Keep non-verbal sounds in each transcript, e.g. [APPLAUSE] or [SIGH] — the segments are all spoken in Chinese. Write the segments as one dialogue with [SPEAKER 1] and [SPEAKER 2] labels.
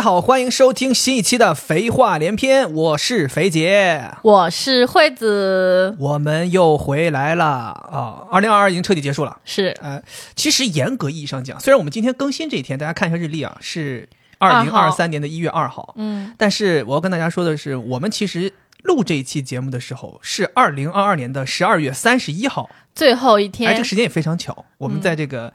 [SPEAKER 1] 好，欢迎收听新一期的《肥话连篇》，我是肥姐，
[SPEAKER 2] 我是惠子，
[SPEAKER 1] 我们又回来了啊！二零二二已经彻底结束了。
[SPEAKER 2] 是
[SPEAKER 1] 呃，其实严格意义上讲，虽然我们今天更新这一天，大家看一下日历啊，是二零二
[SPEAKER 2] 2号
[SPEAKER 1] 三年的一月二号，
[SPEAKER 2] 嗯，
[SPEAKER 1] 但是我要跟大家说的是，我们其实录这一期节目的时候是二零二二年的十二月三十一号，
[SPEAKER 2] 最后一
[SPEAKER 1] 哎，这
[SPEAKER 2] 天嗯
[SPEAKER 1] 个时间也非常巧，我们在这个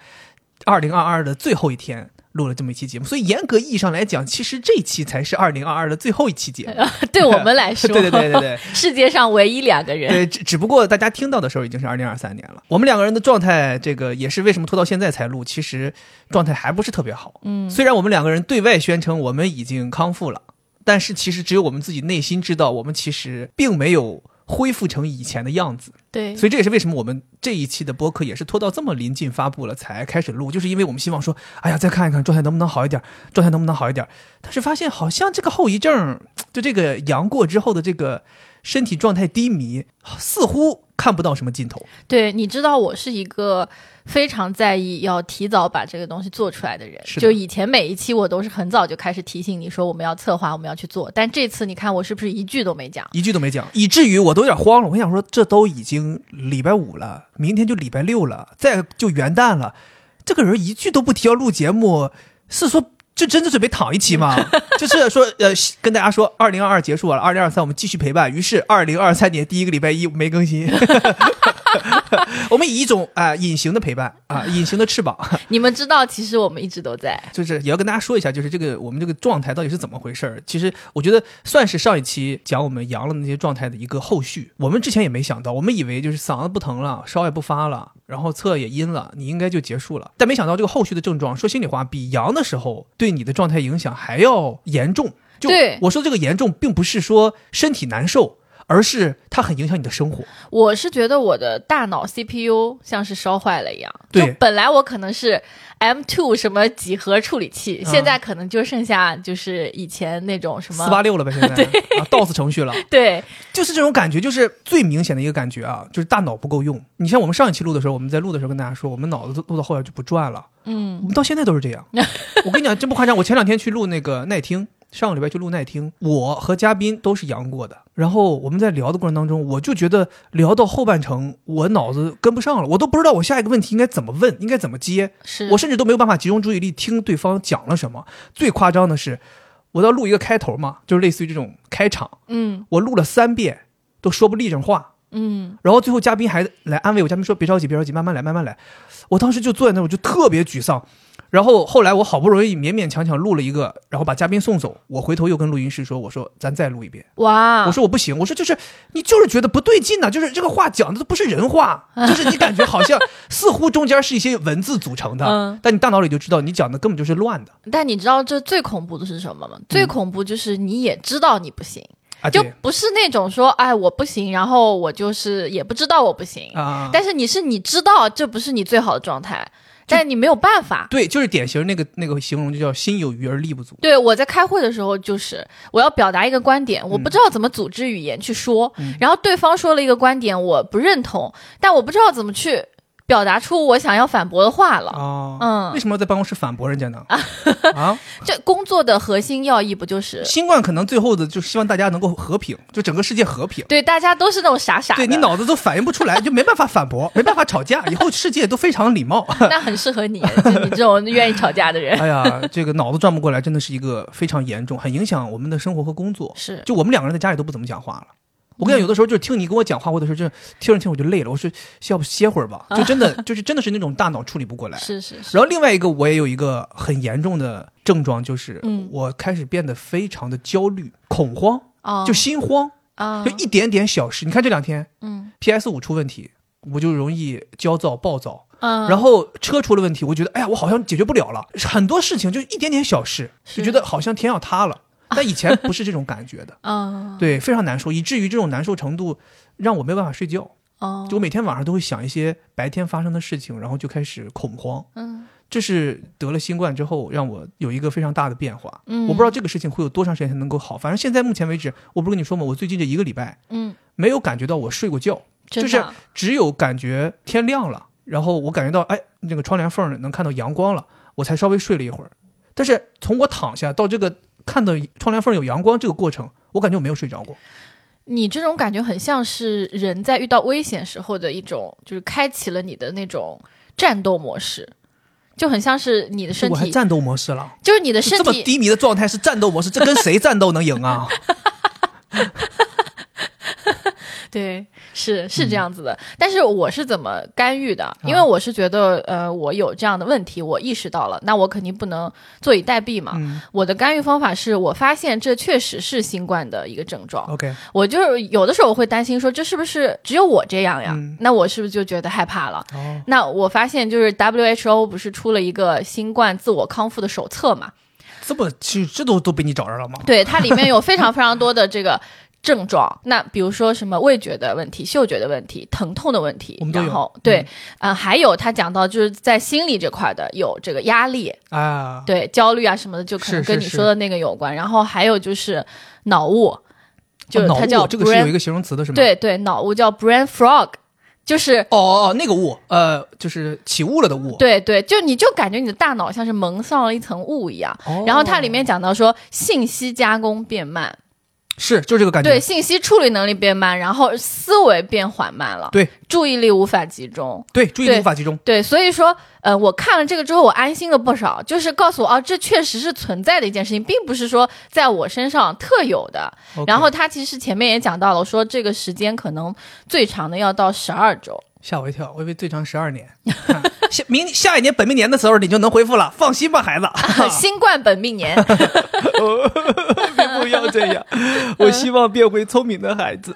[SPEAKER 1] 二零二二的最后一天录了这么一期节目，所以严格意义上来讲，其实这期才是二零二二的最后一期节目。
[SPEAKER 2] [LAUGHS] 对我们来哎说，
[SPEAKER 1] [LAUGHS] 对对对对对
[SPEAKER 2] [LAUGHS] 世界上唯一两个人，
[SPEAKER 1] 对，只只不过大家听到的时候已经是二零二三年了。我们两个人的状态，这个也是为什么拖到现在才录，其实状态还不是特别好。
[SPEAKER 2] 嗯，
[SPEAKER 1] 虽然我们两个人对外宣称我们已经康复了，但是其实只有我们自己内心知道，我们其实并没有恢复成以前的样子。
[SPEAKER 2] 对，
[SPEAKER 1] 所以这也是为什么我们这一期的播客也是拖到这么临近发布了才开始录，就是因为我们希望说，哎呀，再看一看状态能不能好一点，状态能不能好一点。但是发现好像这个后遗症，就这个阳过之后的这个身体状态低迷，似乎看不到什么尽头。
[SPEAKER 2] 对，你知道我是一个非常在意要提早把这个东西做出来的人，
[SPEAKER 1] 是的
[SPEAKER 2] 就以前每一期我都是很早就开始提醒你说我们要策划，我们要去做，但这次你看我是不是一句都没讲？
[SPEAKER 1] 一句都没讲，以至于我都有点慌了。我想说，这都已经礼拜五了，明天就礼拜六了，再就元旦了，这个人一句都不提要录节目，是说这真的准备躺一期吗？就是说，呃，跟大家说，二零二二结束了，二零二三我们继续陪伴。于是，二零二三年第一个礼拜一没更新。 [LAUGHS] 我们以一种啊、呃隐形的陪伴啊、隐形的翅膀，
[SPEAKER 2] 你们知道，其实我们一直都在，
[SPEAKER 1] 就是也要跟大家说一下，就是这个我们这个状态到底是怎么回事儿。其实我觉得算是上一期讲我们阳了那些状态的一个后续。我们之前也没想到，我们以为就是嗓子不疼了，烧也不发了，然后测也阴了，你应该就结束了。但没想到这个后续的症状，说心里话，比阳的时候对你的状态影响还要严重。就
[SPEAKER 2] 对
[SPEAKER 1] 我说这个严重，并不是说身体难受，而是它很影响你的生活。
[SPEAKER 2] 我是觉得我的大脑 CPU 像是烧坏了一样，
[SPEAKER 1] 对
[SPEAKER 2] 就本来我可能是 M2 什么几何处理器，
[SPEAKER 1] 啊
[SPEAKER 2] 现在可能就剩下就是以前那种什
[SPEAKER 1] 四八
[SPEAKER 2] 么。
[SPEAKER 1] 六了呗，现
[SPEAKER 2] [LAUGHS]
[SPEAKER 1] 在啊，DOS 程序了。
[SPEAKER 2] 对，
[SPEAKER 1] 就是这种感觉，就是最明显的一个感觉啊，就是大脑不够用。你像我们上一期录的时候，我们在录的时候跟大家说，我们脑子录到后边就不转了，我
[SPEAKER 2] 嗯，
[SPEAKER 1] 们到现在都是这样。我跟你讲，真不夸张，我前两天去录那个耐听，上个礼拜去录耐听，我和嘉宾都是阳过的。然后我们在聊的过程当中，我就觉得聊到后半程，我脑子跟不上了，我都不知道我下一个问题应该怎么问，应该怎么接。
[SPEAKER 2] 是
[SPEAKER 1] 我甚至都没有办法集中注意力听对方讲了什么。最夸张的是，我要录一个开头嘛，就是类似于这种开场，
[SPEAKER 2] 嗯
[SPEAKER 1] 我录了三遍都说不利整话，
[SPEAKER 2] 嗯，
[SPEAKER 1] 然后最后嘉宾还来安慰我，嘉宾说别着急，别着急，慢慢来，慢慢来。我当时就坐在那儿，我就特别沮丧。然后后来我好不容易勉勉强强录了一个，然后把嘉宾送走。我回头又跟录音师说：“我说咱再录一遍。
[SPEAKER 2] 哇，
[SPEAKER 1] 我说我不行，我说就是你就是觉得不对劲呐、就是这个话讲的都不是人
[SPEAKER 2] [LAUGHS]
[SPEAKER 1] 话，就是你感觉好像似乎中间是一些文字组成的，
[SPEAKER 2] 嗯
[SPEAKER 1] 但你大脑里就知道你讲的根本就是乱的
[SPEAKER 2] 但你知道这最恐怖的是什么吗？最恐怖就是你也知道你不行，
[SPEAKER 1] 嗯啊，
[SPEAKER 2] 就
[SPEAKER 1] 对
[SPEAKER 2] 不是那种说，哎，我不行，然后我就是也不知道我不行，
[SPEAKER 1] 啊，
[SPEAKER 2] 但是你是你知道这不是你最好的状态，但你没有办法，
[SPEAKER 1] 对，就是典型那个那个形容就叫心有余而力不足。
[SPEAKER 2] 对，我在开会的时候，就是我要表达一个观点，
[SPEAKER 1] 嗯
[SPEAKER 2] 我不知道怎么组织语言去说，然后对方说了一个观点，我不认同，但我不知道怎么去表达出我想要反驳的话了。
[SPEAKER 1] 哦，
[SPEAKER 2] 嗯
[SPEAKER 1] 为什么要在办公室反驳人家呢？啊，
[SPEAKER 2] 这工作的核心要义不就是
[SPEAKER 1] 新冠可能最后的就希望大家能够和平，就整个世界和平。
[SPEAKER 2] 对大家都是那种傻傻的，
[SPEAKER 1] 对你脑子都反应不出
[SPEAKER 2] [LAUGHS]
[SPEAKER 1] 来，就没办法反驳，没办法吵架，以后世界都非常礼
[SPEAKER 2] [LAUGHS]
[SPEAKER 1] 貌。
[SPEAKER 2] 那很适合你，就你这种愿意吵架
[SPEAKER 1] [LAUGHS]
[SPEAKER 2] 的人
[SPEAKER 1] 哎呀，这个脑子转不过来，真的是一个非常严重，很影响我们的生活和工作。
[SPEAKER 2] 是。嗯
[SPEAKER 1] 就我们两个人在家里都不怎么讲话了。我跟你讲，有的时候就是听你跟我讲话，或者是就是听着听着我就累了，我说要不歇会儿吧，
[SPEAKER 2] 啊
[SPEAKER 1] 就真的就是真的是那种大脑处理不过来。
[SPEAKER 2] 是是是，
[SPEAKER 1] 然后另外一个我也有一个很严重的症状，就是
[SPEAKER 2] 嗯
[SPEAKER 1] 我开始变得非常的焦虑、恐慌，
[SPEAKER 2] 哦，
[SPEAKER 1] 就心慌，
[SPEAKER 2] 啊，
[SPEAKER 1] 就一点点小事。你看这两天
[SPEAKER 2] 嗯
[SPEAKER 1] PS 五出问题，我就容易焦躁、暴躁。
[SPEAKER 2] 嗯，
[SPEAKER 1] 然后车出了问题，我觉得哎呀，我好像解决不了了。很多事情就一点点小事，
[SPEAKER 2] 是，
[SPEAKER 1] 就觉得好像天要塌了。但以前不是这种感觉的
[SPEAKER 2] 嗯
[SPEAKER 1] 对，非常难受，以至于这种难受程度让我没有办法睡觉。
[SPEAKER 2] 哦
[SPEAKER 1] 就我每天晚上都会想一些白天发生的事情，然后就开始恐慌。
[SPEAKER 2] 嗯
[SPEAKER 1] 这是得了新冠之后让我有一个非常大的变化。
[SPEAKER 2] 嗯
[SPEAKER 1] 我不知道这个事情会有多长时间才能够好。反正现在目前为止，我不是跟你说吗？我最近这一个礼拜
[SPEAKER 2] 嗯，
[SPEAKER 1] 没有感觉到我睡过觉，
[SPEAKER 2] 真
[SPEAKER 1] 就
[SPEAKER 2] 的
[SPEAKER 1] 是只有感觉天亮了，然后我感觉到哎，那个窗帘缝儿能看到阳光了，我才稍微睡了一会儿。但是从我躺下到这个看到窗帘缝有阳光这个过程，我感觉我没有睡着过。
[SPEAKER 2] 你这种感觉很像是人在遇到危险时候的一种，就是开启了你的那种战斗模式，就很像是你的身
[SPEAKER 1] 我还
[SPEAKER 2] 体，
[SPEAKER 1] 战斗模式了。
[SPEAKER 2] 就是你的身
[SPEAKER 1] 这么
[SPEAKER 2] 体，
[SPEAKER 1] 低迷的状态是战斗模式，这
[SPEAKER 2] [LAUGHS]
[SPEAKER 1] 跟谁战斗能赢啊？
[SPEAKER 2] 对，是是
[SPEAKER 1] 嗯
[SPEAKER 2] 这样子的。但是我是怎么干预的？因为
[SPEAKER 1] 啊
[SPEAKER 2] 我是觉得，呃，我有这样的问题，我意识到了，那我肯定不能坐以待毙嘛。
[SPEAKER 1] 嗯
[SPEAKER 2] 我的干预方法是我发现这确实是新冠的一个症状，
[SPEAKER 1] ，OK，
[SPEAKER 2] 我就是有的时候我会担心说，这是不是只有我这样呀？
[SPEAKER 1] 嗯
[SPEAKER 2] 那我是不是就觉得害怕了？
[SPEAKER 1] 哦，
[SPEAKER 2] 那我发现就是 WHO 不是出了一个新冠自我康复的手册嘛？
[SPEAKER 1] 这么去这都都被你找着了吗？
[SPEAKER 2] 对，它里面有非常非常多的这个症状。那比如说什么味觉的问题、嗅觉的问题、疼痛的问题
[SPEAKER 1] 我们，都有
[SPEAKER 2] 然后对，嗯、还有他讲到就是在心理这块的有这个压力，
[SPEAKER 1] 啊，
[SPEAKER 2] 对焦虑啊什么的，就可能
[SPEAKER 1] 是是
[SPEAKER 2] 跟你
[SPEAKER 1] 是
[SPEAKER 2] 说的那个有关。然后还有就是脑雾，就是
[SPEAKER 1] 哦脑
[SPEAKER 2] 它叫
[SPEAKER 1] 雾，这个是
[SPEAKER 2] brain
[SPEAKER 1] 有一个形容词的，是吗？，
[SPEAKER 2] 对对，脑雾叫 brain fog，就是
[SPEAKER 1] 哦哦，哦那个雾，呃，就是起雾了的雾。
[SPEAKER 2] 对对，就你就感觉你的大脑像是蒙上了一层雾一样。
[SPEAKER 1] 哦，
[SPEAKER 2] 然后它里面讲到说，信息加工变慢，
[SPEAKER 1] 啊哦是就是这个感觉，
[SPEAKER 2] 对信息处理能力变慢，然后思维变缓慢了，
[SPEAKER 1] 对，
[SPEAKER 2] 注意力无法集中，
[SPEAKER 1] 对，注意力
[SPEAKER 2] 对
[SPEAKER 1] 无法集中。
[SPEAKER 2] 对，所以说，呃，我看了这个之后，我安心了不少，就是告诉我，哦，这确实是存在的一件事情，并不是说在我身上特有的。
[SPEAKER 1] OK，
[SPEAKER 2] 然后他其实前面也讲到了，说这个时间可能最长的要到十二
[SPEAKER 1] [LAUGHS]
[SPEAKER 2] 周，
[SPEAKER 1] 吓我一跳，我以为最长十二
[SPEAKER 2] [LAUGHS]
[SPEAKER 1] 年，啊下明下一年本命年的时候你就能恢复了，放心吧，孩
[SPEAKER 2] [LAUGHS]
[SPEAKER 1] 子。 [LAUGHS] 啊
[SPEAKER 2] 新冠本命年。
[SPEAKER 1] 并不要这样，
[SPEAKER 2] 嗯
[SPEAKER 1] [LAUGHS] 我希望变回聪明的
[SPEAKER 2] [LAUGHS]
[SPEAKER 1] 孩子。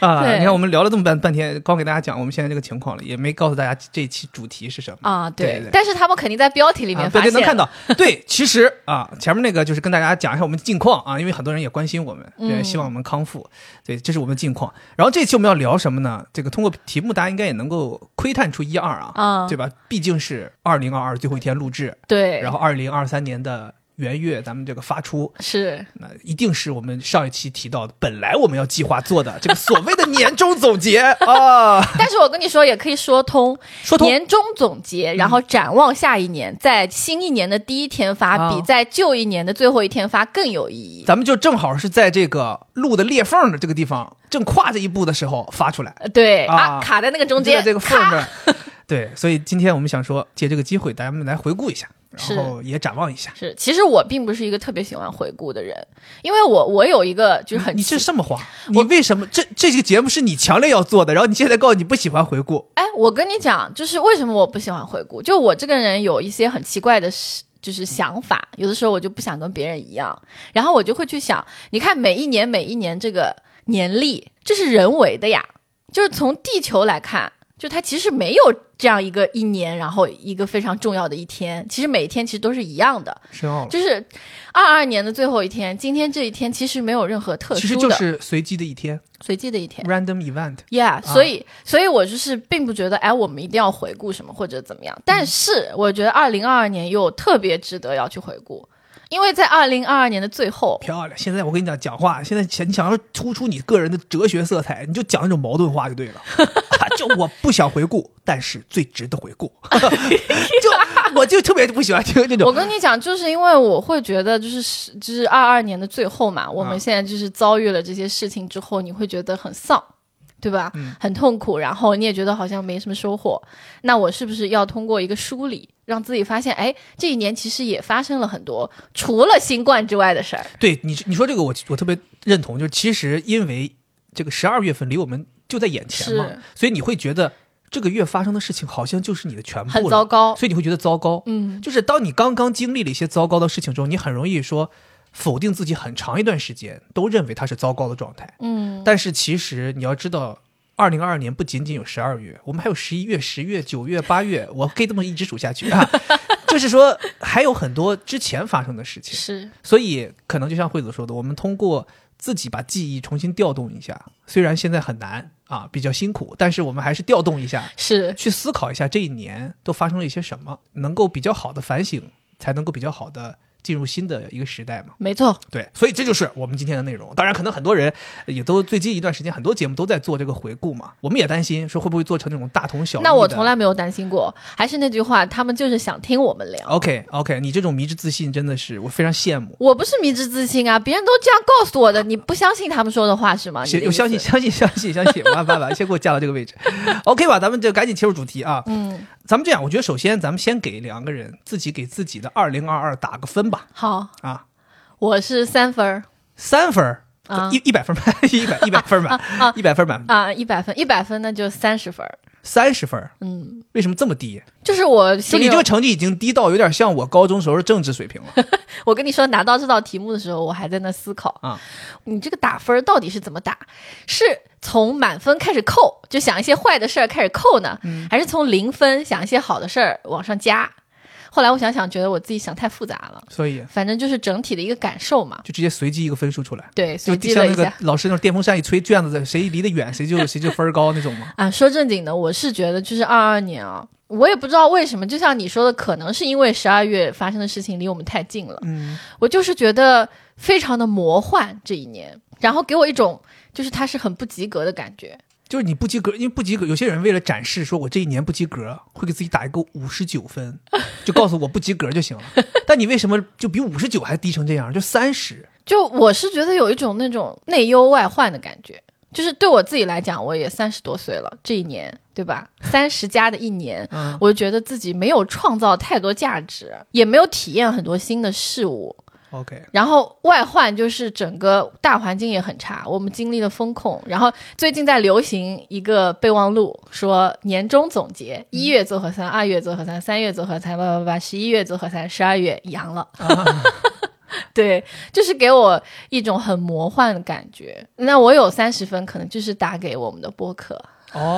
[SPEAKER 1] 啊，
[SPEAKER 2] 对
[SPEAKER 1] 你看我们聊了这么半半天，光给大家讲我们现在这个情况了，也没告诉大家这期主题是什么。
[SPEAKER 2] 啊，对，
[SPEAKER 1] 对对
[SPEAKER 2] 但是他们肯定在标题里
[SPEAKER 1] 啊，
[SPEAKER 2] 面
[SPEAKER 1] 大
[SPEAKER 2] 发
[SPEAKER 1] 家
[SPEAKER 2] 现，
[SPEAKER 1] 能看
[SPEAKER 2] [LAUGHS]
[SPEAKER 1] 到，对，其实啊，前面那个就是跟大家讲一下我们的近况啊，因为很多人也关心我们，对，
[SPEAKER 2] 嗯
[SPEAKER 1] 希望我们康复，对，这是我们的近况。然后这期我们要聊什么呢？这个通过题目大家应该也能够窥探出一二啊，
[SPEAKER 2] 啊，
[SPEAKER 1] 对吧？毕竟是二零二二最后一天录制，
[SPEAKER 2] 对，
[SPEAKER 1] 然后二零二三年的元月咱们这个发出，
[SPEAKER 2] 是
[SPEAKER 1] 那一定是我们上一期提到的，本来我们要计划做的这个所谓的年终总结 [LAUGHS] 啊，
[SPEAKER 2] 但是我跟你说，也可以说通
[SPEAKER 1] 说通
[SPEAKER 2] 年终总结，然后展望下一年，在新一年的第一天发，
[SPEAKER 1] 啊
[SPEAKER 2] 比在旧一年的最后一天发更有意义。
[SPEAKER 1] 咱们就正好是在这个路的裂缝的这个地方，正跨这一步的时候发出来，
[SPEAKER 2] 呃对
[SPEAKER 1] 啊
[SPEAKER 2] 啊，卡在那个中
[SPEAKER 1] 就在
[SPEAKER 2] 间，
[SPEAKER 1] 这个缝
[SPEAKER 2] 咔
[SPEAKER 1] 这儿。对，所以今天我们想说，借这个机会，咱们来回顾一下，然后也展望一下。
[SPEAKER 2] 是，其实我并不是一个特别喜欢回顾的人，因为我我有一个就是很
[SPEAKER 1] 你是
[SPEAKER 2] 奇
[SPEAKER 1] 什么话？你为什么这这个节目是你强烈要做的？然后你现在告诉你不喜欢回顾，
[SPEAKER 2] 哎，我跟你讲，就是为什么我不喜欢回顾，就我这个人有一些很奇怪的事。就是想法，有的时候我就不想跟别人一样，然后我就会去想，你看每一年每一年这个年历，这是人为的呀，就是从地球来看，就它其实没有这样一个一年，然后一个非常重要的一天，其实每一天其实都是一样的，
[SPEAKER 1] 深奥了。
[SPEAKER 2] 就是二二年的最后一天，今天这一天其实没有任何特殊的，
[SPEAKER 1] 其实就是随机的一天
[SPEAKER 2] 随机的一天。
[SPEAKER 1] ，random event。
[SPEAKER 2] Yeah，、所以所以我就是并不觉得，哎，我们一定要回顾什么或者怎么样。但是我觉得二零二二年又特别值得要去回顾，因为在二零二二年的最后，
[SPEAKER 1] 漂亮！现在我跟你讲讲话，现在想你想要突出你个人的哲学色彩，你就讲那种矛盾话就对了。
[SPEAKER 2] [LAUGHS]
[SPEAKER 1] 就我不想回顾，但是最值得回
[SPEAKER 2] [LAUGHS]
[SPEAKER 1] 顾。就我就特别不喜欢听这
[SPEAKER 2] 我
[SPEAKER 1] 种。
[SPEAKER 2] 跟你讲，就是因为我会觉得，就是是就是二二年的最后嘛，我们现在就是遭遇了这些事情之后，你会觉得很丧。对吧？很痛苦，然后你也觉得好像没什么收获。那我是不是要通过一个梳理，让自己发现，哎，这一年其实也发生了很多除了新冠之外的事儿？
[SPEAKER 1] 对你，你说这个我我特别认同。就是其实因为这个十二月份离我们就在眼前嘛
[SPEAKER 2] 是，
[SPEAKER 1] 所以你会觉得这个月发生的事情好像就是你的全部了，
[SPEAKER 2] 很糟糕
[SPEAKER 1] 所以你会觉得糟糕。
[SPEAKER 2] 哦嗯，
[SPEAKER 1] 就是当你刚刚经历了一些糟糕的事情之后，你很容易说否定自己很长一段时间，都认为它是糟糕的状态。
[SPEAKER 2] 嗯，
[SPEAKER 1] 但是其实你要知道，二零二二年不仅仅有十二月，我们还有十一月、十月、九月、八月，我可以这么一直数下去啊。 [LAUGHS] 就是说，还有很多之前发生的事情，
[SPEAKER 2] 是
[SPEAKER 1] 所以可能就像惠子说的，我们通过自己把记忆重新调动一下，虽然现在很难啊，比较辛苦，但是我们还是调动一下，
[SPEAKER 2] 是，
[SPEAKER 1] 去思考一下这一年都发生了一些什么，能够比较好的反省，才能够比较好的进入新的一个时代嘛。
[SPEAKER 2] 没错，
[SPEAKER 1] 对，所以这就是我们今天的内容。当然，可能很多人也都最近一段时间，很多节目都在做这个回顾嘛。我们也担心说会不会做成那种大同小异的。
[SPEAKER 2] 那我从来没有担心过。还是那句话，他们就是想听我们聊。
[SPEAKER 1] OK OK，你这种迷之自信真的是我非常羡慕。
[SPEAKER 2] 我不是迷之自信啊，别人都这样告诉我的，你不相信他们说的话是吗？
[SPEAKER 1] 行
[SPEAKER 2] 啊你的意
[SPEAKER 1] 我
[SPEAKER 2] 思
[SPEAKER 1] 相 [LAUGHS] 信，。相信，相信，相信，完完完，先给我架到这个位置，OK 吧？咱们就赶紧切入主题啊。
[SPEAKER 2] 嗯，
[SPEAKER 1] 咱们这样，我觉得首先咱们先给两个人自己给自己的二零二二打个分吧。
[SPEAKER 2] 好，
[SPEAKER 1] 啊，
[SPEAKER 2] 我是三分儿
[SPEAKER 1] 三分儿
[SPEAKER 2] 啊
[SPEAKER 1] 一一百分满，一百一百分满，
[SPEAKER 2] 啊
[SPEAKER 1] 一百分满，
[SPEAKER 2] 啊，一百分，一百分那就三十分儿。
[SPEAKER 1] 三十分儿，
[SPEAKER 2] 嗯，
[SPEAKER 1] 为什么这么低？
[SPEAKER 2] 就是我
[SPEAKER 1] 就
[SPEAKER 2] 心
[SPEAKER 1] 你
[SPEAKER 2] 里有，
[SPEAKER 1] 这个成绩已经低到有点像我高中时候的政治水平了 [LAUGHS]
[SPEAKER 2] 我跟你说，拿到这道题目的时候，我还在那思考，
[SPEAKER 1] 啊！
[SPEAKER 2] 你这个打分儿到底是怎么打？是从满分开始扣，就想一些坏的事儿开始扣呢，
[SPEAKER 1] 嗯
[SPEAKER 2] 还是从零分想一些好的事儿往上加？后来我想想，觉得我自己想太复杂了，
[SPEAKER 1] 所以
[SPEAKER 2] 反正就是整体的一个感受嘛。
[SPEAKER 1] 就直接随机一个分数出来，
[SPEAKER 2] 对，
[SPEAKER 1] 就
[SPEAKER 2] 随机
[SPEAKER 1] 像那
[SPEAKER 2] 了一
[SPEAKER 1] 个
[SPEAKER 2] 下。
[SPEAKER 1] 老师那种电风扇一吹卷子的，谁离得远谁就谁就分儿高那种嘛。
[SPEAKER 2] 啊，说正经的，我是觉得就是二二年啊，我也不知道为什么，就像你说的，可能是因为十二月发生的事情离我们太近了，
[SPEAKER 1] 嗯，
[SPEAKER 2] 我就是觉得非常的魔幻这一年，然后给我一种就是它是很不及格的感觉。
[SPEAKER 1] 就是你不及格，因为不及格，有些人为了展示说我这一年不及格，会给自己打一个五十九分，就告诉我不及格就行了。但你为什么就比五十九还低成这样？就三十，
[SPEAKER 2] 就我是觉得有一种那种内忧外患的感觉，就是对我自己来讲，我也三十多岁了，这一年对吧？三十加的一年，
[SPEAKER 1] 嗯，
[SPEAKER 2] 我就觉得自己没有创造太多价值，也没有体验很多新的事物。
[SPEAKER 1] OK，
[SPEAKER 2] 然后外患就是整个大环境也很差，我们经历了风控，然后最近在流行一个备忘录，说年终总结，
[SPEAKER 1] 嗯
[SPEAKER 2] 一月做核酸，二月做核酸，三月做核酸，叭叭叭，十一月做核酸，十二月阳了。
[SPEAKER 1] 啊
[SPEAKER 2] [LAUGHS] 对，就是给我一种很魔幻的感觉。那我有三十分，可能就是打给我们的播客，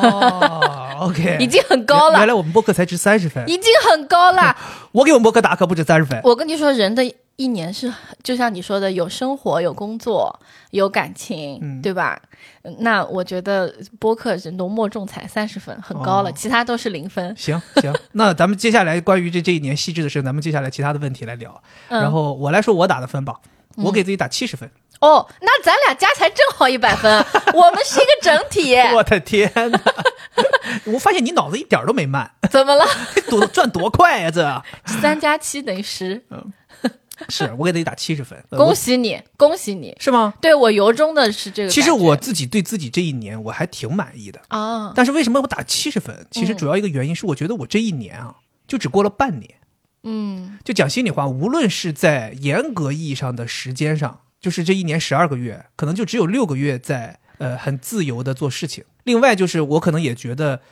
[SPEAKER 1] 哦
[SPEAKER 2] [LAUGHS]
[SPEAKER 1] ，OK，
[SPEAKER 2] 已经很高
[SPEAKER 1] 原
[SPEAKER 2] 了，
[SPEAKER 1] 来我们播客才值三十分，
[SPEAKER 2] 已经很高了。
[SPEAKER 1] 我给我们播客打可不止三十分。
[SPEAKER 2] 我跟你说，人的一年是就像你说的，有生活，有工作，有感情，
[SPEAKER 1] 嗯
[SPEAKER 2] 对吧？嗯那我觉得播客是浓墨重彩，三十分很高了，
[SPEAKER 1] 哦
[SPEAKER 2] 其他都是零分。
[SPEAKER 1] 行行， [LAUGHS] 那咱们接下来关于这这一年细致的事，咱们接下来其他的问题来聊。
[SPEAKER 2] 嗯、
[SPEAKER 1] 然后我来说我打的分吧，我给自己打七十分。
[SPEAKER 2] 哦，那咱俩加起来正好一百分， [LAUGHS] 我们是一个整
[SPEAKER 1] [LAUGHS]
[SPEAKER 2] 体。
[SPEAKER 1] 我的天
[SPEAKER 2] [LAUGHS]
[SPEAKER 1] 哪！我发现你脑子一点儿都没慢， [LAUGHS]
[SPEAKER 2] 怎么了？ [LAUGHS]
[SPEAKER 1] 多转多快呀、
[SPEAKER 2] 三加七等于十，
[SPEAKER 1] 这是我给自己打七十分，呃
[SPEAKER 2] 恭
[SPEAKER 1] 我
[SPEAKER 2] 喜你，恭喜你！
[SPEAKER 1] 是吗？
[SPEAKER 2] 对我由衷的是这个感觉。
[SPEAKER 1] 其实我自己对自己这一年我还挺满意的，
[SPEAKER 2] 啊，
[SPEAKER 1] 但是为什么我打七十
[SPEAKER 2] 嗯
[SPEAKER 1] 分？其实主要一个原因是我觉得我这一年啊，就只过了半年。
[SPEAKER 2] 嗯
[SPEAKER 1] 就讲心里话，无论是在严格意义上的时间上，就是这一年十二个月，可能就只有六个月在呃很自由的做事情。另外就是我可能也觉得，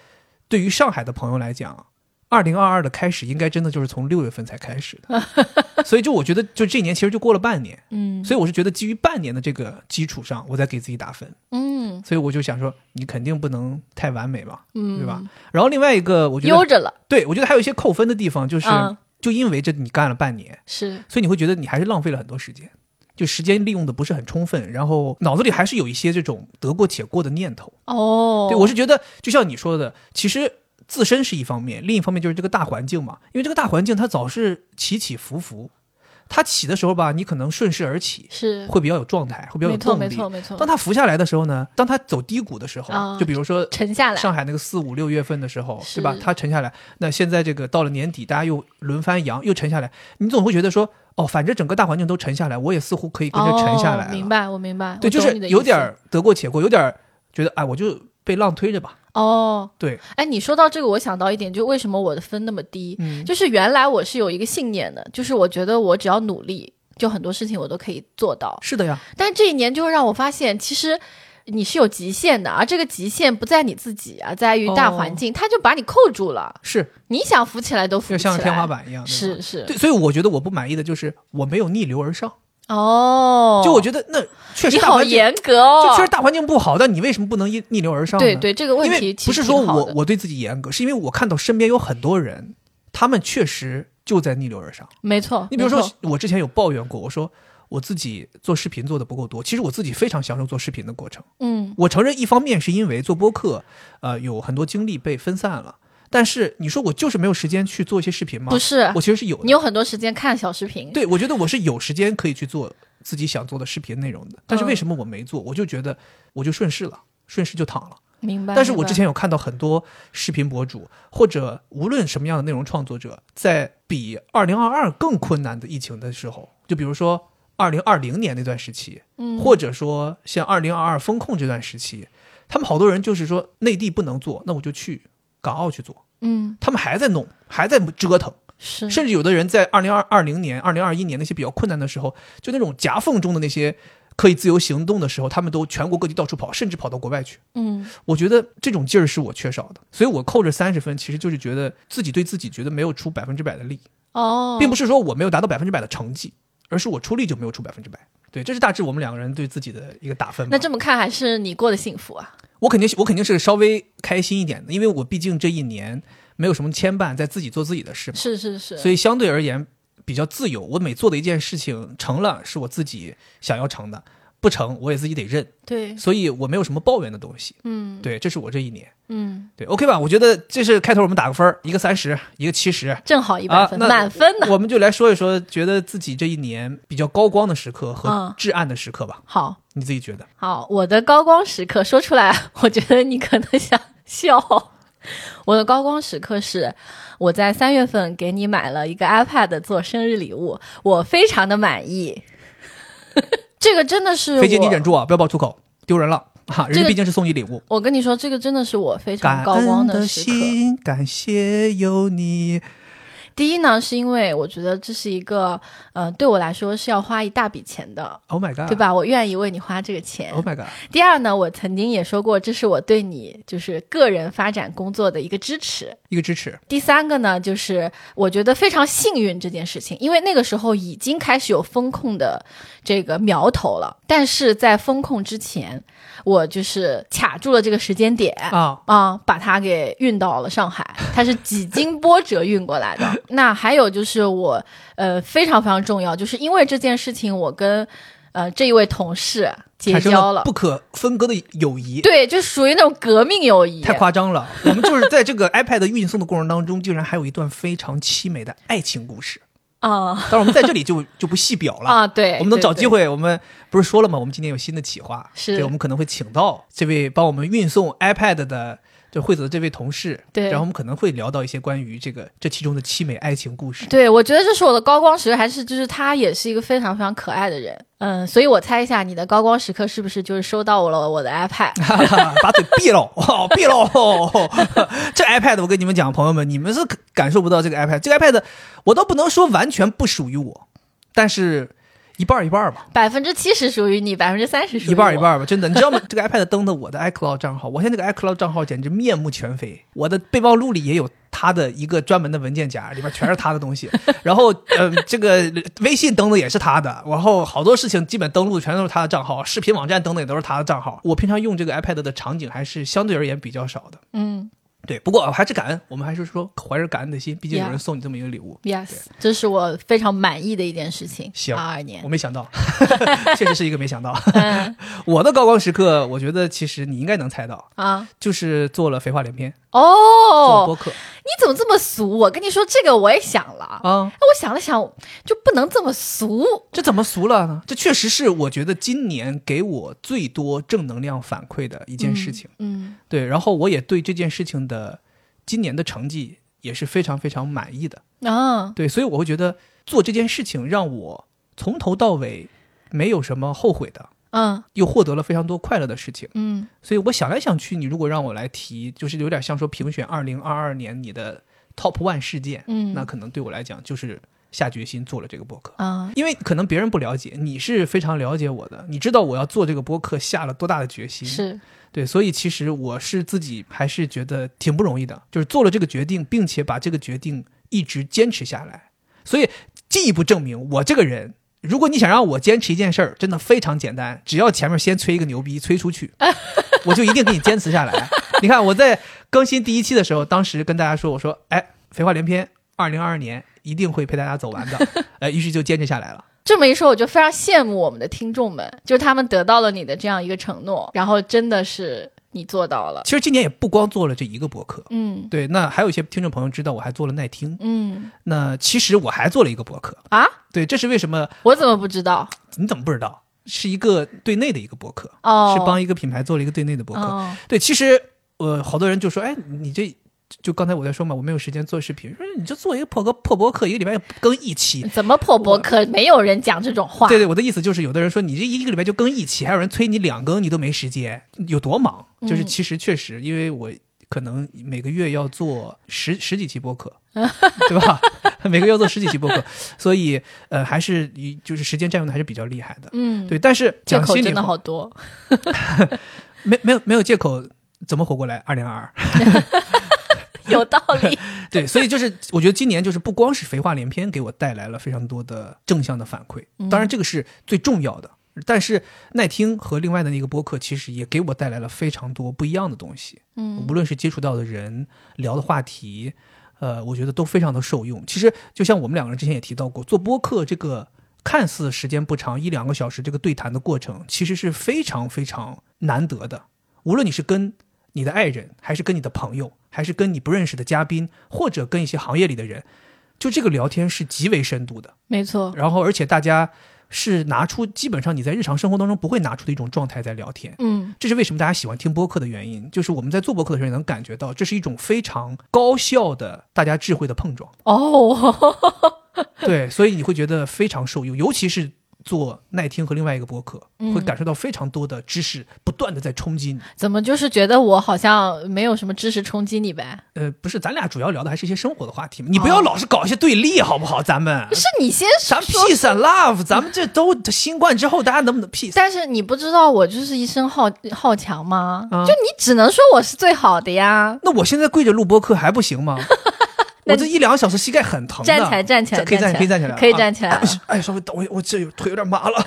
[SPEAKER 1] 对于上海的朋友来讲，二零二二的开始应该真的就是从六月份才开始的，
[SPEAKER 2] [LAUGHS]
[SPEAKER 1] 所以就我觉得就这一年其实就过了半年，
[SPEAKER 2] 嗯
[SPEAKER 1] 所以我是觉得基于半年的这个基础上，我再给自己打分，
[SPEAKER 2] 嗯
[SPEAKER 1] 所以我就想说你肯定不能太完美吧，
[SPEAKER 2] 嗯，
[SPEAKER 1] 对吧？？然后另外一个我觉
[SPEAKER 2] 悠
[SPEAKER 1] 得
[SPEAKER 2] 着了，
[SPEAKER 1] 对我觉得还有一些扣分的地方就是。
[SPEAKER 2] 嗯
[SPEAKER 1] 就因为这你干了半年，
[SPEAKER 2] 是
[SPEAKER 1] 所以你会觉得你还是浪费了很多时间，就时间利用的不是很充分，然后脑子里还是有一些这种得过且过的念头。
[SPEAKER 2] 哦。
[SPEAKER 1] 对我是觉得，就像你说的，其实自身是一方面，另一方面就是这个大环境嘛，因为这个大环境它总是起起伏伏，它起的时候吧，你可能顺势而起，
[SPEAKER 2] 是
[SPEAKER 1] 会比较有状态，会比较有
[SPEAKER 2] 没错
[SPEAKER 1] 动
[SPEAKER 2] 没
[SPEAKER 1] 力。
[SPEAKER 2] 错没错。
[SPEAKER 1] 当它浮下来的时候呢，当它走低谷的时候，
[SPEAKER 2] 嗯啊
[SPEAKER 1] 就比如说
[SPEAKER 2] 沉下来，
[SPEAKER 1] 上海那个四五六月份的时候，对吧？
[SPEAKER 2] 是
[SPEAKER 1] 它沉下来，那现在这个到了年底，大家又轮番扬，又沉下来，你总会觉得说，哦，反正整个大环境都沉下来，我也似乎可以跟着沉下来
[SPEAKER 2] 哦
[SPEAKER 1] 了。
[SPEAKER 2] 明白，我明白。
[SPEAKER 1] 对，
[SPEAKER 2] 我
[SPEAKER 1] 就
[SPEAKER 2] 懂
[SPEAKER 1] 是
[SPEAKER 2] 你的意
[SPEAKER 1] 有
[SPEAKER 2] 思
[SPEAKER 1] 点儿得过且过，有点儿觉得，哎，我就被浪推着吧。
[SPEAKER 2] 哦。 [LAUGHS]
[SPEAKER 1] 对，
[SPEAKER 2] 哎，你说到这个，我想到一点，就为什么我的分那么低？
[SPEAKER 1] 嗯，
[SPEAKER 2] 就是原来我是有一个信念的，就是我觉得我只要努力，就很多事情我都可以做到。
[SPEAKER 1] 是的呀，
[SPEAKER 2] 但这一年就让我发现，其实。你是有极限的，而这个极限不在你自己啊，在于大
[SPEAKER 1] 哦
[SPEAKER 2] 环境，它就把你扣住了。
[SPEAKER 1] 是
[SPEAKER 2] 你想浮起来都浮
[SPEAKER 1] 要
[SPEAKER 2] 不起来，
[SPEAKER 1] 像天花板一样。对吧
[SPEAKER 2] 是是
[SPEAKER 1] 对，所以我觉得我不满意的就是我没有逆流而上。
[SPEAKER 2] 哦。
[SPEAKER 1] 就我觉得那确实
[SPEAKER 2] 你
[SPEAKER 1] 大
[SPEAKER 2] 好
[SPEAKER 1] 环境，
[SPEAKER 2] 严格哦
[SPEAKER 1] 就，确实大环境不好，但你为什么不能逆逆流而上呢？
[SPEAKER 2] 对对，这个问
[SPEAKER 1] 因为
[SPEAKER 2] 题
[SPEAKER 1] 不
[SPEAKER 2] 其
[SPEAKER 1] 是
[SPEAKER 2] 实
[SPEAKER 1] 说
[SPEAKER 2] 挺好
[SPEAKER 1] 我
[SPEAKER 2] 的
[SPEAKER 1] 我对自己严格，是因为我看到身边有很多人，他们确实就在逆流而上。
[SPEAKER 2] 没错。
[SPEAKER 1] 你比如
[SPEAKER 2] 没
[SPEAKER 1] 说
[SPEAKER 2] 错，
[SPEAKER 1] 我之前有抱怨过，我说我自己做视频做的不够多。其实我自己非常享受做视频的过程。
[SPEAKER 2] 嗯
[SPEAKER 1] 我承认，一方面是因为做播客，呃，有很多精力被分散了。但是你说我就是没有时间去做一些视频吗？
[SPEAKER 2] 不是
[SPEAKER 1] 我其实是有的
[SPEAKER 2] 你。有很多时间看小视频，
[SPEAKER 1] 对，我觉得我是有时间可以去做自己想做的视频内容的，
[SPEAKER 2] 嗯
[SPEAKER 1] 但是为什么我没做？我就觉得我就顺势了，顺势就躺了。
[SPEAKER 2] 明白。
[SPEAKER 1] 但是我
[SPEAKER 2] 明白
[SPEAKER 1] 之前有看到很多视频博主或者无论什么样的内容创作者，在比二零二二更困难的疫情的时候，就比如说二零二零年那段时期，
[SPEAKER 2] 嗯
[SPEAKER 1] 或者说像二零二二风控这段时期，他们好多人就是说内地不能做，那我就去港澳去做，
[SPEAKER 2] 嗯
[SPEAKER 1] 他们还在弄，还在折腾。
[SPEAKER 2] 是
[SPEAKER 1] 甚至有的人在二零二二零年、二零二一年那些比较困难的时候，就那种夹缝中的那些可以自由行动的时候，他们都全国各地到处跑，甚至跑到国外去。
[SPEAKER 2] 嗯
[SPEAKER 1] 我觉得这种劲儿是我缺少的，所以我扣着三十分，其实就是觉得自己对自己觉得没有出百分之百的力，
[SPEAKER 2] 哦，
[SPEAKER 1] 并不是说我没有达到百分之百的成绩，而是我出力就没有出百分之百。对，这是大致我们两个人对自己的一个打分吧。
[SPEAKER 2] 那这么看还是你过得幸福啊？
[SPEAKER 1] 我肯定是我肯定是稍微开心一点的，因为我毕竟这一年没有什么牵绊，在自己做自己的事嘛。
[SPEAKER 2] 是是是，
[SPEAKER 1] 所以相对而言比较自由。我每做的一件事情成了，是我自己想要成的；不成，我也自己得认。
[SPEAKER 2] 对，
[SPEAKER 1] 所以我没有什么抱怨的东西。
[SPEAKER 2] 嗯
[SPEAKER 1] 对，这是我这一年。
[SPEAKER 2] 嗯，
[SPEAKER 1] 对，OK 吧？我觉得这是开头，我们打个分儿，一个三十，一个七十。
[SPEAKER 2] 正好一百
[SPEAKER 1] 啊
[SPEAKER 2] 分，，
[SPEAKER 1] 那
[SPEAKER 2] 满分的。
[SPEAKER 1] 我们就来说一说，觉得自己这一年比较高光的时刻和
[SPEAKER 2] 嗯
[SPEAKER 1] 至暗的时刻吧。
[SPEAKER 2] 好
[SPEAKER 1] 你自己觉得？
[SPEAKER 2] 好，我的高光时刻说出来，我觉得你可能想笑。我的高光时刻是我在三月份给你买了一个 iPad 做生日礼物，我非常的满意。 [LAUGHS] 这个真的是我
[SPEAKER 1] 飞姐，你忍住啊，不要爆粗口，丢人了哈、人
[SPEAKER 2] 这
[SPEAKER 1] 家
[SPEAKER 2] 个
[SPEAKER 1] 毕竟是送你礼物。
[SPEAKER 2] 我跟你说，这个真的是我非常
[SPEAKER 1] 感
[SPEAKER 2] 高光
[SPEAKER 1] 恩
[SPEAKER 2] 的时刻。
[SPEAKER 1] 心，感谢有你。
[SPEAKER 2] 第一呢，是因为我觉得这是一个，呃，对我来说是要花一大笔钱的，
[SPEAKER 1] Oh my god，
[SPEAKER 2] 对？吧？我愿意为你花这个钱。
[SPEAKER 1] ？Oh my god，
[SPEAKER 2] 第二呢，我曾经也说过，这是我对你就是个人发展工作的一个支持。
[SPEAKER 1] 一个支持。
[SPEAKER 2] 第三个呢，就是我觉得非常幸运这件事情，因为那个时候已经开始有风控的这个苗头了，但是在风控之前，我就是卡住了这个时间点。
[SPEAKER 1] 啊，
[SPEAKER 2] 啊、把它给运到了上海，它是几经波折运过来
[SPEAKER 1] [LAUGHS]
[SPEAKER 2] 的。那还有就是我，呃，非常非常重要，就是因为这件事情，我跟呃这一位同事结
[SPEAKER 1] 产生
[SPEAKER 2] 交
[SPEAKER 1] 了
[SPEAKER 2] 了，
[SPEAKER 1] 不可分割的友谊，
[SPEAKER 2] 对，就属于那种革命友谊，
[SPEAKER 1] 太夸张了。我们就是在这个 [LAUGHS] iPad 运送的过程当中，竟然还有一段非常凄美的爱情故事。
[SPEAKER 2] 啊
[SPEAKER 1] 当然，我们在这里就就不细表了。
[SPEAKER 2] 啊，对，
[SPEAKER 1] 我们能
[SPEAKER 2] 对
[SPEAKER 1] 找
[SPEAKER 2] 对
[SPEAKER 1] 机会，我们不是说了吗？我们今年有新的企划，
[SPEAKER 2] 是
[SPEAKER 1] 对，我们可能会请到这位帮我们运送 iPad 的就惠子的这位同事，
[SPEAKER 2] 对
[SPEAKER 1] 然后我们可能会聊到一些关于这个这其中的凄美爱情故事。
[SPEAKER 2] 对，我觉得这是我的高光时刻，还是就是他也是一个非常非常可爱的人，嗯，所以我猜一下你的高光时刻是不是就是收到我了我的 iPad？
[SPEAKER 1] [LAUGHS] 把嘴闭喽，哦闭喽！这 iPad 我跟你们讲，朋友们，你们是感受不到这个 iPad。这个 iPad 我倒不能说完全不属于我，但是一半儿一半儿吧，
[SPEAKER 2] 百分之七十属于你，百分之三十属于
[SPEAKER 1] 一半儿一
[SPEAKER 2] 我
[SPEAKER 1] 半儿吧，真的。你知道吗？这个 iPad 登的我的 iCloud 账号，我现在这个 iCloud 账号简直面目全非。我的备忘录里也有它的一个专门的文件夹，里边全是它的东西。然后，嗯、这个微信登的也是它的，然后好多事情基本登录全都是它的账号，视频网站登的也都是它的账号。我平常用这个 iPad 的场景还是相对而言比较少的。
[SPEAKER 2] 嗯
[SPEAKER 1] 对，不过还是感恩，我们还是说怀着感恩的心，毕竟有人
[SPEAKER 2] Yeah
[SPEAKER 1] 送你这么一个礼物。
[SPEAKER 2] ，yes，这是我非常满意的一件事情。
[SPEAKER 1] 行
[SPEAKER 2] 二二年
[SPEAKER 1] 我，没想到， [LAUGHS] 确实是一个没想到。 [LAUGHS] 我的高光时刻，我觉得其实你应该能猜到，
[SPEAKER 2] 啊，
[SPEAKER 1] 就是做了肥话连篇，做
[SPEAKER 2] 哦
[SPEAKER 1] 播，客
[SPEAKER 2] 你怎么这么俗？我跟你说，这个我也想了，
[SPEAKER 1] 啊，
[SPEAKER 2] 哎我想了想，就不能这么俗。
[SPEAKER 1] 这怎么俗了呢？这确实是我觉得今年给我最多正能量反馈的一件事情。
[SPEAKER 2] 嗯，
[SPEAKER 1] 对，然后我也对这件事情的今年的成绩也是非常非常满意的。
[SPEAKER 2] 嗯啊，
[SPEAKER 1] 对，所以我会觉得做这件事情让我从头到尾没有什么后悔的。
[SPEAKER 2] 嗯
[SPEAKER 1] 又获得了非常多快乐的事情。
[SPEAKER 2] 嗯
[SPEAKER 1] 所以我想来想去，你如果让我来提，就是有点像说评选二零二二年你的 top one 事件，
[SPEAKER 2] 嗯
[SPEAKER 1] 那可能对我来讲就是下决心做了这个播客。
[SPEAKER 2] 啊，
[SPEAKER 1] 因为可能别人不了解，你是非常了解我的，你知道我要做这个播客下了多大的决心，
[SPEAKER 2] 是
[SPEAKER 1] 对，所以其实我是自己还是觉得挺不容易的，就是做了这个决定，并且把这个决定一直坚持下来，所以进一步证明我这个人。如果你想让我坚持一件事儿，真的非常简单，只要前面先吹一个牛逼，吹出去，我就一定给你坚持下来。你看我在更新第一期的时候，当时跟大家说，我说，哎，废话连篇，二零二二年一定会陪大家走完的，呃，于是就坚持下来了。
[SPEAKER 2] 这么一说，我就非常羡慕我们的听众们，就是他们得到了你的这样一个承诺，然后真的是你做到了，
[SPEAKER 1] 其实今年也不光做了这一个博客，
[SPEAKER 2] 嗯
[SPEAKER 1] 对，那还有一些听众朋友知道我还做了耐听，
[SPEAKER 2] 嗯
[SPEAKER 1] 那其实我还做了一个博客，
[SPEAKER 2] 啊，
[SPEAKER 1] 对，这是为什么？
[SPEAKER 2] 我怎么不知道？
[SPEAKER 1] 你怎么不知道？是一个对内的一个博客，
[SPEAKER 2] 哦，
[SPEAKER 1] 是帮一个品牌做了一个对内的博客。
[SPEAKER 2] 哦
[SPEAKER 1] 对，其实呃，好多人就说，哎，你这就刚才我在说嘛，我没有时间做视频，说你就做一个破个破博客，一个礼拜更一期。
[SPEAKER 2] 嗯怎么破博客？没有人讲这种话。
[SPEAKER 1] 对对，我的意思就是，有的人说你这一个礼拜就更一期，还有人催你两更，你都没时间，有多忙？就是
[SPEAKER 2] 嗯
[SPEAKER 1] 其实确实，因为我可能每个月要做十十几期播
[SPEAKER 2] [LAUGHS]
[SPEAKER 1] 客，对吧？ [LAUGHS] 每个月要做十几期播客，所以呃，还是就是时间占用的还是比较厉害的。
[SPEAKER 2] 嗯，
[SPEAKER 1] 对，但是
[SPEAKER 2] 借
[SPEAKER 1] 讲
[SPEAKER 2] 口
[SPEAKER 1] 心里
[SPEAKER 2] 真的
[SPEAKER 1] 话
[SPEAKER 2] 好，多。
[SPEAKER 1] 没没有没有借口，怎么活过来？二零二二。
[SPEAKER 2] 有道理。
[SPEAKER 1] 对，所以就是我觉得今年就是不光是肥话连篇给我带来了非常多的正向的反馈，当然这个是最重要的。但是耐听和另外的那个播客，其实也给我带来了非常多不一样的东西。
[SPEAKER 2] 嗯，
[SPEAKER 1] 无论是接触到的人、聊的话题，呃，我觉得都非常的受用。其实就像我们两个人之前也提到过，做播客这个看似时间不长，一两个小时这个对谈的过程，其实是非常非常难得的。无论你是跟你的爱人，还是跟你的朋友，还是跟你不认识的嘉宾，或者跟一些行业里的人，就这个聊天是极为深度的。
[SPEAKER 2] [LAUGHS] 没错。
[SPEAKER 1] 然后，而且大家是拿出基本上你在日常生活当中不会拿出的一种状态在聊天。
[SPEAKER 2] 嗯
[SPEAKER 1] 这是为什么大家喜欢听播客的原因，就是我们在做播客的时候也能感觉到，这是一种非常高效的大家智慧的碰撞。
[SPEAKER 2] 哦， [LAUGHS]
[SPEAKER 1] 对，所以你会觉得非常受用，尤其是做耐听和另外一个播客，
[SPEAKER 2] 嗯
[SPEAKER 1] 会感受到非常多的知识不断的在冲击你。
[SPEAKER 2] 怎么就是觉得我好像没有什么知识冲击你呗？
[SPEAKER 1] 呃，不是，咱俩主要聊的还是一些生活的话题嘛，你不要老是搞一些对立，好不好？咱们。
[SPEAKER 2] 哦是你先
[SPEAKER 1] 咱 peace and love，咱们这都新冠之后，大家能不能 peace？
[SPEAKER 2] 但是你不知道我就是一身好好强吗？
[SPEAKER 1] 啊
[SPEAKER 2] 就你只能说我是最好的呀，
[SPEAKER 1] 那我现在跪着录播客还不行
[SPEAKER 2] [LAUGHS]
[SPEAKER 1] 吗？
[SPEAKER 2] 那
[SPEAKER 1] 我这一两个小时膝盖很疼的。
[SPEAKER 2] 站起来，站起来，
[SPEAKER 1] 可以站，可以站起来，
[SPEAKER 2] 可以
[SPEAKER 1] 啊
[SPEAKER 2] 站起来
[SPEAKER 1] 哎。哎，稍微等我，我这有腿有点麻
[SPEAKER 2] [LAUGHS]
[SPEAKER 1] 了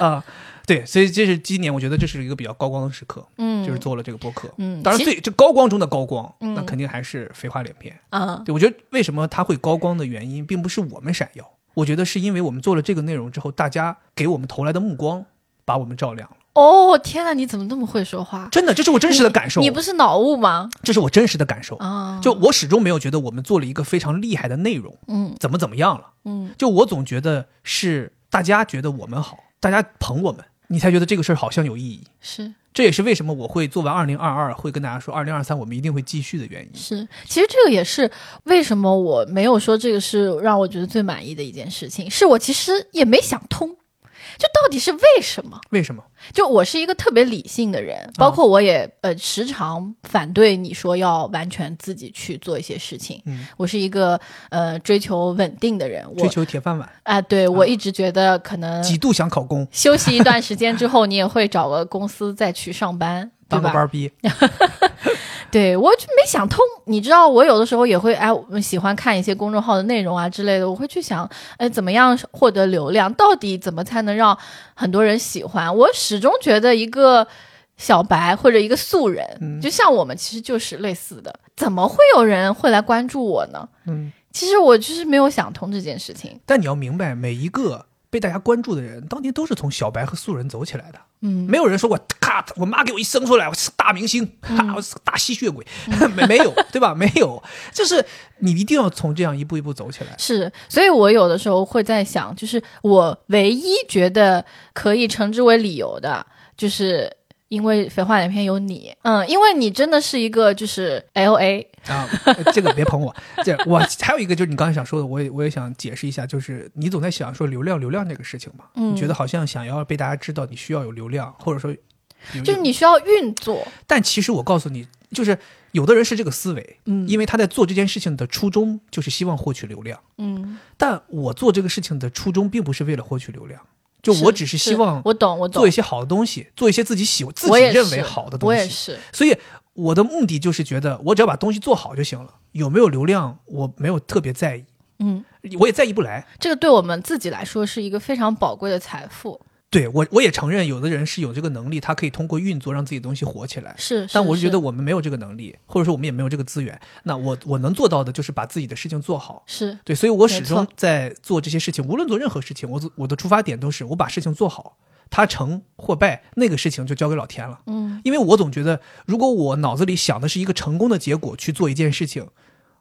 [SPEAKER 1] 啊。对，所以这是今年，我觉得这是一个比较高光的时刻，
[SPEAKER 2] 嗯，
[SPEAKER 1] 就是做了这个播客。
[SPEAKER 2] 嗯，
[SPEAKER 1] 当然
[SPEAKER 2] 其
[SPEAKER 1] 最这高光中的高光，
[SPEAKER 2] 嗯
[SPEAKER 1] 那肯定还是肥话连篇。
[SPEAKER 2] 嗯
[SPEAKER 1] 对我觉得为什么它会高光的原因，并不是我们闪耀，我觉得是因为我们做了这个内容之后，大家给我们投来的目光把我们照亮了。
[SPEAKER 2] 哦，天哪，你怎么那么会说话？
[SPEAKER 1] 真的，这是我真实的感受
[SPEAKER 2] 你，不是脑雾吗？
[SPEAKER 1] 这是我真实的感受。
[SPEAKER 2] 啊，
[SPEAKER 1] 就我始终没有觉得我们做了一个非常厉害的内容，
[SPEAKER 2] 嗯
[SPEAKER 1] 怎么怎么样了。
[SPEAKER 2] 嗯
[SPEAKER 1] 就我总觉得是大家觉得我们好，大家捧我们，你才觉得这个事儿好像有意义。
[SPEAKER 2] 是。
[SPEAKER 1] 这也是为什么我会做完二零二二，会跟大家说二零二三我们一定会继续的原因。
[SPEAKER 2] 是，其实这个也是为什么我没有说这个是让我觉得最满意的一件事情，是我其实也没想通，就到底是为什么？
[SPEAKER 1] 为什么？
[SPEAKER 2] 就我是一个特别理性的人，包
[SPEAKER 1] 嗯
[SPEAKER 2] 括我也、呃时常反对你说要完全自己去做一些事情。
[SPEAKER 1] 嗯，
[SPEAKER 2] 我是一个呃追求稳定的人，
[SPEAKER 1] 追
[SPEAKER 2] 我呃
[SPEAKER 1] 求铁嗯饭碗，
[SPEAKER 2] 啊、对我一直觉得可能
[SPEAKER 1] 几度想考公，
[SPEAKER 2] 休息一段时间之后，你也会找个公司再去上班，对
[SPEAKER 1] [LAUGHS] 当个
[SPEAKER 2] 吧？
[SPEAKER 1] 班逼。
[SPEAKER 2] 对我就没想通，你知道，我有的时候也会哎，我喜欢看一些公众号的内容啊之类的，我会去想，哎，怎么样获得流量？到底怎么才能让很多人喜欢？我始终觉得一个小白或者一个素人，
[SPEAKER 1] 嗯
[SPEAKER 2] 就像我们其实就是类似的，怎么会有人会来关注我呢？
[SPEAKER 1] 嗯，
[SPEAKER 2] 其实我就是没有想通这件事情。
[SPEAKER 1] 但你要明白，每一个被大家关注的人，当年都是从小白和素人走起来的。
[SPEAKER 2] 嗯，
[SPEAKER 1] 没有人说我咔，我妈给我一生出来，我是大明星，
[SPEAKER 2] 嗯
[SPEAKER 1] 哈，我是个大吸血鬼， [LAUGHS] 没没有，对吧？没有，就是你一定要从这样一步一步走起来。
[SPEAKER 2] 是，所以我有的时候会在想，就是我唯一觉得可以称之为理由的，就是因为《肥话连篇》有你，嗯，因为你真的是一个就是 L A，
[SPEAKER 1] 啊，这个别捧我。 [LAUGHS] 这我还有一个就是你刚才想说的，我也我也想解释一下，就是你总在想说流量流量这个事情嘛，
[SPEAKER 2] 嗯
[SPEAKER 1] 你觉得好像想要被大家知道，你需要有流量，或者说有
[SPEAKER 2] 就是，你需要运作，
[SPEAKER 1] 但其实我告诉你，就是有的人是这个思维，
[SPEAKER 2] 嗯
[SPEAKER 1] 因为他在做这件事情的初衷就是希望获取流量，
[SPEAKER 2] 嗯，
[SPEAKER 1] 但我做这个事情的初衷并不是为了获取流量，就是我只是希望
[SPEAKER 2] 我懂，我懂
[SPEAKER 1] 做一，些好的东西，做一些自己喜自
[SPEAKER 2] 我
[SPEAKER 1] 己
[SPEAKER 2] 也
[SPEAKER 1] 认为
[SPEAKER 2] 是
[SPEAKER 1] 好的
[SPEAKER 2] 我
[SPEAKER 1] 东
[SPEAKER 2] 也
[SPEAKER 1] 西，
[SPEAKER 2] 是，
[SPEAKER 1] 所以我的目的就是觉得，我只要把东西做好就行了。有没有流量，我没有特别在意，
[SPEAKER 2] 嗯，
[SPEAKER 1] 我也在意不来。
[SPEAKER 2] 这个对我们自己来说是一个非常宝贵的财富，
[SPEAKER 1] 对我，我也承认有的人是有这个能力，他可以通过运作让自己的东西火起来。
[SPEAKER 2] 是，是
[SPEAKER 1] 但我是觉得
[SPEAKER 2] 是
[SPEAKER 1] 我们没有这个能力，或者说我们也没有这个资源。那我我能做到的就是把自己的事情做好。
[SPEAKER 2] 是
[SPEAKER 1] 对，所以我
[SPEAKER 2] 没
[SPEAKER 1] 始终
[SPEAKER 2] 错
[SPEAKER 1] 在做这些事情，无论做任何事情，我我的出发点都是我把事情做好。他成或败那个事情就交给老天了。
[SPEAKER 2] 嗯，
[SPEAKER 1] 因为我总觉得，如果我脑子里想的是一个成功的结果去做一件事情，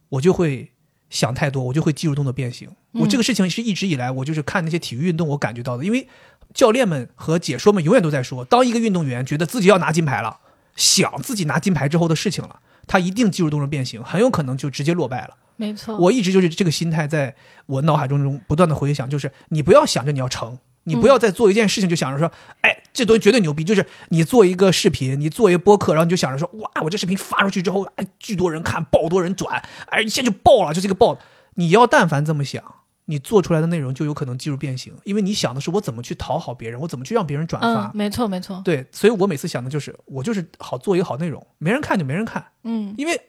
[SPEAKER 1] 我就会想太多，我就会肌肉动作变形。我
[SPEAKER 2] 嗯
[SPEAKER 1] 这个事情是一直以来我就是看那些体育运动我感觉到的，因为教练们和解说们永远都在说，当一个运动员觉得自己要拿金牌了，想自己拿金牌之后的事情了，他一定肌肉动作变形，很有可能就直接落败了。
[SPEAKER 2] 没错，
[SPEAKER 1] 我一直就是这个心态，在我脑海中中不断的回想，就是你不要想着你要成，你不要再做一件事情就想着说，哎，这东西绝对牛逼。就是你做一个视频，你做一个播客，然后你就哎想着说，哇，我这视频发出去之后，哎，巨多人看，爆多人转，哎，一下就爆了，就这个爆。你要但凡这么想，你做出来的内容就有可能技术变形，因为你想的是我怎么去讨好别人，我怎么去让别人转发。
[SPEAKER 2] 嗯，没错没错，
[SPEAKER 1] 对，所以我每次想的就是，我就是好做一个好内容，没人看就没人看，
[SPEAKER 2] 嗯，
[SPEAKER 1] 因为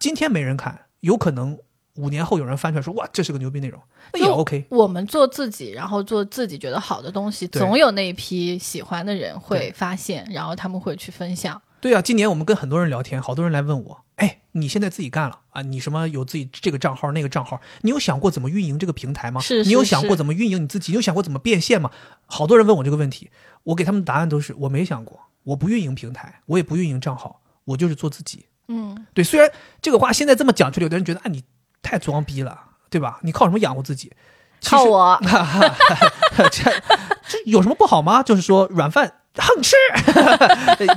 [SPEAKER 1] 今天没人看，有可能五年后有人翻出来说哇，这是个牛逼内容，那也
[SPEAKER 2] 就
[SPEAKER 1] OK。
[SPEAKER 2] 我们做自己，然后做自己觉得好的东西，
[SPEAKER 1] 对
[SPEAKER 2] 总有那一批喜欢的人
[SPEAKER 1] 对
[SPEAKER 2] 会发现，然后他们会去分享。
[SPEAKER 1] 对啊，今年我们跟很多人聊天，好多人来问我，哎，你现在自己干了啊？你什么有自己这个账号那个账号？你有想过怎么运营这个平台吗？
[SPEAKER 2] 是
[SPEAKER 1] 你有
[SPEAKER 2] 是
[SPEAKER 1] 想过
[SPEAKER 2] 是
[SPEAKER 1] 怎么运营你自己？你有想过怎么变现吗？好多人问我这个问题，我给他们的答案都是我没想过，我不运营平台，我也不运营账号，我就是做自己。
[SPEAKER 2] 嗯，
[SPEAKER 1] 对，虽然这个话现在这么讲出来，有的人觉得啊，你太装逼了，对吧？你靠什么养活自己？其实
[SPEAKER 2] 靠，我，
[SPEAKER 1] [LAUGHS] 这这有什么不好吗？就是说软饭横吃 [LAUGHS]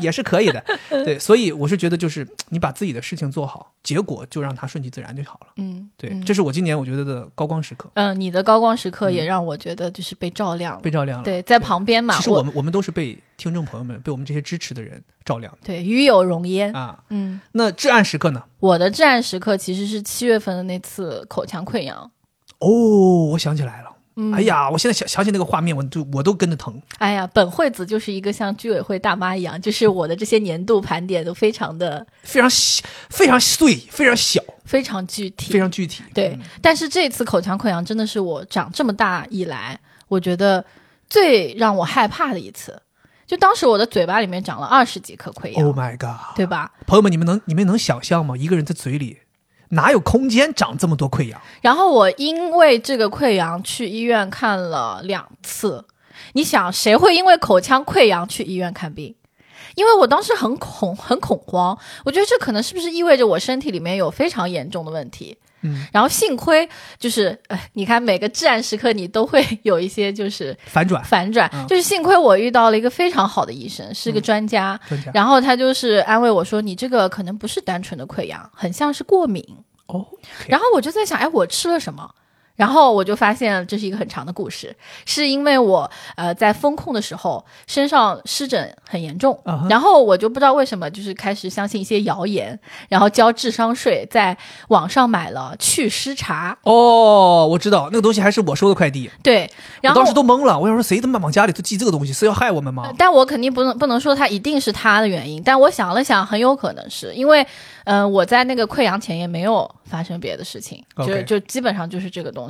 [SPEAKER 1] 也是可以的，对。所以我是觉得，就是你把自己的事情做好，结果就让它顺其自然就好了。
[SPEAKER 2] 嗯，
[SPEAKER 1] 对，
[SPEAKER 2] 嗯
[SPEAKER 1] 这是我今年我觉得的高光时刻，
[SPEAKER 2] 嗯，你的高光时刻
[SPEAKER 1] 嗯
[SPEAKER 2] 也让我觉得就是被照亮了。
[SPEAKER 1] 被照亮了。，
[SPEAKER 2] 对，在旁边嘛
[SPEAKER 1] 其，实我们我们都是被听众朋友们、被我们这些支持的人照亮
[SPEAKER 2] 对与有容焉。
[SPEAKER 1] 的啊。
[SPEAKER 2] 嗯，
[SPEAKER 1] 那至暗时刻呢？
[SPEAKER 2] 我的至暗时刻其实是七月份的那次口腔溃疡。
[SPEAKER 1] 哦，我想起来了。
[SPEAKER 2] 嗯，
[SPEAKER 1] 哎，呀，我现在想想起那个画面，我就我都跟着疼。
[SPEAKER 2] 哎呀，本惠子就是一个像居委会大妈一样，就是我的这些年度盘点都非常的
[SPEAKER 1] 非常小，非常碎，非常小，
[SPEAKER 2] 非常具体，
[SPEAKER 1] 非常具体。
[SPEAKER 2] 对，但是这次口腔溃疡真的是我长这么大以来，我觉得最让我害怕的一次。就当时我的嘴巴里面长了二十几颗溃疡，
[SPEAKER 1] ，Oh my god！
[SPEAKER 2] 对吧？
[SPEAKER 1] 朋友们，你们能你们能想象吗？一个人在嘴里哪有空间长这么多溃疡？
[SPEAKER 2] 然后我因为这个溃疡去医院看了两次。你想，谁会因为口腔溃疡去医院看病？因为我当时很恐很恐慌，我觉得这可能是不是意味着我身体里面有非常严重的问题。
[SPEAKER 1] 嗯，
[SPEAKER 2] 然后幸亏就是，哎，你看每个至暗时刻你都会有一些就是
[SPEAKER 1] 反转，
[SPEAKER 2] 反转，
[SPEAKER 1] 嗯
[SPEAKER 2] 就是幸亏我遇到了一个非常好的医生，是
[SPEAKER 1] 嗯
[SPEAKER 2] 个专家，
[SPEAKER 1] 专家
[SPEAKER 2] 然后他就是安慰我说：“你这个可能不是单纯的溃疡，很像是过敏。”
[SPEAKER 1] 哦，
[SPEAKER 2] 然后我就在想，哎，我吃了什么？然后我就发现这是一个很长的故事，是因为我呃在风控的时候身上湿疹很严重
[SPEAKER 1] 啊哈
[SPEAKER 2] 然后我就不知道为什么就是开始相信一些谣言，然后交智商税，在网上买了祛湿茶，
[SPEAKER 1] 哦，我知道那个东西还是我收的快递，
[SPEAKER 2] 对，然后
[SPEAKER 1] 我当时都懵了，我想说谁他妈往家里都寄这个东西，是要害我们吗？
[SPEAKER 2] 呃但我肯定不能不能说它一定是他的原因，但我想了想，很有可能是因为，嗯、我在那个溃疡前也没有发生别的事情，就
[SPEAKER 1] OK
[SPEAKER 2] 就基本上就是这个东
[SPEAKER 1] 嗯
[SPEAKER 2] 西。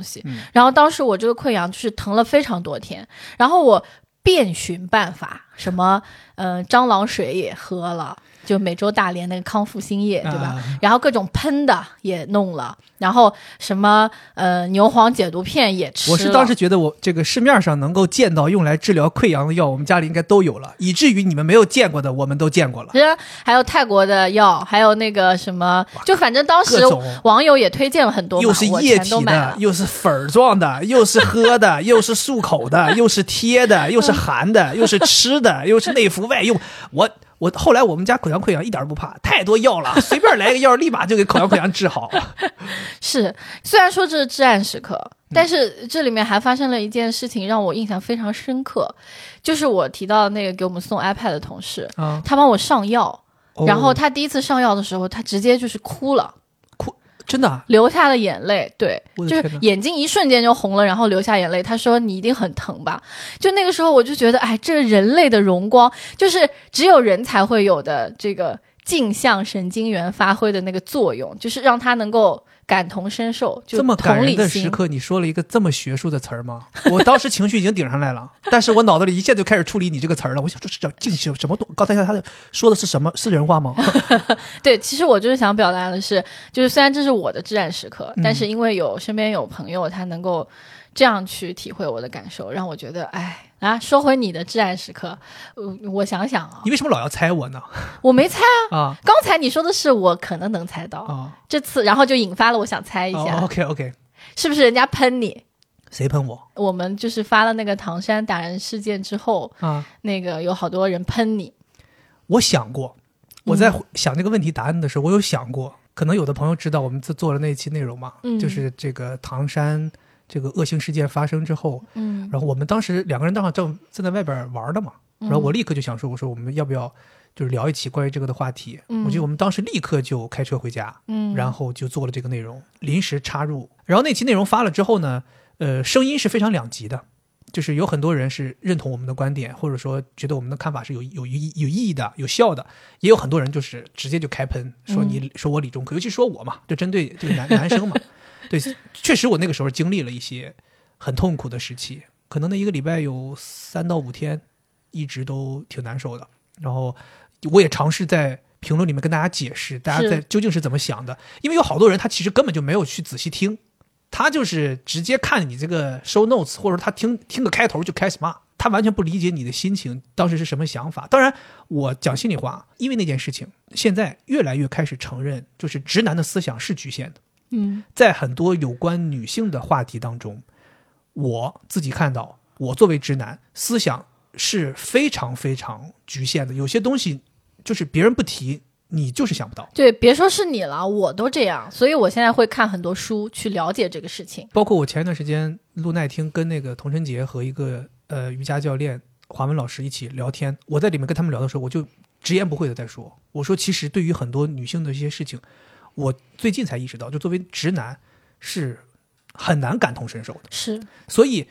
[SPEAKER 2] 然后当时我这个溃疡就是疼了非常多天，然后我遍寻办法，什么呃蟑螂水也喝了，就每周大连那个康复新液，对吧？
[SPEAKER 1] 啊
[SPEAKER 2] 然后各种喷的也弄了，然后什么呃牛黄解毒片也吃了。
[SPEAKER 1] 我是当时觉得我这个市面上能够见到用来治疗溃疡的药，我们家里应该都有了，以至于你们没有见过的，我们都见过了。
[SPEAKER 2] 是还有泰国的药，还有那个什么，就反正当时
[SPEAKER 1] 各种
[SPEAKER 2] 网友也推荐了很多嘛，
[SPEAKER 1] 又是
[SPEAKER 2] 我
[SPEAKER 1] 液
[SPEAKER 2] 全都
[SPEAKER 1] 体
[SPEAKER 2] 买
[SPEAKER 1] 的
[SPEAKER 2] 了，。
[SPEAKER 1] 又是粉儿状的，又是喝的，又是漱口的，又是贴的，又是含的，又是吃的，又是内服外用。我我后来我们家口腔溃疡一点儿都不怕，太多药了，随便来个药，立马就给口腔溃疡治好。
[SPEAKER 2] 是，虽然说这是至暗时刻，
[SPEAKER 1] 嗯
[SPEAKER 2] 但是这里面还发生了一件事情让我印象非常深刻，就是我提到那个给我们送 iPad 的同事，
[SPEAKER 1] 啊，
[SPEAKER 2] 他帮我上药，
[SPEAKER 1] 哦
[SPEAKER 2] 然后他第一次上药的时候，他直接就是哭了。
[SPEAKER 1] 真的啊
[SPEAKER 2] 流下了眼泪，对，
[SPEAKER 1] 我
[SPEAKER 2] 就
[SPEAKER 1] 的
[SPEAKER 2] 是
[SPEAKER 1] 天哪
[SPEAKER 2] 眼睛一瞬间就红了，然后流下眼泪。他说：“你一定很疼吧？”就那个时候，我就觉得，哎，这人类的荣光，就是只有人才会有的这个镜像神经元发挥的那个作用，就是让他能够感同身受，就
[SPEAKER 1] 这么感
[SPEAKER 2] 同
[SPEAKER 1] 人
[SPEAKER 2] 理
[SPEAKER 1] 的时
[SPEAKER 2] 心。
[SPEAKER 1] 刻，你说了一个这么学术的词儿吗？我当时情绪已经顶上来了，但是我脑子里一下就开始处理你这个词儿了。我想这是叫进行什么东？刚才他说的是什么？是人话吗？ [LAUGHS]
[SPEAKER 2] 对，其实我就是想表达的是，就是虽然这是我的至暗时刻，
[SPEAKER 1] 嗯
[SPEAKER 2] 但是因为有身边有朋友，他能够这样去体会我的感受，让我觉得，哎啊，说回你的至暗时刻，呃，我想想啊
[SPEAKER 1] 你，为什么老要猜我
[SPEAKER 2] [LAUGHS]
[SPEAKER 1] 呢？
[SPEAKER 2] 我没猜啊，
[SPEAKER 1] 啊
[SPEAKER 2] 刚才你说的是我可能能猜到，
[SPEAKER 1] 啊哦
[SPEAKER 2] 这次然后就引发了我想猜一下，
[SPEAKER 1] ，OK OK，
[SPEAKER 2] 是不是人家喷你？
[SPEAKER 1] 谁喷我
[SPEAKER 2] 我们就是发了那个唐山打人事件之后，
[SPEAKER 1] 啊？
[SPEAKER 2] 那个有好多人喷你，
[SPEAKER 1] 我想过，我在
[SPEAKER 2] 嗯
[SPEAKER 1] 想这个问题答案的时候，我有想过，可能有的朋友知道我们做做了那一期内容嘛，
[SPEAKER 2] 嗯
[SPEAKER 1] 就是这个唐山这个恶性事件发生之后，
[SPEAKER 2] 嗯，
[SPEAKER 1] 然后我们当时两个人正好正正在外边玩呢嘛，然后我立刻就想说，我说我们要不要就是聊一期关于这个的话题？
[SPEAKER 2] 嗯
[SPEAKER 1] 我觉得我们当时立刻就开车回家，
[SPEAKER 2] 嗯，
[SPEAKER 1] 然后就做了这个内容，临时插入。然后那期内容发了之后呢，呃，声音是非常两极的，就是有很多人是认同我们的观点，或者说觉得我们的看法是有有意有意义的、有效的，也有很多人就是直接就开喷，说你、说我理中客，尤其说我嘛，就针对这个男男生嘛，对，确实我那个时候经历了一些很痛苦的时期，可能那一个礼拜有三到五天，一直都挺难受的。然后我也尝试在评论里面跟大家解释，大家在究竟是怎么想的，因为有好多人他其实根本就没有去仔细听，他就是直接看你这个 show notes，或者他听听个开头就开始骂，他完全不理解你的心情，当时是什么想法。当然，我讲心里话，因为那件事情，现在越来越开始承认，就是直男的思想是局限的。
[SPEAKER 2] 嗯
[SPEAKER 1] 在很多有关女性的话题当中，我自己看到，我作为直男，思想是非常非常局限的。有些东西就是别人不提，你就是想不到。
[SPEAKER 2] 对，别说是你了，我都这样，所以我现在会看很多书去了解这个事情。
[SPEAKER 1] 包括我前一段时间，陆奈听跟那个童晨杰和一个呃瑜伽教练华文老师一起聊天，我在里面跟他们聊的时候，我就直言不讳的在说，我说其实对于很多女性的一些事情，我最近才意识到，就作为直男是很难感同身受的。
[SPEAKER 2] 是，
[SPEAKER 1] 所以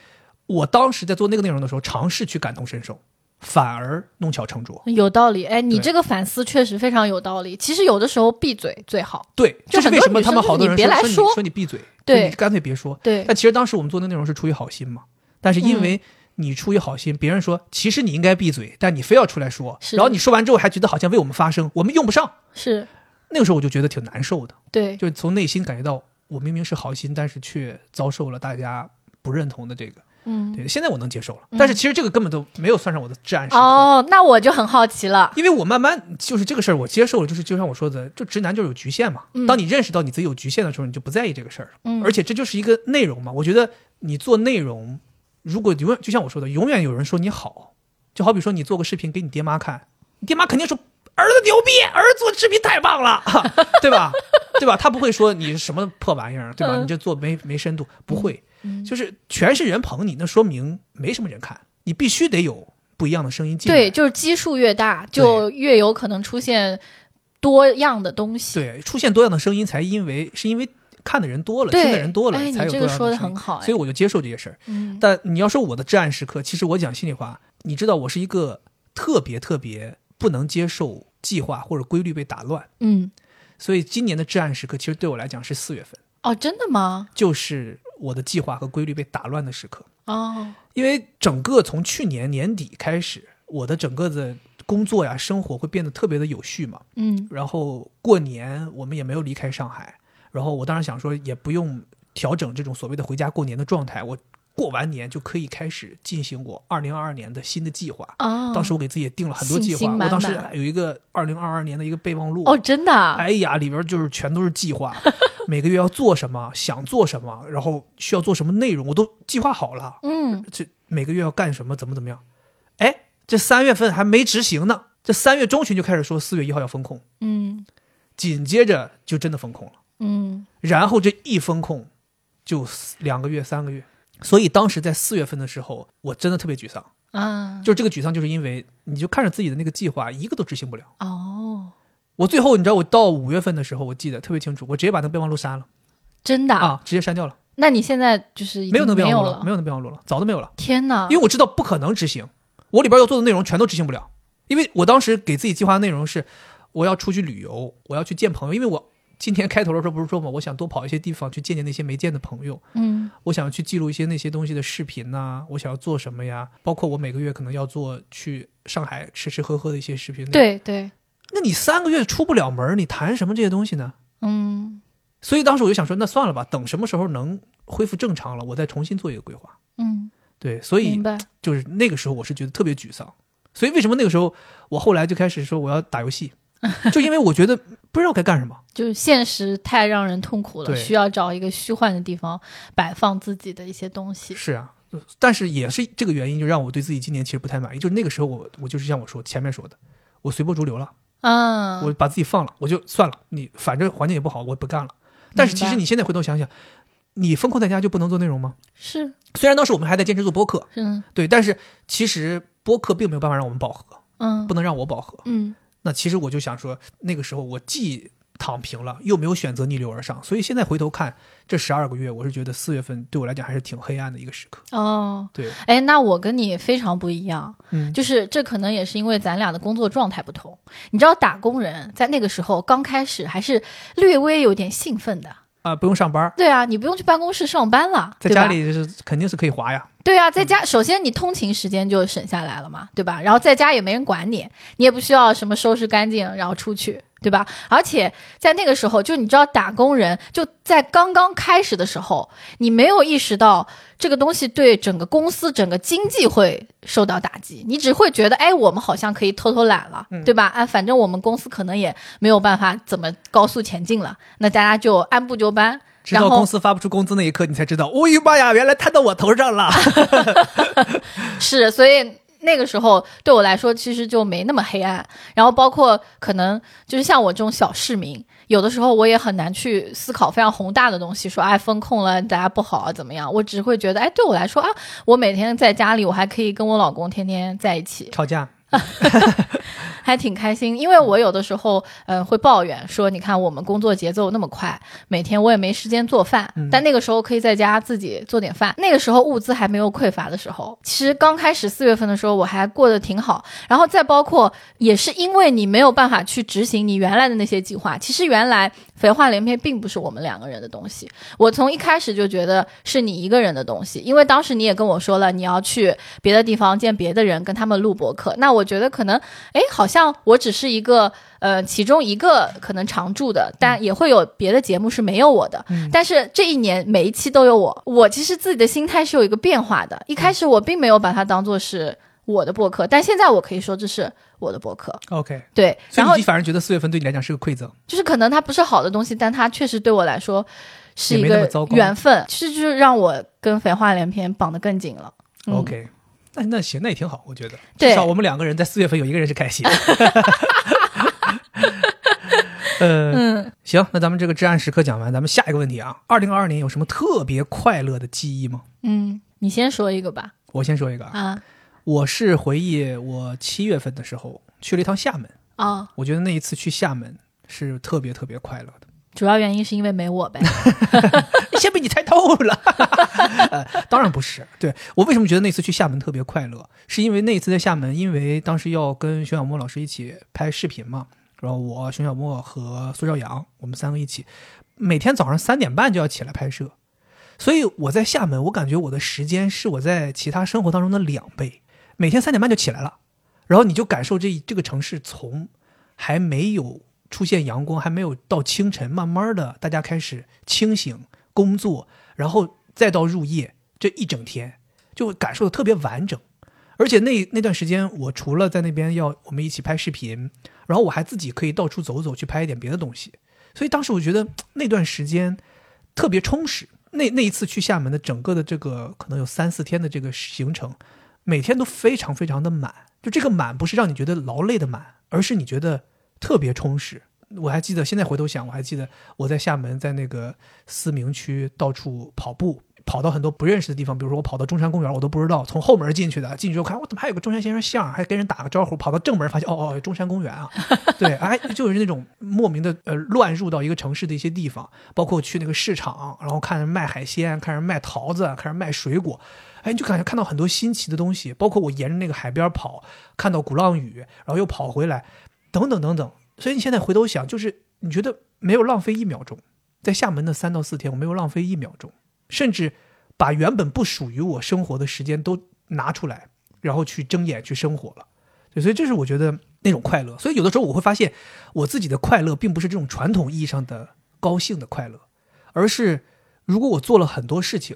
[SPEAKER 1] 我当时在做那个内容的时候，尝试去感同身受，反而弄巧成拙。
[SPEAKER 2] 有道理，哎，你
[SPEAKER 1] 对
[SPEAKER 2] 这个反思确实非常有道理。其实有的时候闭嘴最好，
[SPEAKER 1] 对，
[SPEAKER 2] 就
[SPEAKER 1] 这是
[SPEAKER 2] 很
[SPEAKER 1] 为
[SPEAKER 2] 多
[SPEAKER 1] 什么
[SPEAKER 2] 女
[SPEAKER 1] 他
[SPEAKER 2] 生
[SPEAKER 1] 们
[SPEAKER 2] 就是
[SPEAKER 1] 好多
[SPEAKER 2] 你
[SPEAKER 1] 人
[SPEAKER 2] 别
[SPEAKER 1] 说
[SPEAKER 2] 来
[SPEAKER 1] 说你
[SPEAKER 2] 说
[SPEAKER 1] 说你闭嘴，
[SPEAKER 2] 对
[SPEAKER 1] 说你干脆别说。
[SPEAKER 2] 对
[SPEAKER 1] 但其实当时我们做的内容是出于好心嘛，但是
[SPEAKER 2] 嗯
[SPEAKER 1] 因为你出于好心，别人说其实你应该闭嘴，但你非要出来说，
[SPEAKER 2] 是
[SPEAKER 1] 然后你说完之后还觉得好像为我们发声，我们用不上。
[SPEAKER 2] 是
[SPEAKER 1] 那个时候我就觉得挺难受的，
[SPEAKER 2] 对，
[SPEAKER 1] 就是从内心感觉到我明明是好心，但是却遭受了大家不认同的这个。
[SPEAKER 2] 嗯，
[SPEAKER 1] 对，现在我能接受了，但是其实这个根本都没有算上我的至暗时刻。
[SPEAKER 2] 哦，那我就很好奇了，
[SPEAKER 1] 因为我慢慢就是这个事儿，我接受了，就是就像我说的，就直男就是有局限嘛。当你认识到你自己有局限的时候，你就不在意这个事儿了。
[SPEAKER 2] 嗯
[SPEAKER 1] 而且这就是一个内容嘛。我觉得你做内容，如果永远就像我说的，永远有人说你好，就好比说你做个视频给你爹妈看，你爹妈肯定说儿子牛逼，儿子做视频太棒
[SPEAKER 2] [LAUGHS]
[SPEAKER 1] 了，对吧？对吧？他不会说你什么破玩意儿，对吧？
[SPEAKER 2] 嗯
[SPEAKER 1] 你这做没没深度，不会，就是全是人捧你，那说明没什么人看，你必须得有不一样的声音进来。
[SPEAKER 2] 对，就是基数越大，就越有可能出现多样的东西。
[SPEAKER 1] 对，出现多样的声音，才因为是因为看的人多了，
[SPEAKER 2] 对，
[SPEAKER 1] 听的人多了，
[SPEAKER 2] 哎，你
[SPEAKER 1] 才有
[SPEAKER 2] 这
[SPEAKER 1] 多
[SPEAKER 2] 个
[SPEAKER 1] 样
[SPEAKER 2] 说的
[SPEAKER 1] 声
[SPEAKER 2] 很
[SPEAKER 1] 音。
[SPEAKER 2] 好，哎
[SPEAKER 1] 所以，我就接受这些事儿。
[SPEAKER 2] 嗯
[SPEAKER 1] 但你要说我的至暗时刻，其实我讲心里话，你知道我是一个特别特别不能接受计划或者规律被打乱，
[SPEAKER 2] 嗯，
[SPEAKER 1] 所以今年的至暗时刻其实对我来讲是四月份，
[SPEAKER 2] 哦，真的吗？
[SPEAKER 1] 就是我的计划和规律被打乱的时刻。
[SPEAKER 2] 哦，
[SPEAKER 1] 因为整个从去年年底开始，我的整个的工作呀、生活会变得特别的有序嘛。
[SPEAKER 2] 嗯
[SPEAKER 1] 然后过年我们也没有离开上海，然后我当时想说也不用调整这种所谓的回家过年的状态，我过完年就可以开始进行我二零二二年的新的计划。
[SPEAKER 2] 啊，
[SPEAKER 1] 当时我给自己也定了很多计
[SPEAKER 2] 信
[SPEAKER 1] 划，
[SPEAKER 2] 心满满
[SPEAKER 1] 我当时有一个二零二二年的一个备忘录。
[SPEAKER 2] 哦，真的啊，
[SPEAKER 1] 哎呀，里边就是全都是计
[SPEAKER 2] [LAUGHS]
[SPEAKER 1] 划，每个月要做什么，想做什么，然后需要做什么内容，我都计划好了。
[SPEAKER 2] 嗯，
[SPEAKER 1] 这每个月要干什么，怎么怎么样。哎，这三月份还没执行呢，这三月中旬就开始说四月一号要封控，
[SPEAKER 2] 嗯
[SPEAKER 1] 紧接着就真的封控了，
[SPEAKER 2] 嗯
[SPEAKER 1] 然后这一封控就四两个月、三个月。所以当时在四月份的时候，我真的特别沮丧，
[SPEAKER 2] 啊，
[SPEAKER 1] 就是这个沮丧，就是因为你就看着自己的那个计划一个都执行不了。
[SPEAKER 2] 哦，
[SPEAKER 1] 我最后你知道，我到五月份的时候，我记得特别清楚，我直接把那个备忘录删了
[SPEAKER 2] 真的啊，
[SPEAKER 1] 啊，直接删掉了，
[SPEAKER 2] 那你现在就是已
[SPEAKER 1] 没有
[SPEAKER 2] 经
[SPEAKER 1] 那个备
[SPEAKER 2] 没
[SPEAKER 1] 忘
[SPEAKER 2] 有啊
[SPEAKER 1] 录了，没有那个备忘录了，早都没有了，
[SPEAKER 2] 天哪，
[SPEAKER 1] 因为我知道不可能执行，我里边要做的内容全都执行不了，因为我当时给自己计划的内容是我要出去旅游，我要去见朋友，因为我今天开头的时候不是说嘛，我想多跑一些地方去见见那些没见的朋友，
[SPEAKER 2] 嗯
[SPEAKER 1] 我想要去记录一些那些东西的视频呐、我想要做什么呀？包括我每个月可能要做去上海吃吃喝喝的一些视频。，
[SPEAKER 2] 对对，
[SPEAKER 1] 那你三个月出不了门儿，你谈什么这些东西呢？
[SPEAKER 2] 嗯
[SPEAKER 1] 所以当时我就想说，那算了吧，等什么时候能恢复正常了，我再重新做一个规划。
[SPEAKER 2] 嗯，
[SPEAKER 1] 对，所以
[SPEAKER 2] 明白。
[SPEAKER 1] 就是那个时候我是觉得特别沮丧。所以为什么那个时候我后来就开始说我要打游
[SPEAKER 2] [LAUGHS]
[SPEAKER 1] 戏，就因为我觉得不知道该干什么。
[SPEAKER 2] 就是现实太让人痛苦了，
[SPEAKER 1] 对
[SPEAKER 2] 需要找一个虚幻的地方摆放自己的一些东西。
[SPEAKER 1] 是啊，但是也是这个原因，就让我对自己今年其实不太满意。就是那个时候我我就是像我说前面说的，我随波逐流了，
[SPEAKER 2] 嗯，
[SPEAKER 1] 我把自己放了，我就算了，你反正环境也不好，我不干了。但是其实
[SPEAKER 2] 明白
[SPEAKER 1] 你现在回头想想，你风控在家就不能做内容吗？
[SPEAKER 2] 是
[SPEAKER 1] 虽然当时我们还在坚持做播客，
[SPEAKER 2] 嗯
[SPEAKER 1] 对，但是其实播客并没有办法让我们饱和，
[SPEAKER 2] 嗯
[SPEAKER 1] 不能让我饱和。
[SPEAKER 2] 嗯
[SPEAKER 1] 那其实我就想说，那个时候我既躺平了，又没有选择逆流而上，所以现在回头看这十二个月，我是觉得四月份对我来讲还是挺黑暗的一个时刻。
[SPEAKER 2] 哦，
[SPEAKER 1] 对，
[SPEAKER 2] 哎，那我跟你非常不一样，
[SPEAKER 1] 嗯，
[SPEAKER 2] 就是这可能也是因为咱俩的工作状态不同。你知道，打工人在那个时候刚开始还是略微有点兴奋的。
[SPEAKER 1] 啊、不用上班，
[SPEAKER 2] 对啊，你不用去办公室上班了，
[SPEAKER 1] 在
[SPEAKER 2] 对
[SPEAKER 1] 家
[SPEAKER 2] 吧
[SPEAKER 1] 里就是肯定是可以滑呀。
[SPEAKER 2] 对啊，在家首先你通勤时间就省下来了嘛，对吧？然后在家也没人管你，你也不需要什么收拾干净，然后出去，对吧？而且在那个时候，就你知道打工人就在刚刚开始的时候，你没有意识到这个东西对整个公司、整个经济会受到打击，你只会觉得，哎，我们好像可以偷偷懒了，对吧？啊，反正我们公司可能也没有办法怎么高速前进了，那大家就按部就班。
[SPEAKER 1] 直
[SPEAKER 2] 然
[SPEAKER 1] 到
[SPEAKER 2] 后
[SPEAKER 1] 公司发不出工资那一刻，你才知道，哦呦妈呀，原来摊到我头上
[SPEAKER 2] [LAUGHS]
[SPEAKER 1] 了。
[SPEAKER 2] 是，所以那个时候对我来说，其实就没那么黑暗。然后包括可能就是像我这种小市民，有的时候我也很难去思考非常宏大的东西，说哎风控了大家不好啊怎么样？我只会觉得哎对我来说啊，我每天在家里，我还可以跟我老公天天在一起，
[SPEAKER 1] 吵架，
[SPEAKER 2] 还挺开心。因为我有的时候嗯会抱怨说，你看我们工作节奏那么快，每天我也没时间做饭，但那个时候可以在家自己做点饭。那个时候物资还没有匮乏的时候，其实刚开始四月份的时候我还过得挺好。然后再包括也是因为你没有办法去执行你原来的那些计划，其实原来肥话连篇并不是我们两个人的东西。我从一开始就觉得是你一个人的东西，因为当时你也跟我说了你要去别的地方见别的人，跟他们录博客。那我觉得可能，哎，好像我只是一个呃其中一个可能常驻的，
[SPEAKER 1] 嗯
[SPEAKER 2] 但也会有别的节目是没有我的。但是这一年每一期都有我，我其实自己的心态是有一个变化的。一
[SPEAKER 1] 嗯
[SPEAKER 2] 开始我并没有把它当做是我的播客，但现在我可以说这是我的播客。
[SPEAKER 1] OK，
[SPEAKER 2] 对，
[SPEAKER 1] 所
[SPEAKER 2] 然
[SPEAKER 1] 以
[SPEAKER 2] 后
[SPEAKER 1] 你反而觉得四月份对你来讲是个馈赠，
[SPEAKER 2] 就是可能它不是好的东西，但它确实对我来说是
[SPEAKER 1] 也
[SPEAKER 2] 一
[SPEAKER 1] 没那么
[SPEAKER 2] 个
[SPEAKER 1] 糟糕
[SPEAKER 2] 缘分，其实就是让我跟肥话连篇绑得更紧了。嗯
[SPEAKER 1] OK，那那行，那也挺好，我觉得。
[SPEAKER 2] 对
[SPEAKER 1] 至少我们两个人在四月份有一个人是开心的。 [LAUGHS] 呃，
[SPEAKER 2] 嗯
[SPEAKER 1] 行，那咱们这个至暗时刻讲完，咱们下一个问题啊，二零二二年有什么特别快乐的记忆吗？
[SPEAKER 2] 嗯，你先说一个吧。
[SPEAKER 1] 我先说一个啊，
[SPEAKER 2] 啊
[SPEAKER 1] 我是回忆我七月份的时候去了一趟厦门，
[SPEAKER 2] 哦，
[SPEAKER 1] 我觉得那一次去厦门是特别特别快乐的。
[SPEAKER 2] 主要原因是因为没
[SPEAKER 1] [LAUGHS]
[SPEAKER 2] 我呗。
[SPEAKER 1] 先被你猜透了。 [LAUGHS] 呃，当然不是。对我为什么觉得那次去厦门特别快乐，是因为那一次在厦门，因为当时要跟熊小莫老师一起拍视频嘛，然后我、熊小莫和苏兆阳，我们三个一起，每天早上三点半就要起来拍摄，所以我在厦门，我感觉我的时间是我在其他生活当中的两倍，每天三点半就起来了，然后你就感受这这个城市从还没有出现阳光，还没有到清晨，慢慢的大家开始清醒工作，然后再到入夜，这一整天就感受的特别完整。而且那那段时间，我除了在那边要我们一起拍视频，然后我还自己可以到处走走，去拍一点别的东西。所以当时我觉得那段时间特别充实。那那一次去厦门的整个的这个可能有三四天的这个行程，每天都非常非常的满。就这个满不是让你觉得劳累的满，而是你觉得特别充实。我还记得，现在回头想，我还记得我在厦门，在那个思明区到处跑步，跑到很多不认识的地方，比如说我跑到中山公园，我都不知道，从后门进去的，进去之后看，我怎么还有个中山先生像，啊还跟人打个招呼，跑到正门发现，哦哦，中山公园啊，对，哎，就是那种莫名的呃乱入到一个城市的一些地方，包括去那个市场，然后看人卖海鲜，看人卖桃子，看人卖水果，哎，你就感觉看到很多新奇的东西，包括我沿着那个海边跑，看到鼓浪屿，然后又跑回来，等等等等。所以你现在回头想，就是你觉得没有浪费一秒钟，在厦门的三到四天，我没有浪费一秒钟，甚至把原本不属于我生活的时间都拿出来，然后去睁眼去生活了。对，所以这是我觉得那种快乐。所以有的时候我会发现，我自己的快乐并不是这种传统意义上的高兴的快乐，而是如果我做了很多事情，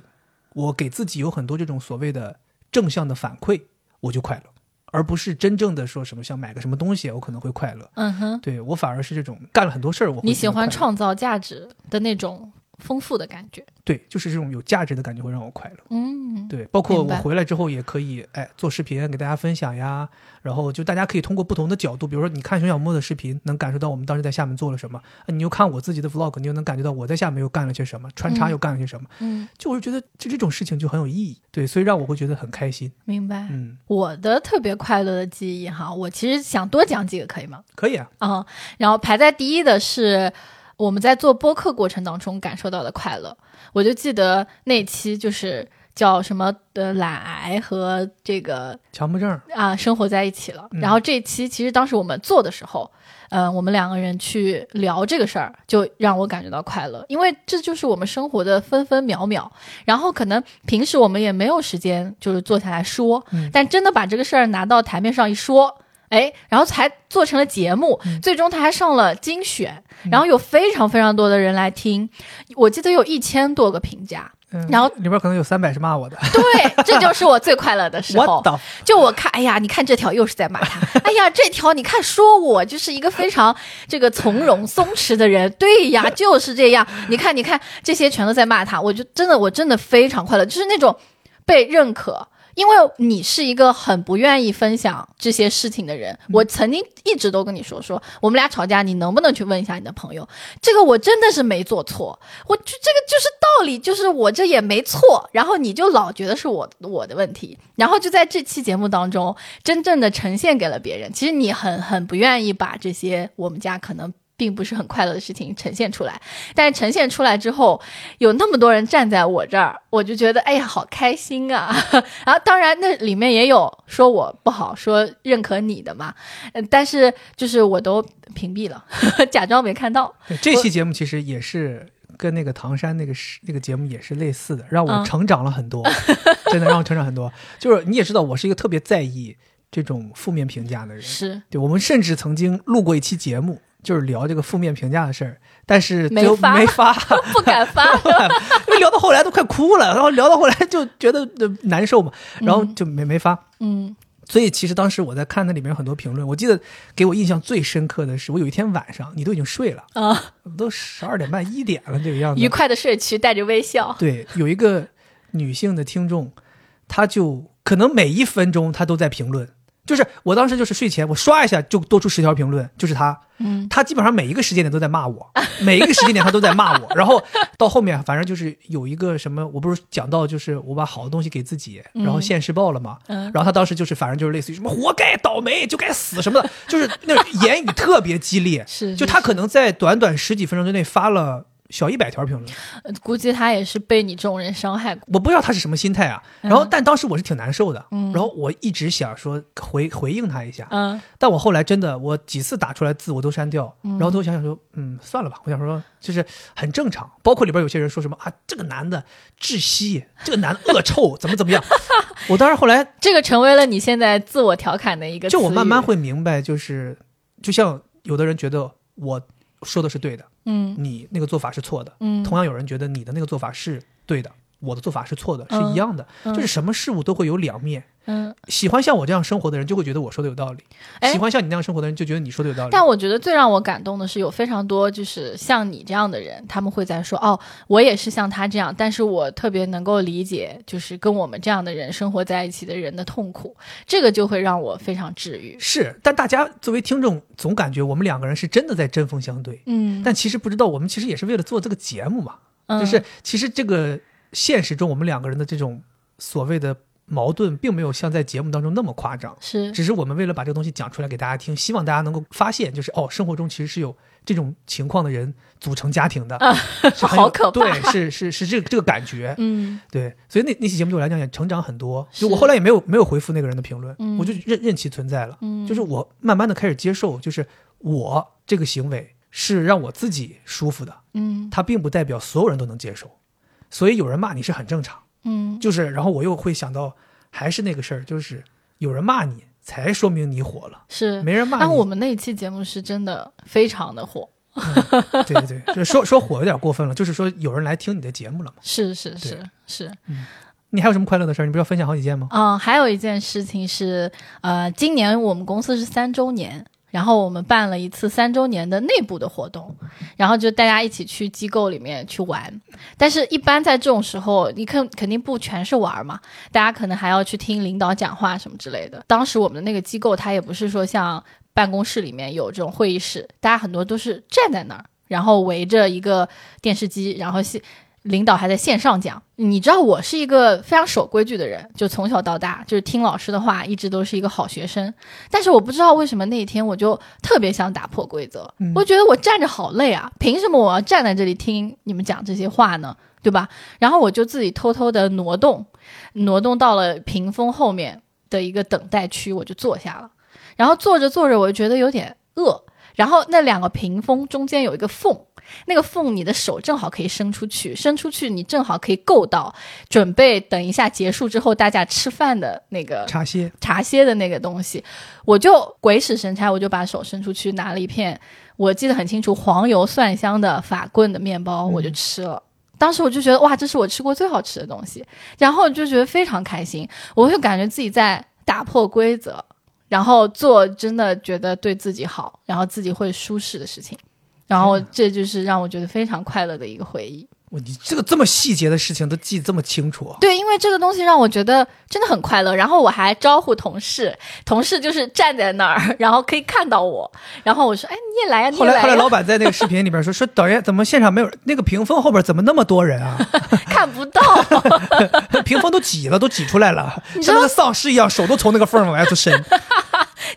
[SPEAKER 1] 我给自己有很多这种所谓的正向的反馈，我就快乐，而不是真正的说什么像买个什么东西，我可能会快乐。
[SPEAKER 2] 嗯哼，
[SPEAKER 1] 对我反而是这种干了很多事儿，我会
[SPEAKER 2] 你喜
[SPEAKER 1] 觉得快
[SPEAKER 2] 欢
[SPEAKER 1] 乐
[SPEAKER 2] 创造价值的那种丰富的感觉。
[SPEAKER 1] 对，就是这种有价值的感觉会让我快乐。
[SPEAKER 2] 嗯，
[SPEAKER 1] 对，包括
[SPEAKER 2] 明
[SPEAKER 1] 我
[SPEAKER 2] 白
[SPEAKER 1] 回来之后也可以，哎，做视频给大家分享呀。然后就大家可以通过不同的角度，比如说你看熊小莫的视频，能感受到我们当时在厦门做了什么；啊你又看我自己的 vlog，你又能感觉到我在厦门又干了些什么，穿插
[SPEAKER 2] 嗯
[SPEAKER 1] 又干了些什么。
[SPEAKER 2] 嗯，
[SPEAKER 1] 就我就觉得这这种事情就很有意义，对，所以让我会觉得很开心。
[SPEAKER 2] 明白。
[SPEAKER 1] 嗯，
[SPEAKER 2] 我的特别快乐的记忆哈，我其实想多讲几个，可以吗？
[SPEAKER 1] 可以啊，
[SPEAKER 2] 嗯，然后排在第一的是我们在做播客过程当中感受到的快乐。我就记得那期就是叫什么呃懒癌和这个
[SPEAKER 1] 强迫症，
[SPEAKER 2] 啊、生活在一起了。
[SPEAKER 1] 嗯
[SPEAKER 2] 然后这一期其实当时我们做的时候，嗯、我们两个人去聊这个事儿，就让我感觉到快乐，因为这就是我们生活的分分秒秒。然后可能平时我们也没有时间就是坐下来说，
[SPEAKER 1] 嗯
[SPEAKER 2] 但真的把这个事儿拿到台面上一说。哎，然后才做成了节目，
[SPEAKER 1] 嗯
[SPEAKER 2] 最终他还上了精选，
[SPEAKER 1] 嗯
[SPEAKER 2] 然后有非常非常多的人来听，我记得有一千多个评价。
[SPEAKER 1] [LAUGHS] 嗯，
[SPEAKER 2] 然后
[SPEAKER 1] 里边可能有三百是骂我的，
[SPEAKER 2] 对，这就是哦我最快乐的时候
[SPEAKER 1] 我。的，
[SPEAKER 2] 就我看，哎呀，你看这条又是在骂他，哎呀，这条你看说我就是一个非常这个从容松弛的人，对呀，就是这样。你看，你看，这些全都在骂他，我就真的，我真的非常快乐，就是那种被认可。因为你是一个很不愿意分享这些事情的人，我曾经一直都跟你说说，我们俩吵架，你能不能去问一下你的朋友？这个我真的是没做错，我就这个就是道理，就是我这也没错，然后你就老觉得是我我的问题，然后就在这期节目当中，真正的呈现给了别人。其实你很很不愿意把这些我们家可能并不是很快乐的事情呈现出来，但是呈现出来之后，有那么多人站在我这儿，我就觉得哎呀好开心啊！ [LAUGHS] 然后当然那里面也有说我不好，说认可你的嘛，呃但是就是我都屏蔽了， [LAUGHS] 假装没看到。
[SPEAKER 1] 对这期节目其实也是跟那个唐山那个是那个节目也是类似的，让我
[SPEAKER 2] 嗯
[SPEAKER 1] 成长了很多， [LAUGHS] 真的让我成长很多。就是你也知道，我是一个特别在意这种负面评价的人。
[SPEAKER 2] 是
[SPEAKER 1] 对，我们甚至曾经录过一期节目，就是聊这个负面评价的事儿，但是最后
[SPEAKER 2] 没发
[SPEAKER 1] 没发， [LAUGHS]
[SPEAKER 2] 不敢发。
[SPEAKER 1] 因为聊到后来都快哭了，然后聊到后来就觉得呃难受嘛，然后就没没发。
[SPEAKER 2] 嗯
[SPEAKER 1] 所以其实当时我在看那里面有很多评论，我记得给我印象最深刻的是，我有一天晚上你都已经睡了，
[SPEAKER 2] 啊，
[SPEAKER 1] 都十二点半一点了这个样子，
[SPEAKER 2] 愉快的睡去，带着微笑。
[SPEAKER 1] 对，有一个女性的听众，她就可能每一分钟她都在评论，就是我当时就是睡前我刷一下就多出十条评论，就是她，
[SPEAKER 2] 嗯，
[SPEAKER 1] 她基本上每一个时间点都在骂我，每一个时间点她都在骂我，然后到后面反正就是有一个什么，我不是讲到就是我把好的东西给自己，然后现世报了嘛，
[SPEAKER 2] 嗯，
[SPEAKER 1] 然后她当时就是反正就是类似于什么活该倒霉就该死什么的，就是那种言语特别激烈
[SPEAKER 2] [LAUGHS] 是
[SPEAKER 1] 就是她可能在短短十几分钟之内发了小一百条评论。
[SPEAKER 2] 呃估计他也是被你这种人伤害过。
[SPEAKER 1] 我不知道他是什么心态啊。然后，但当时我是挺难受的。
[SPEAKER 2] 嗯
[SPEAKER 1] 然后我一直想说回回应他一下，
[SPEAKER 2] 嗯，
[SPEAKER 1] 但我后来真的，我几次打出来字我都删掉，然后都想想说，嗯，算了吧。我想说，就是很正常。包括里边有些人说什么啊，这个男的窒息，这个男的恶臭， [LAUGHS] 怎么怎么样。我当时后来
[SPEAKER 2] 这个成为了你现在自我调侃的一个词
[SPEAKER 1] 就
[SPEAKER 2] 语。
[SPEAKER 1] 我慢慢会明白，就是就像有的人觉得我说的是对的，
[SPEAKER 2] 嗯
[SPEAKER 1] 你那个做法是错的。
[SPEAKER 2] 嗯
[SPEAKER 1] 同样有人觉得你的那个做法是对的，我的做法是错的，是
[SPEAKER 2] 嗯
[SPEAKER 1] 一样的。
[SPEAKER 2] 嗯
[SPEAKER 1] 就是什么事物都会有两面，
[SPEAKER 2] 嗯，
[SPEAKER 1] 喜欢像我这样生活的人就会觉得我说的有道理，
[SPEAKER 2] 哎
[SPEAKER 1] 喜欢像你那样生活的人就觉得你说的有道理。
[SPEAKER 2] 但我觉得最让我感动的是，有非常多就是像你这样的人，他们会在说哦，我也是像他这样，但是我特别能够理解，就是跟我们这样的人生活在一起的人的痛苦，这个就会让我非常治愈。
[SPEAKER 1] 是，但大家作为听众总感觉我们两个人是真的在针锋相对，
[SPEAKER 2] 嗯，
[SPEAKER 1] 但其实不知道我们其实也是为了做这个节目嘛，
[SPEAKER 2] 但
[SPEAKER 1] 就是其实这个现实中我们两个人的这种所谓的矛盾，并没有像在节目当中那么夸张。
[SPEAKER 2] 是
[SPEAKER 1] 只是我们为了把这个东西讲出来给大家听，希望大家能够发现，就是哦，生活中其实是有这种情况的人组成家庭的，是很有
[SPEAKER 2] 啊好可怕
[SPEAKER 1] 对，是是是这个这个感觉，
[SPEAKER 2] 嗯
[SPEAKER 1] 对，所以那那期节目对我来讲也成长很多。
[SPEAKER 2] 是
[SPEAKER 1] 就我后来也没有没有回复那个人的评论，
[SPEAKER 2] 嗯
[SPEAKER 1] 我就任任其存在了。
[SPEAKER 2] 嗯，
[SPEAKER 1] 就是我慢慢的开始接受，就是我这个行为是让我自己舒服的，
[SPEAKER 2] 嗯
[SPEAKER 1] 它并不代表所有人都能接受，所以有人骂你是很正常。
[SPEAKER 2] 嗯
[SPEAKER 1] 就是，然后我又会想到，还是那个事儿，就是有人骂你，才说明你火了，
[SPEAKER 2] 是
[SPEAKER 1] 没人骂
[SPEAKER 2] 但
[SPEAKER 1] 你，
[SPEAKER 2] 我们那一期节目是真的非常的火，
[SPEAKER 1] 对对对，这说说火有点过分了，就是说有人来听你的节目了嘛。
[SPEAKER 2] 是是是是，
[SPEAKER 1] 你还有什么快乐的事儿？你不是要分享好几件吗？
[SPEAKER 2] 嗯，还有一件事情是，呃，今年我们公司是三周年，然后我们办了一次三周年的内部的活动，然后就大家一起去机构里面去玩。但是，一般在这种时候，你肯肯定不全是玩嘛，大家可能还要去听领导讲话什么之类的。当时我们的那个机构，它也不是说像办公室里面有这种会议室，大家很多都是站在那儿，然后围着一个电视机，然后是领导还在线上讲。你知道我是一个非常守规矩的人，就从小到大就是听老师的话，一直都是一个好学生。但是我不知道为什么那一天我就特别想打破规则，
[SPEAKER 1] 嗯
[SPEAKER 2] 我觉得我站着好累啊，凭什么我要站在这里听你们讲这些话呢？对吧？然后我就自己偷偷的挪动，挪动到了屏风后面的一个等待区，我就坐下了。然后坐着坐着，我就觉得有点饿。然后那两个屏风中间有一个缝，那个缝你的手正好可以伸出去，伸出去你正好可以够到，准备等一下结束之后大家吃饭的那个
[SPEAKER 1] 茶歇，
[SPEAKER 2] 茶歇的那个东西，我就鬼使神差，我就把手伸出去拿了一片，我记得很清楚，黄油蒜香的法棍的面包，我就吃了。当时我就觉得哇，这是我吃过最好吃的东西，然后我就觉得非常开心，我会感觉自己在打破规则，然后做真的觉得对自己好，然后自己会舒适的事情，然后这就是让我觉得非常快乐的一个回忆。
[SPEAKER 1] 哇，你这个这么细节的事情都记得这么清楚啊，
[SPEAKER 2] 对，因为这个东西让我觉得真的很快乐。然后我还招呼同事，同事就是站在那儿，然后可以看到我。然后我说：“哎，你也来呀、你
[SPEAKER 1] 后
[SPEAKER 2] 也
[SPEAKER 1] 来后
[SPEAKER 2] 来
[SPEAKER 1] 来，
[SPEAKER 2] 呀、
[SPEAKER 1] 老板在那个视频里边说说导演怎么现场没有人那个屏风后边怎么那么多人啊？
[SPEAKER 2] [LAUGHS] 看不到。 [LAUGHS]
[SPEAKER 1] 屏风都挤了，都挤出来了，
[SPEAKER 2] 你知
[SPEAKER 1] 像
[SPEAKER 2] 道
[SPEAKER 1] 那个丧尸一样，手都从那个缝儿往外头伸。”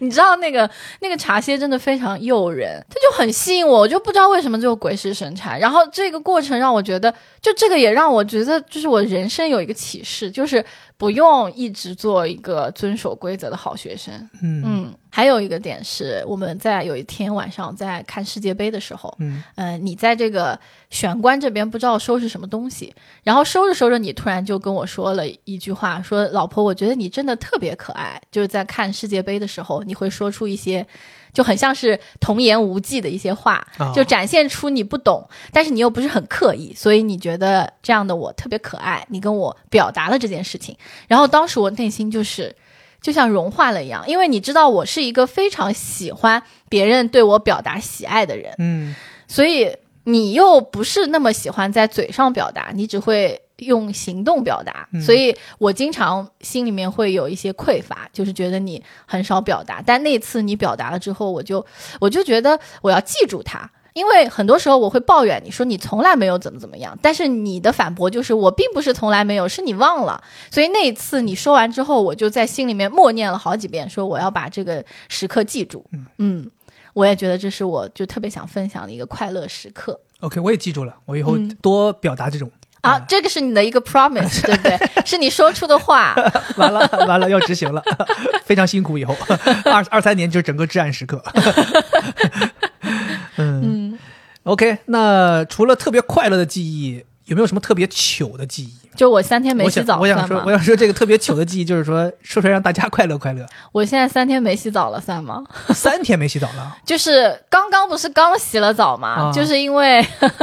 [SPEAKER 2] 你知道那个那个茶歇真的非常诱人，它就很吸引我，我就不知道为什么就鬼使神差。然后这个过程让我觉得，就这个也让我觉得，就是我人生有一个启示，就是不用一直做一个遵守规则的好学生。
[SPEAKER 1] 嗯
[SPEAKER 2] 嗯，还有一个点是，我们在有一天晚上在看世界杯的时候，
[SPEAKER 1] 嗯
[SPEAKER 2] 呃，你在这个玄关这边不知道收拾什么东西，然后收拾收拾，你突然就跟我说了一句话，说老婆，我觉得你真的特别可爱。就是在看世界杯的时候，你会说出一些就很像是童言无忌的一些话，
[SPEAKER 1] 啊
[SPEAKER 2] 就展现出你不懂，但是你又不是很刻意，所以你觉得这样的我特别可爱。你跟我表达了这件事情，然后当时我内心就是。就像融化了一样，因为你知道我是一个非常喜欢别人对我表达喜爱的人，
[SPEAKER 1] 嗯，
[SPEAKER 2] 所以你又不是那么喜欢在嘴上表达，你只会用行动表达。所以我经常心里面会有一些匮乏，就是觉得你很少表达。但那次你表达了之后，我就我就觉得我要记住它。因为很多时候我会抱怨你说你从来没有怎么怎么样，但是你的反驳就是我并不是从来没有，是你忘了。所以那一次你说完之后，我就在心里面默念了好几遍，说我要把这个时刻记住。嗯，我也觉得这是我就特别想分享的一个快乐时刻
[SPEAKER 1] OK，我也记住了，我以后
[SPEAKER 2] 嗯
[SPEAKER 1] 多表达这种。
[SPEAKER 2] 啊！这个是你
[SPEAKER 1] [LAUGHS]
[SPEAKER 2] 的一个 promise，对不对？是你说出的话。
[SPEAKER 1] 完了完了，要执行了， [LAUGHS] 非常辛苦。以后二二三年就是整个至暗时刻。 [LAUGHS] 嗯 OK，那除了特别快乐的记忆，有没有什么特别糗的记忆？
[SPEAKER 2] 就我三天没
[SPEAKER 1] 我
[SPEAKER 2] 洗
[SPEAKER 1] 想
[SPEAKER 2] 澡
[SPEAKER 1] 我想
[SPEAKER 2] 算
[SPEAKER 1] 说
[SPEAKER 2] 吗，
[SPEAKER 1] 我？想说这个特别糗的记忆，就是说说出来让大家快乐快乐。
[SPEAKER 2] 我现在三天没洗澡了算吗？
[SPEAKER 1] 三天没洗澡了，
[SPEAKER 2] 就是刚刚不是刚洗了澡嘛，
[SPEAKER 1] 啊
[SPEAKER 2] 就是因为 [LAUGHS]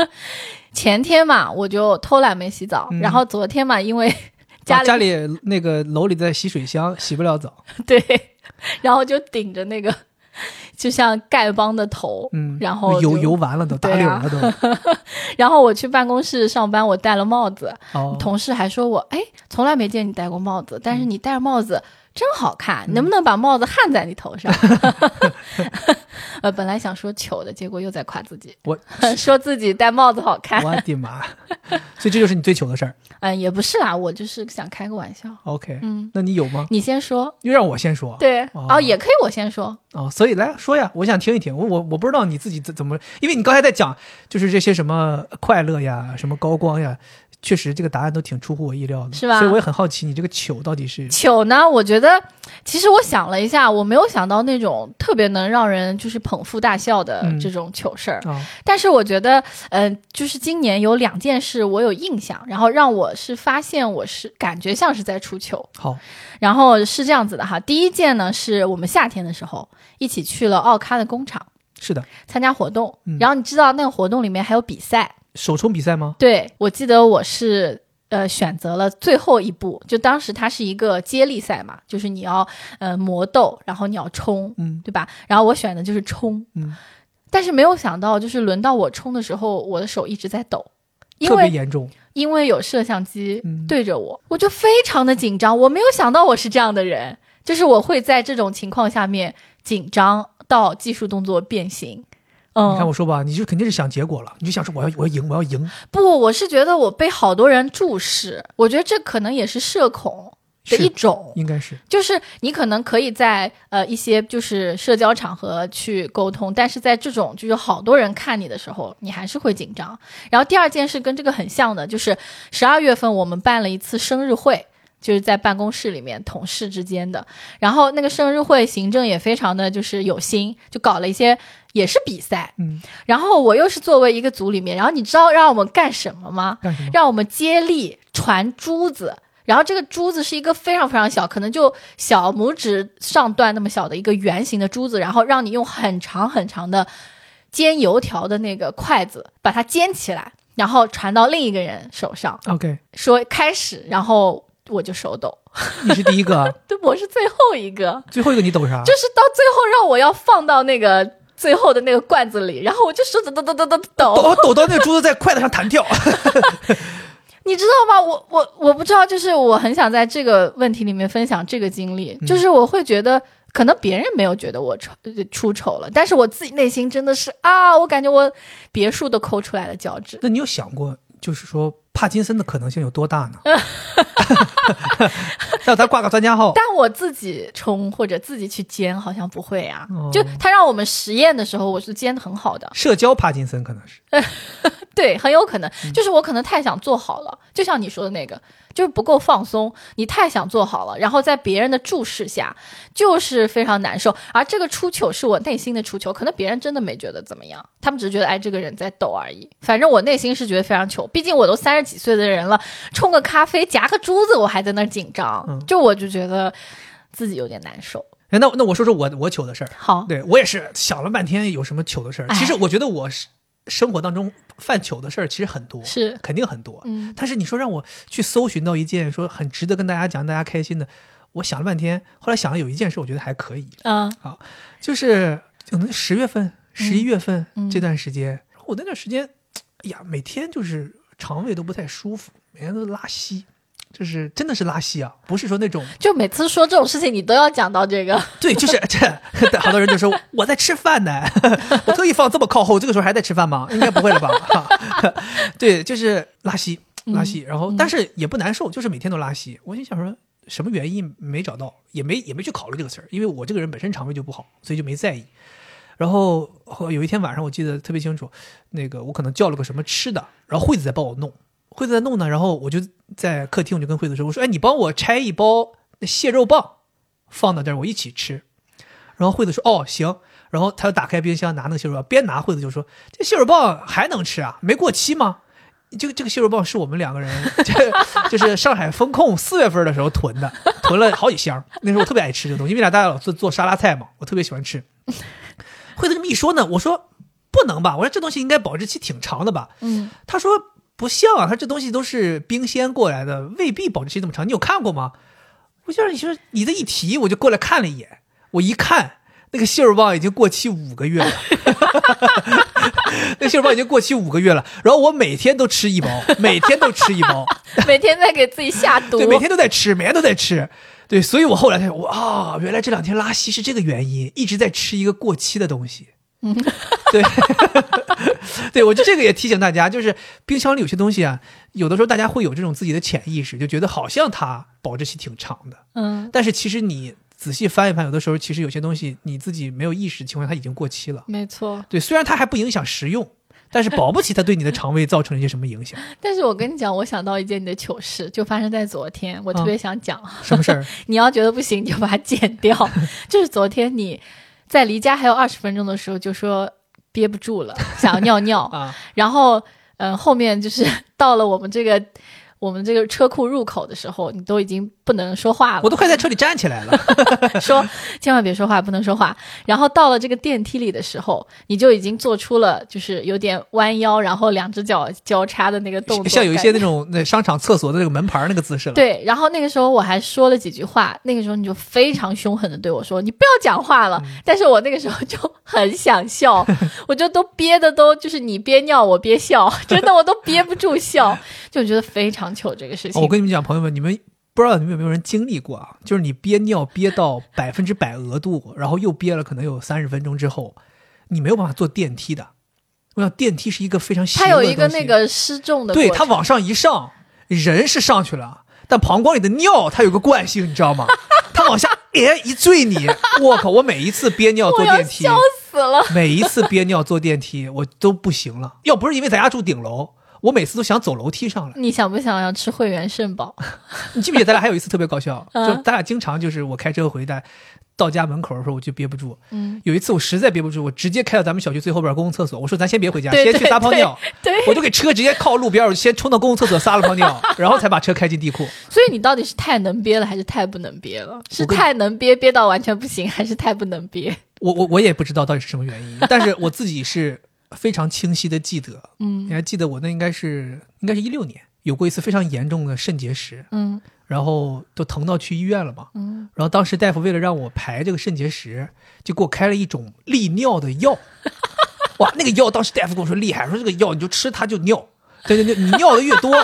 [SPEAKER 2] 前天嘛，我就偷懒没洗澡，然后昨天嘛，因为 [LAUGHS] [LAUGHS]
[SPEAKER 1] 嗯
[SPEAKER 2] 家
[SPEAKER 1] 啊
[SPEAKER 2] 里,、
[SPEAKER 1] 家里那个楼里在洗水箱，洗不了澡。
[SPEAKER 2] 对，然后就顶着那个 [LAUGHS] 就像丐帮的头，
[SPEAKER 1] 嗯，
[SPEAKER 2] 然后
[SPEAKER 1] 游
[SPEAKER 2] 就
[SPEAKER 1] 游完了都打
[SPEAKER 2] 对
[SPEAKER 1] 绺
[SPEAKER 2] 啊
[SPEAKER 1] 了
[SPEAKER 2] [LAUGHS]
[SPEAKER 1] 都。
[SPEAKER 2] 然后我去办公室上班，我戴了帽子，
[SPEAKER 1] 哦，嗯
[SPEAKER 2] 同事还说我，哎，从来没见你戴过帽子，但是你戴帽子真好看，能不能把帽子焊在你头
[SPEAKER 1] [LAUGHS]
[SPEAKER 2] 上？ [LAUGHS] 呃，本来想说糗的，结果又在夸自己， [LAUGHS]
[SPEAKER 1] 我
[SPEAKER 2] 说自己戴帽子好看。
[SPEAKER 1] 我的
[SPEAKER 2] [LAUGHS]
[SPEAKER 1] 妈！所以这就是你最糗的事儿。
[SPEAKER 2] 嗯，也不是啦，我就是想开个玩笑。
[SPEAKER 1] OK，
[SPEAKER 2] 嗯，
[SPEAKER 1] 那你有吗？
[SPEAKER 2] 你先说，
[SPEAKER 1] 又让我先说。
[SPEAKER 2] 对，
[SPEAKER 1] 哦
[SPEAKER 2] 哦，也可以我先说。
[SPEAKER 1] 哦，所以来说呀，我想听一听。我我我不知道你自己怎怎么，因为你刚才在讲就是这些什么快乐呀，什么高光呀，确实这个答案都挺出乎我意料的，
[SPEAKER 2] 是吧
[SPEAKER 1] 所以我也很好奇你这个糗到底是
[SPEAKER 2] 糗呢，我觉得其实我想了一下，我没有想到那种特别能让人就是捧腹大笑的
[SPEAKER 1] 嗯
[SPEAKER 2] 这种糗事儿。
[SPEAKER 1] 啊、
[SPEAKER 2] 但是我觉得，嗯、就是今年有两件事我有印象，然后让我是发现我是感觉像是在出糗。
[SPEAKER 1] 好，
[SPEAKER 2] 然后是这样子的哈，第一件呢是我们夏天的时候一起去了奥咖的工厂，
[SPEAKER 1] 是的，
[SPEAKER 2] 参加活动，
[SPEAKER 1] 嗯
[SPEAKER 2] 然后你知道那个活动里面还有比赛。
[SPEAKER 1] 首冲比赛吗？
[SPEAKER 2] 对我记得我是呃选择了最后一步，就当时它是一个接力赛嘛，就是你要呃磨豆，然后你要冲，
[SPEAKER 1] 嗯
[SPEAKER 2] 对吧？然后我选的就是冲，
[SPEAKER 1] 嗯，
[SPEAKER 2] 但是没有想到，就是轮到我冲的时候，我的手一直在抖，因
[SPEAKER 1] 特别
[SPEAKER 2] 为
[SPEAKER 1] 严重。
[SPEAKER 2] 因为有摄像机
[SPEAKER 1] 嗯
[SPEAKER 2] 对着我，我就非常的紧张。我没有想到我是这样的人，就是我会在这种情况下面紧张到技术动作变形。
[SPEAKER 1] 你看
[SPEAKER 2] 嗯，
[SPEAKER 1] 我说吧，你就肯定是想结果了，你就想说我要我要赢，我要赢。
[SPEAKER 2] 不，我是觉得我被好多人注视，我觉得这可能也是社恐的一
[SPEAKER 1] 是，
[SPEAKER 2] 种。
[SPEAKER 1] 应该是
[SPEAKER 2] 就是你可能可以在呃一些就是社交场合去沟通，但是在这种就是好多人看你的时候，你还是会紧张。然后第二件事跟这个很像的，就是十二月份我们办了一次生日会。就是在办公室里面，同事之间的。然后那个生日会，行政也非常的就是有心，就搞了一些也是比赛。
[SPEAKER 1] 嗯，
[SPEAKER 2] 然后我又是作为一个组里面，然后你知道让我们干什么吗？
[SPEAKER 1] 干什么？
[SPEAKER 2] 让我们接力传珠子。然后这个珠子是一个非常非常小，可能就小拇指上段那么小的一个圆形的珠子，然后让你用很长很长的煎油条的那个筷子把它煎起来，然后传到另一个人手上，
[SPEAKER 1] OK，
[SPEAKER 2] 说开始，然后我就手抖，
[SPEAKER 1] 你是第一个啊，
[SPEAKER 2] 对，我是最后一个，
[SPEAKER 1] 最后一个你抖啥？
[SPEAKER 2] 就是到最后让我要放到那个最后的那个罐子里，然后我就手抖抖抖抖抖抖，
[SPEAKER 1] 抖抖到那个珠子在筷子上弹跳。
[SPEAKER 2] 你知道吗？我我我不知道，就是我很想在这个问题里面分享这个经历，就是我会觉得。可能别人没有觉得我丑呃出丑了，但是我自己内心真的是啊，我感觉我别墅都抠出来了脚趾。
[SPEAKER 1] 那你有想过，就是说帕金森的可能性有多大
[SPEAKER 2] [LAUGHS]
[SPEAKER 1] 呢？让他挂个专家号，
[SPEAKER 2] 但我自己冲或者自己去煎好像不会啊，
[SPEAKER 1] 哦
[SPEAKER 2] 就他让我们实验的时候，我是煎的很好的，
[SPEAKER 1] 社交帕金森可能是。
[SPEAKER 2] 对，很有可能
[SPEAKER 1] 嗯
[SPEAKER 2] 就是我可能太想做好了，就像你说的那个，就是不够放松，你太想做好了，然后在别人的注视下，就是非常难受。而这个出糗是我内心的出糗，可能别人真的没觉得怎么样，他们只是觉得哎这个人在抖而已。反正我内心是觉得非常糗，毕竟我都三十几岁的人了，冲个咖啡夹个珠子，我还在那儿紧张，
[SPEAKER 1] 嗯
[SPEAKER 2] 就我就觉得自己有点难受。
[SPEAKER 1] 哎，那那我说说我我糗的事儿。
[SPEAKER 2] 好，
[SPEAKER 1] 对我也是想了半天有什么糗的事儿。其实
[SPEAKER 2] 哦哎
[SPEAKER 1] 我觉得我是生活当中犯糗的事儿其实很多，
[SPEAKER 2] 是
[SPEAKER 1] 肯定很多。
[SPEAKER 2] 嗯，
[SPEAKER 1] 但是你说让我去搜寻到一件说很值得跟大家讲、大家开心的，我想了半天，后来想了有一件事，我觉得还可以，
[SPEAKER 2] 嗯、
[SPEAKER 1] 就是可能十月份、十一月份
[SPEAKER 2] 嗯
[SPEAKER 1] 这段时间，我那段时间，哎呀，每天就是肠胃都不太舒服，每天都拉稀，就是真的是拉稀啊，不是说那种
[SPEAKER 2] 就每次说这种事情，你都要讲到这个， [LAUGHS]
[SPEAKER 1] 对，就是这，好多人就说我在吃饭呢，我特意放这么靠后，这个时候还在吃饭吗？应该不会了吧？ [LAUGHS] 对，就是拉稀，拉稀，然后但是也不难受，就是每天都拉稀。我就想说，什么原因没找到，也没也没去考虑这个词儿，因为我这个人本身肠胃就不好，所以就没在意。然后后有一天晚上，我记得特别清楚，那个我可能叫了个什么吃的，然后惠子在帮我弄，惠子在弄呢，然后我就在客厅，我就跟惠子说，我说，哎，你帮我拆一包那蟹肉棒，放到这儿，我一起吃。然后惠子说：“哦，行。”然后他就打开冰箱拿那个蟹肉棒，边拿惠子就说：“这蟹肉棒还能吃啊？没过期吗？”这个这个蟹肉棒是我们两个人，这就是上海风控四月份的时候囤的，囤了好几箱。那时候我特别爱吃这个东西，因为俩大家老做做沙拉菜嘛，我特别喜欢吃。惠子这么一说呢，我说不能吧，我说这东西应该保质期挺长的吧。
[SPEAKER 2] 嗯，
[SPEAKER 1] 他说不像啊，他这东西都是冰鲜过来的，未必保质期这么长。你有看过吗？我就让你说你这一提，我就过来看了一眼，我一看那个蟹肉棒已经过期五个月了， [LAUGHS] 那蟹肉棒已经过期五个月了。然后我每天都吃一包，每天都吃一包，
[SPEAKER 2] 每天在给自己下毒
[SPEAKER 1] 对，，每天都在吃，每天都在吃。对，所以我后来才我啊、原来这两天拉稀是这个原因，一直在吃一个过期的东西。嗯，对， [LAUGHS] 对，我就这个也提醒大家，就是冰箱里有些东西啊，有的时候大家会有这种自己的潜意识，就觉得好像它保质期挺长的，
[SPEAKER 2] 嗯。
[SPEAKER 1] 但是其实你仔细翻一翻，有的时候其实有些东西你自己没有意识的情况下，它已经过期了。
[SPEAKER 2] 没错，
[SPEAKER 1] 对，虽然它还不影响食
[SPEAKER 2] [LAUGHS]
[SPEAKER 1] 用，但是保不齐它对你的肠胃造成一些什么影响。
[SPEAKER 2] 但是我跟你讲，我想到一件你的糗事，就发生在昨天，我特别想讲。
[SPEAKER 1] 嗯什么事儿？
[SPEAKER 2] [LAUGHS] 你要觉得不行，你就把它剪
[SPEAKER 1] [LAUGHS]
[SPEAKER 2] 掉。就是昨天你在离家还有二十分钟的时候，就说憋
[SPEAKER 1] [LAUGHS]
[SPEAKER 2] 不住了，想要尿尿，
[SPEAKER 1] 啊
[SPEAKER 2] [LAUGHS] 然后嗯、呃后面就是到了我们这个。我们这个车库入口的时候，你都已经不能说话
[SPEAKER 1] 我
[SPEAKER 2] 了，
[SPEAKER 1] 都快在车里站起来了。
[SPEAKER 2] 说千万别说话，不能说话。然后到了这个电梯里的时候，你就已经做出了就是有点弯腰，然后两只脚交叉的那个 [LAUGHS] 动作，
[SPEAKER 1] 像有一些
[SPEAKER 2] 感
[SPEAKER 1] 那
[SPEAKER 2] 觉
[SPEAKER 1] 种那商场厕所的那个门牌儿那个姿势了。
[SPEAKER 2] 对。然后那个时候我还说了几句话，那个时候你就非常凶狠的对我说：“你不要讲话了。
[SPEAKER 1] 嗯
[SPEAKER 2] 但是我那个时候就很想
[SPEAKER 1] [LAUGHS]
[SPEAKER 2] 笑，我就都憋的都就是你憋尿我
[SPEAKER 1] [LAUGHS]
[SPEAKER 2] 憋笑，真的我都憋不住笑，就觉得非常糗这个事情。
[SPEAKER 1] 哦我跟你们讲，朋友们，你们不知道你们有没有人经历过啊？就是你憋尿憋到百分之百额度，然后又憋了可能有三十分钟之后，你没有办法坐电梯的。我想电梯是一个非常邪恶
[SPEAKER 2] 它
[SPEAKER 1] 的
[SPEAKER 2] 有一个
[SPEAKER 1] 东
[SPEAKER 2] 那
[SPEAKER 1] 西，
[SPEAKER 2] 个失重的过
[SPEAKER 1] 对
[SPEAKER 2] 程，
[SPEAKER 1] 它往上一上，人是上去了，但膀胱里的尿它有个惯性，你知道吗？它往下哎一坠你，我靠！我每一次憋尿坐
[SPEAKER 2] 我要
[SPEAKER 1] 电梯，
[SPEAKER 2] 笑死了。
[SPEAKER 1] 每一次憋尿坐电梯我都不行了。要不是因为咱家住顶楼，我每次都想走楼梯上来。
[SPEAKER 2] 你想不想要吃会员
[SPEAKER 1] [LAUGHS]
[SPEAKER 2] 肾宝？
[SPEAKER 1] 你记不记得咱俩还有一次特别搞笑？
[SPEAKER 2] [LAUGHS] 嗯
[SPEAKER 1] 就咱俩经常就是我开车回来，到家门口的时候我就憋不住。
[SPEAKER 2] 嗯，
[SPEAKER 1] 有一次我实在憋不住，我直接开到咱们小区最后边公共厕所，我说咱先别回家，
[SPEAKER 2] 对
[SPEAKER 1] 先去撒泡
[SPEAKER 2] [LAUGHS]
[SPEAKER 1] 尿。
[SPEAKER 2] 对，
[SPEAKER 1] [LAUGHS] 我就给车直接靠路边，我就先冲到公共厕所撒了泡
[SPEAKER 2] [LAUGHS]
[SPEAKER 1] 尿，然后才把车开进地库。
[SPEAKER 2] 所以你到底是太能憋了，还是太不能憋了？是
[SPEAKER 1] 我跟你
[SPEAKER 2] 太能憋憋到完全不行，还是太不能憋？
[SPEAKER 1] 我我我也不知道到底是什么原
[SPEAKER 2] [LAUGHS]
[SPEAKER 1] 因，但是我自己是非常清晰的记得，
[SPEAKER 2] 嗯
[SPEAKER 1] 你还记得我那应该是应该是一六年有过一次非常严重的肾结石，
[SPEAKER 2] 嗯
[SPEAKER 1] 然后都疼到去医院了嘛。
[SPEAKER 2] 嗯，
[SPEAKER 1] 然后当时大夫为了让我排这个肾结石，就给我开了一种利尿的
[SPEAKER 2] [LAUGHS]
[SPEAKER 1] 药。哇，那个药当时大夫跟我说厉害，说这个药你就吃它就尿，对对对，你尿的越多，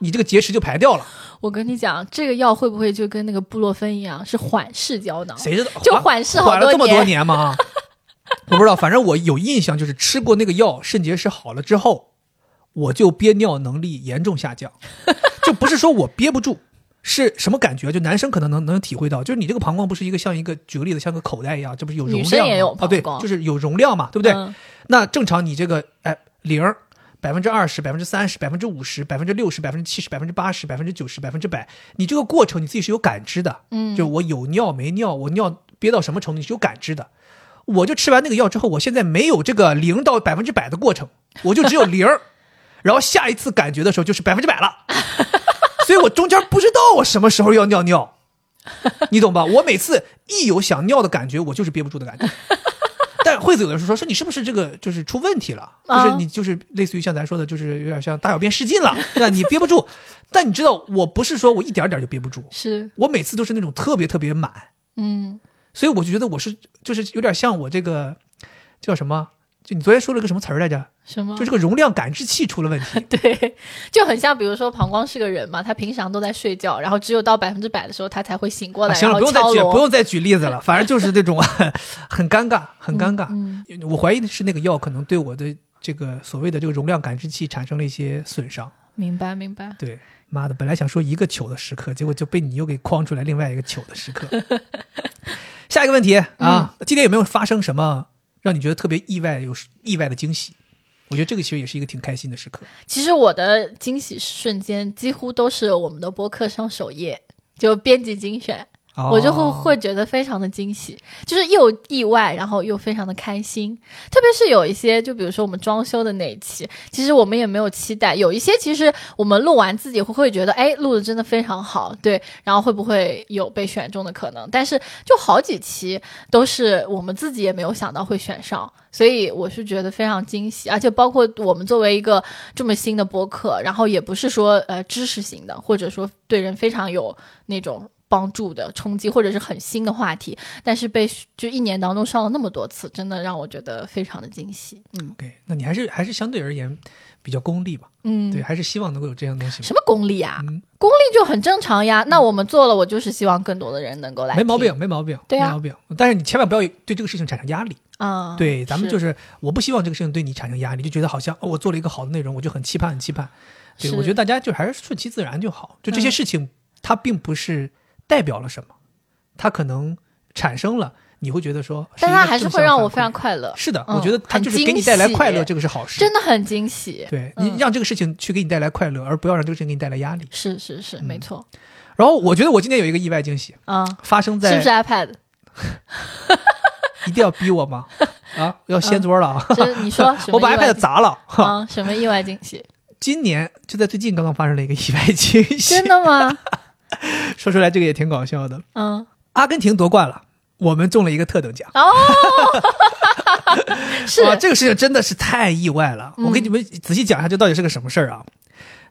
[SPEAKER 1] 你这个结石就排掉了。
[SPEAKER 2] 我跟你讲，这个药会不会就跟那个布洛芬一样，是缓释胶囊？
[SPEAKER 1] 谁知道
[SPEAKER 2] [LAUGHS] 就
[SPEAKER 1] 缓
[SPEAKER 2] 缓释好
[SPEAKER 1] 缓了这么
[SPEAKER 2] 多
[SPEAKER 1] 多
[SPEAKER 2] 年
[SPEAKER 1] 年嘛？我不知道，反正我有印象，就是吃过那个药，肾结石好了之后，我就憋尿能力严重下降，就不是说我憋不住。是什么感觉？啊就男生可能能能体会到，就是你这个膀胱不是一个像一个，举个例子，像个口袋一样，这不是有容量
[SPEAKER 2] 女
[SPEAKER 1] 吗？
[SPEAKER 2] 生也有
[SPEAKER 1] 啊，
[SPEAKER 2] 膀
[SPEAKER 1] 对，
[SPEAKER 2] 胱
[SPEAKER 1] 就是有容量嘛，对不对？
[SPEAKER 2] 嗯
[SPEAKER 1] 那正常你这个哎零百分之二十、百分之三十、百分之五十、百分之六十、百分之七十、百分之八十、百分之九十、百分之百，你这个过程你自己是有感知的，
[SPEAKER 2] 嗯
[SPEAKER 1] 就我有尿没尿，我尿憋到什么程度你是有感知的。我就吃完那个药之后，我现在没有这个零到百分之百的过程，我就只有零儿，然后下一次感觉的时候就是百分之百了， [LAUGHS] 所以我中间不知道我什么时候要尿尿，你懂吧？我每次一有想尿的感觉，我就是憋不住的感觉。 [LAUGHS] 但惠子有的时候说说你是不是这个就是出问题了，就
[SPEAKER 2] 啊
[SPEAKER 1] 是你就是类似于像咱说的，就是有点像大小便失禁了，对吧？你憋不住。 [LAUGHS] 但你知道，我不是说我一点儿点儿就憋不住，
[SPEAKER 2] 是
[SPEAKER 1] 我每次都是那种特别特别满，
[SPEAKER 2] 嗯，
[SPEAKER 1] 所以我就觉得我是就是有点像我这个叫什么？就你昨天说了个什么词儿来着？
[SPEAKER 2] 什么
[SPEAKER 1] 就？这个容量感知器出了问题。
[SPEAKER 2] [LAUGHS] 对，就很像，比如说膀胱是个人嘛，他平常都在睡觉，然后只有到百分之百的时候，他才会醒过来，
[SPEAKER 1] 啊行了，
[SPEAKER 2] 然
[SPEAKER 1] 不
[SPEAKER 2] 后
[SPEAKER 1] 用再
[SPEAKER 2] 敲
[SPEAKER 1] 举不
[SPEAKER 2] 锣。
[SPEAKER 1] 用再举例子了，反正就是那种 [LAUGHS] 很尴尬，很尴尬。
[SPEAKER 2] 嗯，
[SPEAKER 1] 我怀疑的是那个药可能对我的这个所谓的这个容量感知器产生了一些损伤。
[SPEAKER 2] 明白明白。
[SPEAKER 1] 对，妈的，本来想说一个糗的时刻，结果就被你又给框出来另外一个糗的时
[SPEAKER 2] [LAUGHS]
[SPEAKER 1] 刻。下一个问
[SPEAKER 2] 嗯
[SPEAKER 1] 题啊，今天有没有发生什么让你觉得特别意外、有意外的惊喜？我觉得这个其实也是一个挺开心的时刻。
[SPEAKER 2] 其实我的惊喜瞬间几乎都是我们的播客上首页，就编辑精选，
[SPEAKER 1] 哦
[SPEAKER 2] 我就会会觉得非常的惊喜，就是又意外，然后又非常的开心。特别是有一些，就比如说我们装修的那一期，其实我们也没有期待，有一些其实我们录完自己会会觉得，哎，录的真的非常好，对，然后会不会有被选中的可能？但是就好几期都是我们自己也没有想到会选上，所以我是觉得非常惊喜，而且包括我们作为一个这么新的播客，然后也不是说呃知识型的，或者说对人非常有那种帮助的冲击，或者是很新的话题，但是被就一年当中上了那么多次，真的让我觉得非常的惊喜。嗯
[SPEAKER 1] OK，那你还是还是相对而言比较功利吧？
[SPEAKER 2] 嗯，
[SPEAKER 1] 对，还是希望能够有这样的东西嘛。
[SPEAKER 2] 什么功利啊？
[SPEAKER 1] 嗯
[SPEAKER 2] 功利就很正常呀。那我们做了，我就是希望更多的人能够来，
[SPEAKER 1] 没毛病，。没毛病，
[SPEAKER 2] 对啊
[SPEAKER 1] 没毛病。但是你千万不要对这个事情产生压力。
[SPEAKER 2] 啊、嗯，
[SPEAKER 1] 对，咱们就是我不希望这个事情对你产生压力，就觉得好像哦，我做了一个好的内容，我就很期盼，很期盼。对，
[SPEAKER 2] 是
[SPEAKER 1] 我觉得大家就还是顺其自然就好。就这些
[SPEAKER 2] 嗯
[SPEAKER 1] 事情，它并不是代表了什么，它可能产生了，你会觉得说，
[SPEAKER 2] 但它
[SPEAKER 1] 它
[SPEAKER 2] 还是会让我非常。快乐，
[SPEAKER 1] 是的，
[SPEAKER 2] 嗯
[SPEAKER 1] 我觉得它
[SPEAKER 2] 很
[SPEAKER 1] 就是给
[SPEAKER 2] 惊
[SPEAKER 1] 你带来
[SPEAKER 2] 喜
[SPEAKER 1] 快乐，这个是好事。
[SPEAKER 2] 真的很惊喜。
[SPEAKER 1] 对你
[SPEAKER 2] 嗯
[SPEAKER 1] 让这个事情去给你带来快乐，而不要让这个事情给你带来压力。
[SPEAKER 2] 是是
[SPEAKER 1] 嗯
[SPEAKER 2] 是，没错
[SPEAKER 1] 然后我觉得我今天有一个意外惊喜，
[SPEAKER 2] 啊、
[SPEAKER 1] 发生
[SPEAKER 2] 是不
[SPEAKER 1] 在 [LAUGHS]
[SPEAKER 2] 是 iPad？
[SPEAKER 1] 一定要逼我吗？啊，要掀桌了啊！
[SPEAKER 2] 就是你说嗯什么
[SPEAKER 1] 我把
[SPEAKER 2] 意外
[SPEAKER 1] iPad
[SPEAKER 2] 惊
[SPEAKER 1] 砸了。哈 [LAUGHS]
[SPEAKER 2] 啊、什么意外惊喜？
[SPEAKER 1] 今年就在最近刚刚发生了一个意外惊喜
[SPEAKER 2] 真，的吗？
[SPEAKER 1] [LAUGHS] 说出来这个也挺搞笑的。
[SPEAKER 2] 嗯，
[SPEAKER 1] 阿根廷夺冠了，我们中了一个特等奖。
[SPEAKER 2] 哦，是嗯
[SPEAKER 1] 哇，这个事情真的是太意外了。我给你们仔细讲一下，这到底是个什么事儿啊？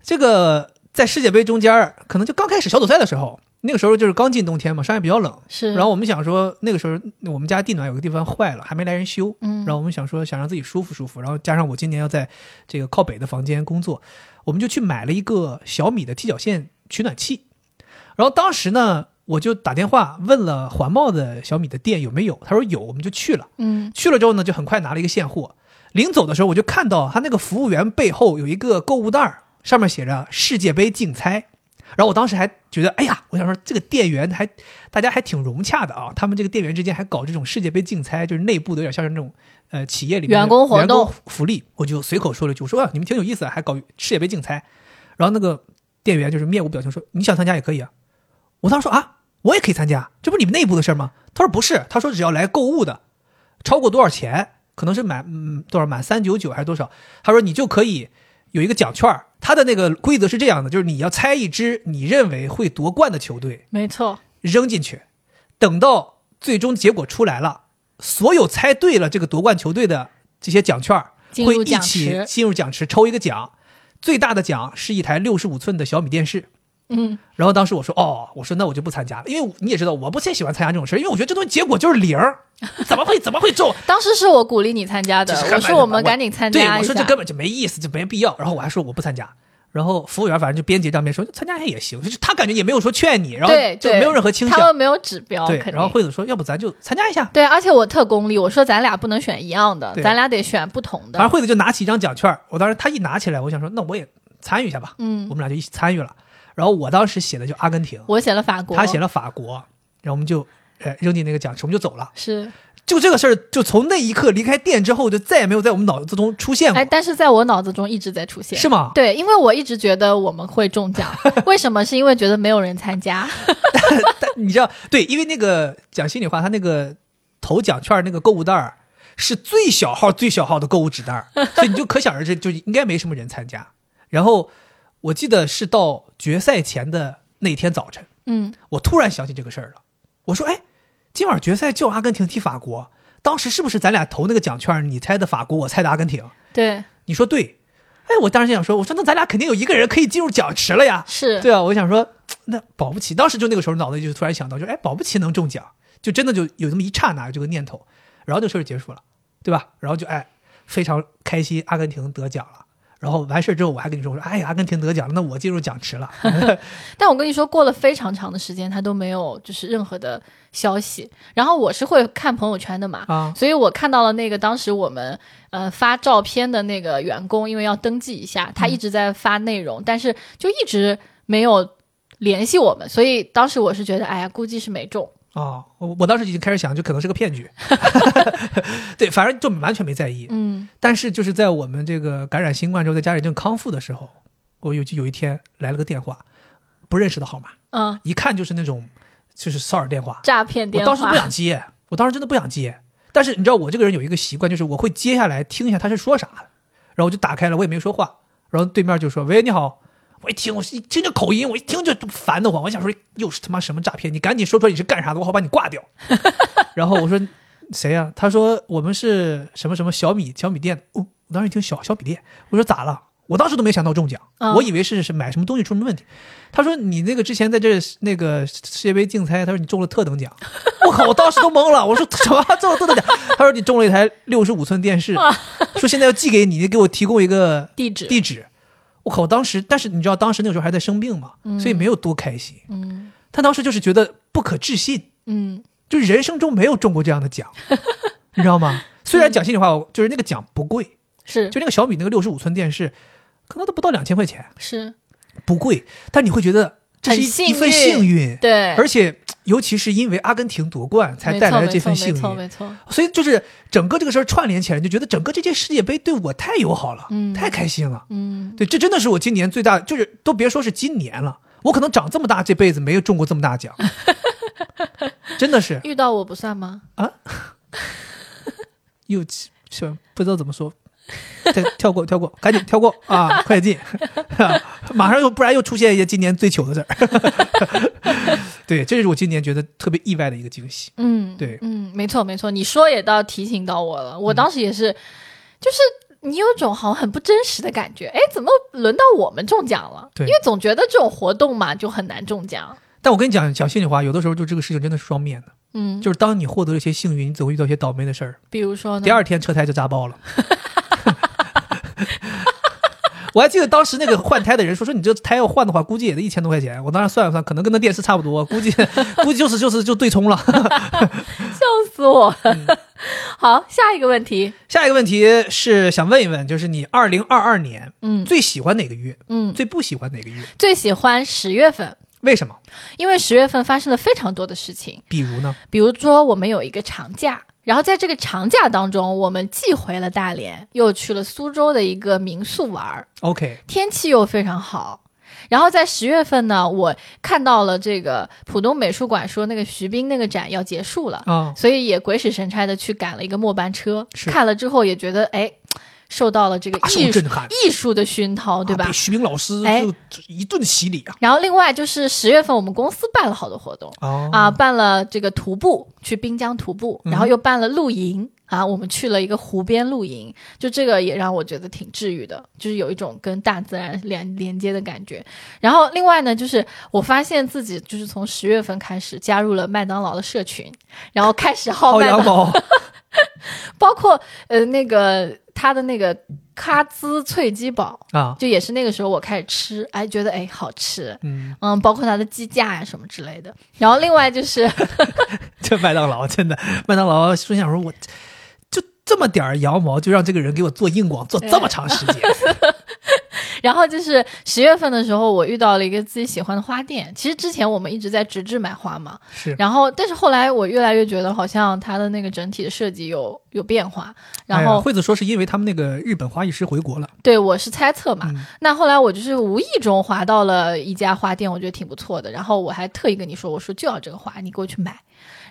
[SPEAKER 1] 这个在世界杯中间儿，可能就刚开始小组赛的时候，那个时候就是刚进冬天嘛，上海比较冷。
[SPEAKER 2] 是，
[SPEAKER 1] 然后我们想说，那个时候我们家地暖有个地方坏了，还没来人修。
[SPEAKER 2] 嗯
[SPEAKER 1] 然后我们想说，想让自己舒服舒服，然后加上我今年要在这个靠北的房间工作，我们就去买了一个小米的踢脚线取暖器。然后当时呢，我就打电话问了环贸的小米的店有没有，他说有，我们就去了。
[SPEAKER 2] 嗯
[SPEAKER 1] 去了之后呢，就很快拿了一个现货。临走的时候，我就看到他那个服务员背后有一个购物袋儿，上面写着“世界杯竞猜”。然后我当时还觉得，哎呀，我想说这个店员还大家还挺融洽的啊，他们这个店员之间还搞这种世界杯竞猜，就是内部的有点像是那种呃企业里面的
[SPEAKER 2] 员工活动
[SPEAKER 1] 员工福利。我就随口说了一句，我说啊，你们挺有意思啊，还搞世界杯竞猜。然后那个店员就是面无表情说，你想参加也可以啊。我当时说啊，我也可以参加，这不是你们内部的事儿吗？他说不是，他说只要来购物的，超过多少钱，可能是满嗯多少满三九九还是多少，他说你就可以有一个奖券儿。他的那个规则是这样的，就是你要猜一支你认为会夺冠的球队
[SPEAKER 2] 没错，
[SPEAKER 1] 扔进去，等到最终结果出来了，所有猜对了这个夺冠球队的这些奖券儿
[SPEAKER 2] 进
[SPEAKER 1] 会
[SPEAKER 2] 入
[SPEAKER 1] 一
[SPEAKER 2] 奖
[SPEAKER 1] 起
[SPEAKER 2] 池
[SPEAKER 1] 进入奖池抽一个奖，最大的奖是一台六十五寸的小米电视。
[SPEAKER 2] 嗯，
[SPEAKER 1] 然后当时我说，哦，我说那我就不参加了，因为你也知道，我不太喜欢参加这种事儿，因为我觉得这东西结果就是零儿， [LAUGHS] 怎么会怎么会中？
[SPEAKER 2] 当时是我鼓励你参加的
[SPEAKER 1] 这是，
[SPEAKER 2] 我
[SPEAKER 1] 干嘛
[SPEAKER 2] 说我们赶紧参
[SPEAKER 1] 对，
[SPEAKER 2] 加
[SPEAKER 1] 我
[SPEAKER 2] 一
[SPEAKER 1] 说这
[SPEAKER 2] 下，
[SPEAKER 1] 根本就没意思，就没必要。然后我还说我不参加。然后服务员反正就边结账边说参加也行，就是他感觉也没有说劝你，然后
[SPEAKER 2] 对
[SPEAKER 1] 就
[SPEAKER 2] 对
[SPEAKER 1] 没有任何倾
[SPEAKER 2] 他
[SPEAKER 1] 向。
[SPEAKER 2] 们没有指标，
[SPEAKER 1] 对，
[SPEAKER 2] 肯
[SPEAKER 1] 然后
[SPEAKER 2] 定。
[SPEAKER 1] 惠子说要不咱就参加一下。
[SPEAKER 2] 对，而且我特功利，我说咱俩不能选一样的，
[SPEAKER 1] 对
[SPEAKER 2] 咱俩得选不同
[SPEAKER 1] 反正
[SPEAKER 2] 的。
[SPEAKER 1] 惠子就拿起一张奖券儿，我当时他一拿起来，我想说那我也参与一下吧，
[SPEAKER 2] 嗯
[SPEAKER 1] 我，们俩就一起参与了。然后我当时写的就阿根廷，
[SPEAKER 2] 我写了法国，
[SPEAKER 1] 他写了法国，然后我们就呃扔进那个奖池，我们就走了。
[SPEAKER 2] 是，
[SPEAKER 1] 就这个事儿，就从那一刻离开店之后，就再也没有在我们脑子中出现
[SPEAKER 2] 哎，
[SPEAKER 1] 过，
[SPEAKER 2] 但是在我脑子中一直在出现。
[SPEAKER 1] 是吗？
[SPEAKER 2] 对，因为我一直觉得我们会中
[SPEAKER 1] [LAUGHS]
[SPEAKER 2] 奖，为什么？是因为觉得没有人参加。
[SPEAKER 1] 但你知道，对，因为那个讲心里话，他那个投奖券那个购物袋儿是最小号、最小号的购物纸袋儿，所以你就可想而知，就应该没什么人参加。然后我记得是到决赛前的那天早晨，
[SPEAKER 2] 嗯，
[SPEAKER 1] 我突然想起这个事儿了。我说：“哎，今晚决赛就阿根廷踢法国，当时是不是咱俩投那个奖券儿，你猜的法国，我猜的阿根廷？
[SPEAKER 2] 对，
[SPEAKER 1] 你说对。”哎，我当时就想说，我说那咱俩肯定有一个人可以进入奖池了呀。
[SPEAKER 2] 是，
[SPEAKER 1] 对啊，我想说，那保不齐，当时就那个时候脑子里就突然想到，就哎，保不齐能中奖，就真的就有这么一刹那有这个念头，然后这事儿就结束了，对吧？然后就哎，非常开心，阿根廷得奖了。然后完事儿之后，我还跟你说，我说哎呀，阿根廷得奖了，那我进入奖池了。
[SPEAKER 2] 但我跟你说，过了非常长的时间，他都没有就是任何的消息。然后我是会看朋友圈的嘛，
[SPEAKER 1] 啊
[SPEAKER 2] 所以我看到了那个当时我们呃发照片的那个员工，因为要登记一下，
[SPEAKER 1] 嗯
[SPEAKER 2] 他一直在发内容，但是就一直没有联系我们，所以当时我是觉得，哎呀，估计是没中。
[SPEAKER 1] 哦，我我当时已经开始想，就可能是个骗局。 [LAUGHS] 对，反正就完全没在意。
[SPEAKER 2] 嗯，
[SPEAKER 1] 但是就是在我们这个感染新冠之后，在家里正康复的时候，我有有一天来了个电话，不认识的号码，
[SPEAKER 2] 嗯，
[SPEAKER 1] 一看就是那种就是骚扰电话。
[SPEAKER 2] 诈骗
[SPEAKER 1] 我
[SPEAKER 2] 电
[SPEAKER 1] 当时不
[SPEAKER 2] 话，
[SPEAKER 1] 想接，我当时真的不想接。但是你知道我这个人有一个习惯，就是我会接下来听一下他是说啥的，然后我就打开了，我也没说话，然后对面就说：“喂，你好。”我一听，我一听这口音，我一听就烦得慌。我想说，又是他妈什么诈骗？你赶紧说出来你是干啥的，我好把你挂掉。然后我说谁呀、他说我们是什么什么小米小米店。哦，我当时一听小小米店，我说咋了？我当时都没想到中奖，
[SPEAKER 2] 嗯
[SPEAKER 1] 我以为是是买什么东西出什么问题。他说你那个之前在这那个世界杯竞猜，他说你中了特等奖。我靠，我当时都懵了，我说什么中了特等奖？他说你中了一台六十五寸电视，说现在要寄给你，你给我提供一个
[SPEAKER 2] 地址，
[SPEAKER 1] 地址。我靠，我当时，但是你知道，当时那个时候还在生病嘛，所以没有多开心。
[SPEAKER 2] 嗯
[SPEAKER 1] 他当时就是觉得不可置信，
[SPEAKER 2] 嗯，
[SPEAKER 1] 就人生中没有中过这样的
[SPEAKER 2] [LAUGHS]
[SPEAKER 1] 奖，你知道吗？虽然讲心里话，
[SPEAKER 2] 嗯
[SPEAKER 1] 我就是那个奖不贵，
[SPEAKER 2] 是
[SPEAKER 1] 就那个小米那个六十五寸电视，可能都不到两千块钱，
[SPEAKER 2] 是，
[SPEAKER 1] 不贵，但你会觉得这是
[SPEAKER 2] 很
[SPEAKER 1] 一
[SPEAKER 2] 幸
[SPEAKER 1] 一份
[SPEAKER 2] 运
[SPEAKER 1] 幸运，
[SPEAKER 2] 对，
[SPEAKER 1] 而且尤其是因为阿根廷夺冠才
[SPEAKER 2] 没
[SPEAKER 1] 带
[SPEAKER 2] 错
[SPEAKER 1] 来了
[SPEAKER 2] 没
[SPEAKER 1] 这
[SPEAKER 2] 错
[SPEAKER 1] 份幸
[SPEAKER 2] 没错
[SPEAKER 1] 运，
[SPEAKER 2] 没错，
[SPEAKER 1] 所以就是整个这个事儿串联起来，你就觉得整个这届世界杯对我太友好了，
[SPEAKER 2] 嗯
[SPEAKER 1] 太开心了。
[SPEAKER 2] 嗯，
[SPEAKER 1] 对，这真的是我今年最大，就是都别说是今年了，我可能长这么大这辈子没有中过这么大奖，真的是
[SPEAKER 2] 遇到我不算吗？
[SPEAKER 1] 又是不知道怎么说，再跳过，跳过，赶紧跳过啊！快点进，啊马上又不然又出现一些今年最糗的事儿。 [LAUGHS] 对，这是我今年觉得特别意外的一个惊喜。
[SPEAKER 2] 嗯，
[SPEAKER 1] 对嗯
[SPEAKER 2] 嗯，没错没错，你说也倒提醒到我了。我当时也是，就是你有种好像很不真实的感觉，哎，怎么轮到我们中奖了？
[SPEAKER 1] 对
[SPEAKER 2] 因为总觉得这种活动嘛就很难中奖。
[SPEAKER 1] 但我跟你讲，讲心里话，有的时候就这个事情真的是双面的，
[SPEAKER 2] 嗯，
[SPEAKER 1] 就是当你获得了一些幸运，你总会遇到一些倒霉的事儿。
[SPEAKER 2] 比如说呢，
[SPEAKER 1] 第二天车胎就扎爆了。 [LAUGHS] 我还记得当时那个换胎的人说说你这胎要换的话，估计也得一千多块钱。我当时算了算，可能跟那电视差不多，估计 [LAUGHS] 估计就是就是就对冲了。 [LAUGHS]
[SPEAKER 2] 笑死我了。
[SPEAKER 1] 嗯
[SPEAKER 2] [LAUGHS] 好，下一个问题。
[SPEAKER 1] 下一个问题是想问一问，就是你二零二二年
[SPEAKER 2] 嗯
[SPEAKER 1] 最喜欢哪个月，
[SPEAKER 2] 嗯，
[SPEAKER 1] 最不喜欢哪个月？
[SPEAKER 2] 最喜欢十月份，
[SPEAKER 1] 为什么？
[SPEAKER 2] 因为十月份发生了非常多的事情，
[SPEAKER 1] 比如呢？
[SPEAKER 2] 比如说我们有一个长假。然后在这个长假当中，我们既回了大连，又去了苏州的一个民宿玩儿。
[SPEAKER 1] OK，
[SPEAKER 2] 天气又非常好。然后在十月份呢，我看到了这个浦东美术馆说那个徐冰那个展要结束了，
[SPEAKER 1] 啊、
[SPEAKER 2] 所以也鬼使神差的去赶了一个末班车。
[SPEAKER 1] 是啊
[SPEAKER 2] 看了之后也觉得哎，受到了这个
[SPEAKER 1] 大受
[SPEAKER 2] 艺术
[SPEAKER 1] 震撼，
[SPEAKER 2] 艺术的熏陶，对吧？
[SPEAKER 1] 啊被徐冰老师
[SPEAKER 2] 哎
[SPEAKER 1] 就一顿洗礼啊！
[SPEAKER 2] 然后另外就是十月份我们公司办了好多活动。
[SPEAKER 1] 哦
[SPEAKER 2] 啊，办了这个徒步，去滨江徒步，然后
[SPEAKER 1] 嗯
[SPEAKER 2] 又办了露营、啊，我们去了一个湖边露营，就这个也让我觉得挺治愈的，就是有一种跟大自然连连接的感觉。然后另外呢，就是我发现自己就是从十月份开始加入了麦当劳的社群，然后开始好
[SPEAKER 1] 薅
[SPEAKER 2] 麦
[SPEAKER 1] 羊
[SPEAKER 2] [LAUGHS] 当，
[SPEAKER 1] 毛，
[SPEAKER 2] 包括呃那个他的那个咖兹脆鸡堡，
[SPEAKER 1] 啊，
[SPEAKER 2] 就也是那个时候我开始吃，哎，觉得哎好吃。
[SPEAKER 1] 嗯，
[SPEAKER 2] 嗯，包括它的鸡架呀、什么之类的。然后另外就是，
[SPEAKER 1] [LAUGHS] 这麦当劳真的，麦当劳孙想说我就这么点儿羊毛，就让这个人给我做硬广，做这么长时间，
[SPEAKER 2] 然后就是十月份的时候，我遇到了一个自己喜欢的花店。其实之前我们一直在直至买花嘛，
[SPEAKER 1] 是
[SPEAKER 2] 然后但是后来我越来越觉得好像它的那个整体的设计有有变化。
[SPEAKER 1] 哎
[SPEAKER 2] 然
[SPEAKER 1] 呀
[SPEAKER 2] 后、
[SPEAKER 1] 惠子说是因为他们那个日本花艺师回国了，
[SPEAKER 2] 对我是猜测嘛，
[SPEAKER 1] 嗯
[SPEAKER 2] 那后来我就是无意中滑到了一家花店，我觉得挺不错的。然后我还特意跟你说，我说就要这个花，你给我去买。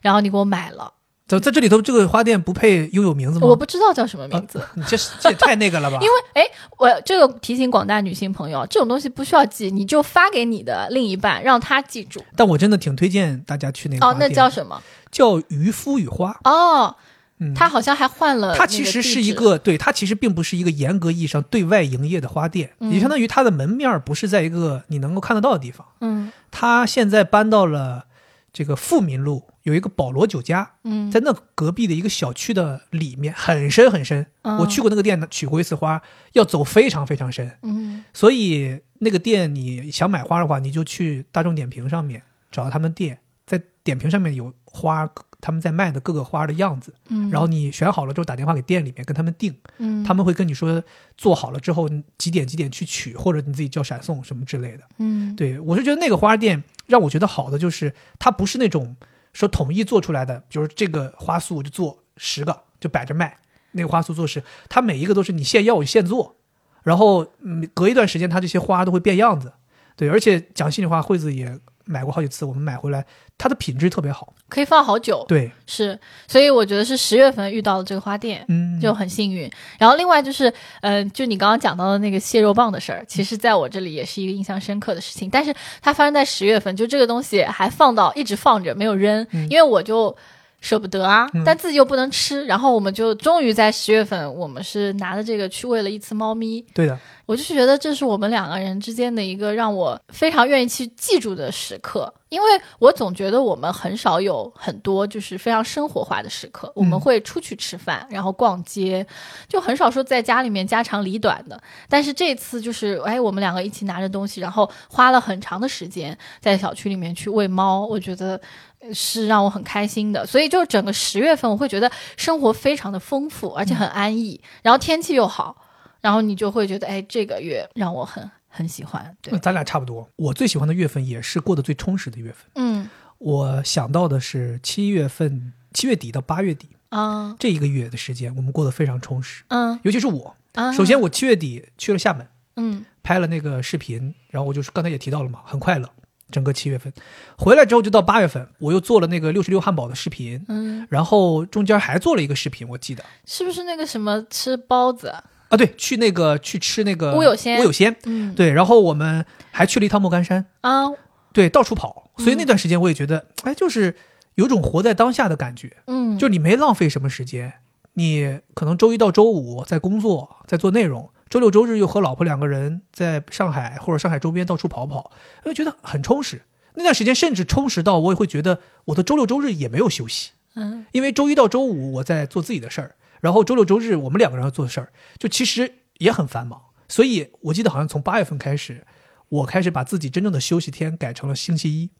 [SPEAKER 2] 然后你给我买了，
[SPEAKER 1] 在在这里头，这个花店不配拥有名字吗？啊
[SPEAKER 2] 我不知道叫什么名字。
[SPEAKER 1] 你这是这也太那个了吧？
[SPEAKER 2] [LAUGHS] 因为哎，我这个提醒广大女性朋友，这种东西不需要记，你就发给你的另一半，让他记住。
[SPEAKER 1] 但我真的挺推荐大家去那个
[SPEAKER 2] 哦，那叫
[SPEAKER 1] 什
[SPEAKER 2] 什么？
[SPEAKER 1] 叫渔夫与花。
[SPEAKER 2] 哦，
[SPEAKER 1] 嗯，
[SPEAKER 2] 他好像还换呃了那个地址。
[SPEAKER 1] 它其实是一个，对，它其实并不是一个严格意义上对外营业的花店，
[SPEAKER 2] 嗯
[SPEAKER 1] 也相当于它的门面儿不是在一个你能够看得到的地方。
[SPEAKER 2] 嗯
[SPEAKER 1] 它现在搬到了这个富民路，有一个保罗酒家，
[SPEAKER 2] 嗯
[SPEAKER 1] 在那隔壁的一个小区的里面，很深很深。
[SPEAKER 2] 嗯
[SPEAKER 1] 我去过那个店取过一次花，要走非常非常深，
[SPEAKER 2] 嗯
[SPEAKER 1] 所以那个店你想买花的话，你就去大众点评上面找到他们店，在点评上面有花，他们在卖的各个花的样子。
[SPEAKER 2] 嗯，
[SPEAKER 1] 然后你选好了之后打电话给店里面跟他们定，
[SPEAKER 2] 嗯
[SPEAKER 1] 他们会跟你说做好了之后你几点几点去取，或者你自己叫闪送什么之类的。
[SPEAKER 2] 嗯
[SPEAKER 1] 对我是觉得那个花店让我觉得好的就是它不是那种说统一做出来的，比如这个花束就做十个就摆着卖，那个花束做十，它每一个都是你现要我现做，然后嗯隔一段时间它这些花都会变样子。对，而且讲心里话，惠子也买过好几次，我们买回来它的品质特别好。
[SPEAKER 2] 可以放好久，
[SPEAKER 1] 对，
[SPEAKER 2] 是，所以我觉得是十月份遇到了这个花店。
[SPEAKER 1] 嗯，
[SPEAKER 2] 就很幸运，然后另外就是，嗯、就你刚刚讲到的那个蟹肉棒的事儿，
[SPEAKER 1] 嗯
[SPEAKER 2] 其实在我这里也是一个印象深刻的事情。但是它发生在十月份，就这个东西还放到一直放着没有扔，
[SPEAKER 1] 嗯
[SPEAKER 2] 因为我就舍不得啊，
[SPEAKER 1] 嗯
[SPEAKER 2] 但自己又不能吃。然后我们就终于在十月份，我们是拿着这个去喂了一次猫咪，
[SPEAKER 1] 对的，
[SPEAKER 2] 我就是觉得这是我们两个人之间的一个让我非常愿意去记住的时刻，因为我总觉得我们很少有很多就是非常生活化的时刻，我们会出去吃饭，然后逛街，就很少说在家里面家长里短的。但是这次就是，哎，我们两个一起拿着东西，然后花了很长的时间在小区里面去喂猫，我觉得呃是让我很开心的。所以就整个十月份，我会觉得生活非常的丰富，而
[SPEAKER 1] 嗯
[SPEAKER 2] 且很安逸，然后天气又好，然后你就会觉得，哎，这个月让我很很喜欢。对
[SPEAKER 1] 那，咱俩差不多。我最喜欢的月份也是过得最充实的月份。
[SPEAKER 2] 嗯
[SPEAKER 1] 我想到的是七月份，七月底到八月底
[SPEAKER 2] 啊
[SPEAKER 1] 这一个月的时间，我们过得非常充实。
[SPEAKER 2] 嗯
[SPEAKER 1] 尤其是我，
[SPEAKER 2] 啊，
[SPEAKER 1] 首先我七月底去了厦门，
[SPEAKER 2] 嗯
[SPEAKER 1] 拍了那个视频，然后我就是刚才也提到了嘛，很快乐。整个七月份回来之后，就到八月份，我又做了那个六十六汉堡的视频，
[SPEAKER 2] 嗯，
[SPEAKER 1] 然后中间还做了一个视频，我记得
[SPEAKER 2] 是不是那个什么吃包子
[SPEAKER 1] 啊，对，去那个去吃那个
[SPEAKER 2] 乌有鲜
[SPEAKER 1] 乌有鲜，
[SPEAKER 2] 嗯
[SPEAKER 1] 对，然后我们还去了一趟莫干山，
[SPEAKER 2] 啊，
[SPEAKER 1] 对，到处跑，所以那段时间我也觉得，哎，就是有种活在当下的感觉，
[SPEAKER 2] 嗯，
[SPEAKER 1] 就你没浪费什么时间，你可能周一到周五在工作，在做内容，周六周日又和老婆两个人在上海或者上海周边到处跑跑，我就觉得很充实。那段时间甚至充实到我也会觉得我的周六周日也没有休息，
[SPEAKER 2] 嗯
[SPEAKER 1] 因为周一到周五我在做自己的事儿，然后周六周日我们两个人要做事儿，就其实也很繁忙。所以我记得好像从八月份开始，我开始把自己真正的休息天改成了星期一，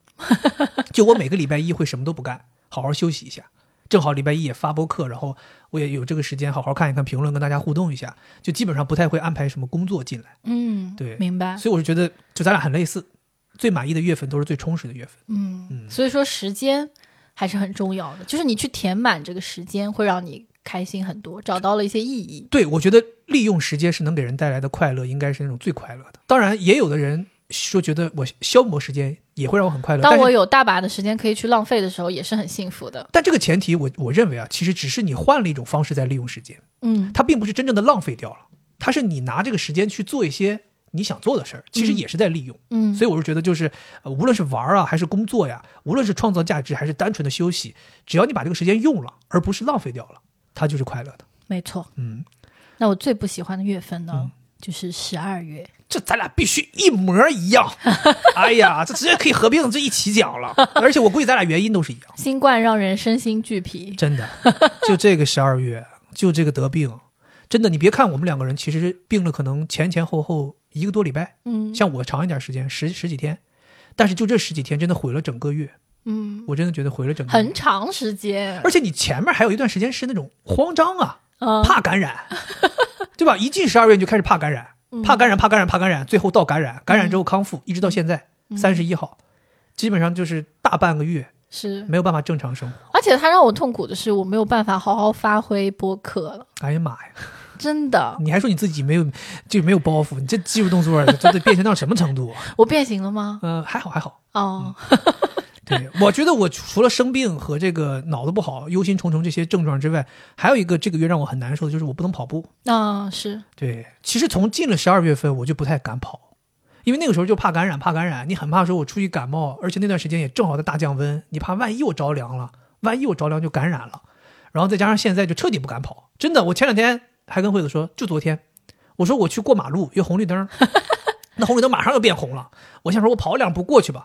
[SPEAKER 1] 就我每个礼拜一会什么都不干，好好休息一下。正好礼拜一也发播客，然后我也有这个时间好好看一看评论，跟大家互动一下。就基本上不太会安排什么工作进来，
[SPEAKER 2] 嗯，
[SPEAKER 1] 对
[SPEAKER 2] 明白，
[SPEAKER 1] 所以我是觉得就咱俩很类似，最满意的月份都是最充实的月份。
[SPEAKER 2] 嗯
[SPEAKER 1] 嗯，
[SPEAKER 2] 所以说时间还是很重要的，就是你去填满这个时间，会让你开心很多，找到了一些意义。
[SPEAKER 1] 对，我觉得利用时间是能给人带来的快乐，应该是那种最快乐的。当然，也有的人说觉得我消磨时间也会让我很快乐，
[SPEAKER 2] 当
[SPEAKER 1] 但
[SPEAKER 2] 我
[SPEAKER 1] 是
[SPEAKER 2] 有大把的时间可以去浪费的时候，也是很幸福的。
[SPEAKER 1] 但这个前提我，我认为啊，其实只是你换了一种方式在利用时间，
[SPEAKER 2] 嗯，
[SPEAKER 1] 它并不是真正的浪费掉了，它是你拿这个时间去做一些你想做的事儿，其实也是在利用。
[SPEAKER 2] 嗯，
[SPEAKER 1] 所以我是觉得，就是、呃无论是玩儿啊，还是工作呀，无论是创造价值，还是单纯的休息，只要你把这个时间用了，而不是浪费掉了，它就是快乐的。
[SPEAKER 2] 没错。
[SPEAKER 1] 嗯，
[SPEAKER 2] 那我最不喜欢的月份呢，就是十二月。
[SPEAKER 1] 这咱俩必须一模一样。 [LAUGHS] 哎呀，这直接可以合并这一起讲了，而且我估计咱俩原因都是一样，
[SPEAKER 2] 新冠让人身心俱疲。
[SPEAKER 1] 真的。就这个十二月，就这个得病，真的，你别看我们两个人其实病了，可能前前后后一个多礼拜，
[SPEAKER 2] 嗯
[SPEAKER 1] 像我长一点时间，十十几天，但是就这十几天真的毁了整个月，
[SPEAKER 2] 嗯，
[SPEAKER 1] 我真的觉得毁了整个月。
[SPEAKER 2] 很长时间。
[SPEAKER 1] 而且你前面还有一段时间是那种慌张啊，
[SPEAKER 2] [LAUGHS] 嗯，
[SPEAKER 1] 怕感
[SPEAKER 2] [LAUGHS]
[SPEAKER 1] 染，对吧？一进十二月你就开始怕感染，
[SPEAKER 2] 嗯
[SPEAKER 1] 怕感染，怕感染，怕感染，最后到感染，感染之后康复，一直到现在三十一号，基本上就是大半个月
[SPEAKER 2] 是，
[SPEAKER 1] 没有办法正常生活。
[SPEAKER 2] 而且他让我痛苦的是，我没有办法好好发挥播客了，
[SPEAKER 1] 哎呀妈呀！
[SPEAKER 2] 真的，
[SPEAKER 1] 你还说你自己没有就没有包袱，你这肌肉动作儿真的变成到什么程度？啊
[SPEAKER 2] 我变形了吗？
[SPEAKER 1] [LAUGHS] 呃，还好还好。
[SPEAKER 2] 哦，
[SPEAKER 1] 嗯对，我觉得我除了生病和这个脑子不好、忧心忡忡这些症状之外，还有一个这个月让我很难受的就是我不能跑步。
[SPEAKER 2] 那、是，
[SPEAKER 1] 对，其实从进了十二月份，我就不太敢跑，因为那个时候就怕感染，怕感染。你很怕说我出去感冒，而且那段时间也正好在大降温，你怕万一我着凉了，万一我着凉就感染了。然后再加上现在就彻底不敢跑，真的。我前两天还跟惠子说，就昨天，我说我去过马路，有红绿灯儿， [LAUGHS] 那红绿灯马上就变红了。我想说，我跑两步过去吧。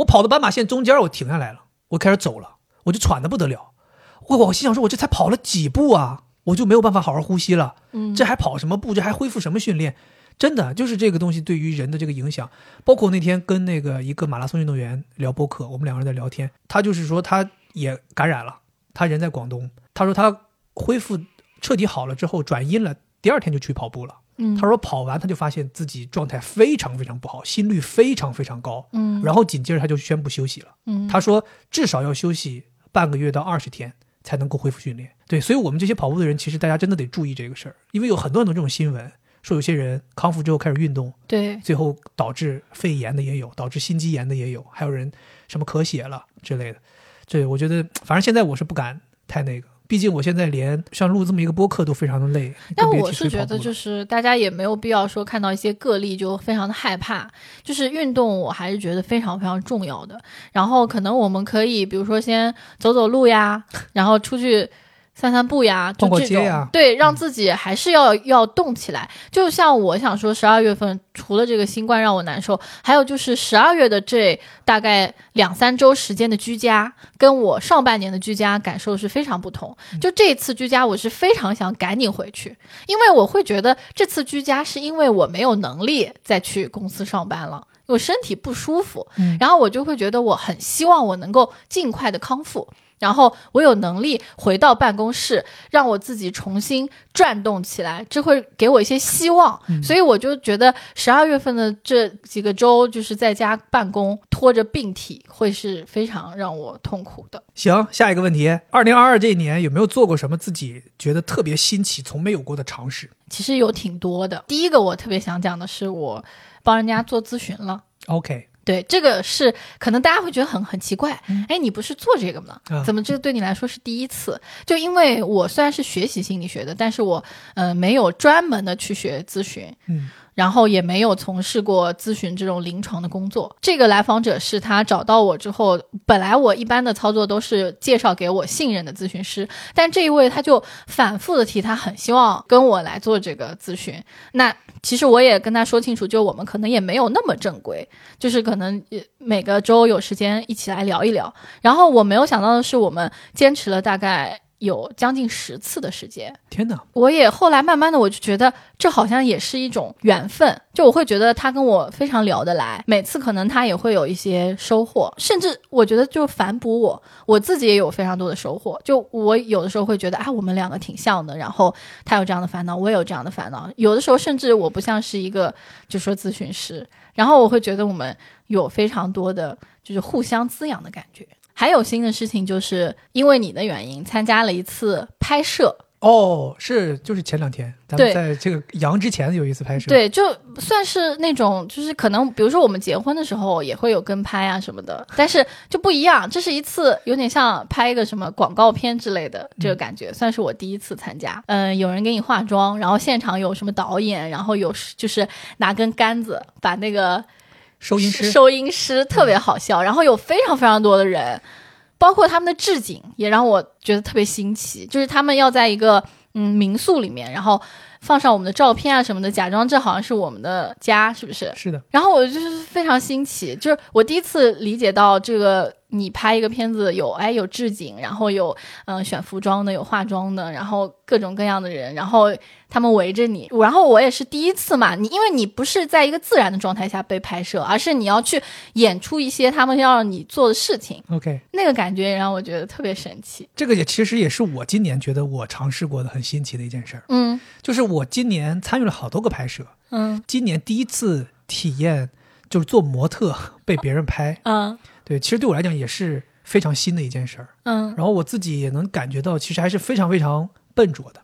[SPEAKER 1] 我跑到斑马线中间，我停下来了，我开始走了，我就喘的不得了。我我心想说，我这才跑了几步啊，我就没有办法好好呼吸了。
[SPEAKER 2] 嗯，
[SPEAKER 1] 这还跑什么步？这还恢复什么训练？真的就是这个东西对于人的这个影响，包括那天跟那个一个马拉松运动员聊播客，我们两个人在聊天，他就是说他也感染了，他人在广东，他说他恢复彻底好了之后转阴了，第二天就去跑步了。
[SPEAKER 2] 嗯，
[SPEAKER 1] 他说跑完他就发现自己状态非常非常不好，心率非常非常高，
[SPEAKER 2] 嗯，
[SPEAKER 1] 然后紧接着他就宣布休息了。
[SPEAKER 2] 嗯，
[SPEAKER 1] 他说至少要休息半个月到二十天才能够恢复训练。对，所以我们这些跑步的人，其实大家真的得注意这个事儿，因为有很多很多这种新闻，说有些人康复之后开始运动，
[SPEAKER 2] 对，
[SPEAKER 1] 最后导致肺炎的也有，导致心肌炎的也有，还有人什么咳血了之类的。这我觉得，反正现在我是不敢太那个，毕竟我现在连像录这么一个播客都非常的累。
[SPEAKER 2] 但
[SPEAKER 1] 更别
[SPEAKER 2] 我
[SPEAKER 1] 提
[SPEAKER 2] 是
[SPEAKER 1] 去
[SPEAKER 2] 觉
[SPEAKER 1] 跑步
[SPEAKER 2] 得，
[SPEAKER 1] 了
[SPEAKER 2] 就是大家也没有必要说看到一些个例就非常的害怕，就是运动我还是觉得非常非常重要的。然后可能我们可以，比如说先走走路
[SPEAKER 1] [LAUGHS]
[SPEAKER 2] 呀，然后出去散散步呀，就
[SPEAKER 1] 逛逛
[SPEAKER 2] 这
[SPEAKER 1] 街啊嗯
[SPEAKER 2] 种
[SPEAKER 1] 呀
[SPEAKER 2] 对，让自己还是要要动起来。就像我想说，十二月份除了这个新冠让我难受，还有就是十二月的这大概两三周时间的居家，跟我上半年的居家感受是非常不同。
[SPEAKER 1] 嗯
[SPEAKER 2] 就这次居家，我是非常想赶紧回去，因为我会觉得这次居家是因为我没有能力再去公司上班了。我身体不舒服，
[SPEAKER 1] 嗯
[SPEAKER 2] 然后我就会觉得我很希望我能够尽快的康复，然后我有能力回到办公室，让我自己重新转动起来，这会给我一些希望。所以我就觉得十二月份的这几个周，就是在家办公，拖着病体，会是非常让我痛苦的。
[SPEAKER 1] 行，下一个问题，二零二二这一年有没有做过什么自己觉得特别新奇、从没有过的尝试？
[SPEAKER 2] 其实有挺多的。第一个我特别想讲的是，我帮人家做咨询了。
[SPEAKER 1] OK，
[SPEAKER 2] 对，这个是可能大家会觉得很很奇怪，哎，你不是做这个吗
[SPEAKER 1] 嗯啊？
[SPEAKER 2] 怎么这个对你来说是第一次？就因为我虽然是学习心理学的，但是我呃没有专门的去学咨询，
[SPEAKER 1] 嗯，
[SPEAKER 2] 然后也没有从事过咨询这种临床的工作。这个来访者是他找到我之后，本来我一般的操作都是介绍给我信任的咨询师，但这一位他就反复的提他很希望跟我来做这个咨询。那其实我也跟他说清楚，就我们可能也没有那么正规，就是可能呃每个周有时间一起来聊一聊。然后我没有想到的是，我们坚持了大概有将近十次的时间。
[SPEAKER 1] 天哪，
[SPEAKER 2] 我也后来慢慢的，我就觉得这好像也是一种缘分，就我会觉得他跟我非常聊得来，每次可能他也会有一些收获，甚至我觉得就反哺我，我自己也有非常多的收获。就我有的时候会觉得，啊，我们两个挺像的，然后他有这样的烦恼，我也有这样的烦恼，有的时候甚至我不像是一个就说咨询师，然后我会觉得我们有非常多的就是互相滋养的感觉。还有新的事情，就是因为你的原因，参加了一次拍摄，
[SPEAKER 1] 哦，是就是前两天咱们
[SPEAKER 2] 对
[SPEAKER 1] 在这个阳之前有一次拍摄，，
[SPEAKER 2] 对，就算是那种，就是可能，比如说我们结婚的时候也会有跟拍啊什么的，但是就不一样，这是一次有点像拍一个什么广告片之类的
[SPEAKER 1] 嗯
[SPEAKER 2] 这个感觉，算是我第一次参加。嗯，有人给你化妆，然后现场有什么导演，然后有就是拿根杆子把那个
[SPEAKER 1] 收音师嗯
[SPEAKER 2] 收音师特别好笑，然后有非常非常多的人，包括他们的置景也让我觉得特别新奇，就是他们要在一个嗯民宿里面，然后放上我们的照片啊什么的，假装这好像是我们的家，是不是？
[SPEAKER 1] 是的，
[SPEAKER 2] 然后我就是非常新奇，就是我第一次理解到这个，你拍一个片子有哎有置景，然后有嗯、呃选服装的，有化妆的，然后各种各样的人，然后他们围着你，然后我也是第一次嘛，你因为你不是在一个自然的状态下被拍摄，而是你要去演出一些他们要让你做的事情，
[SPEAKER 1] OK，
[SPEAKER 2] 那个感觉也让我觉得特别神奇。
[SPEAKER 1] 这个也其实也是我今年觉得我尝试过的很新奇的一件事儿，
[SPEAKER 2] 嗯
[SPEAKER 1] 就是我今年参与了好多个拍摄，
[SPEAKER 2] 嗯
[SPEAKER 1] 今年第一次体验就是做模特被别人拍，
[SPEAKER 2] 嗯
[SPEAKER 1] 对，其实对我来讲也是非常新的一件事儿，
[SPEAKER 2] 嗯，
[SPEAKER 1] 然后我自己也能感觉到，其实还是非常非常笨拙的。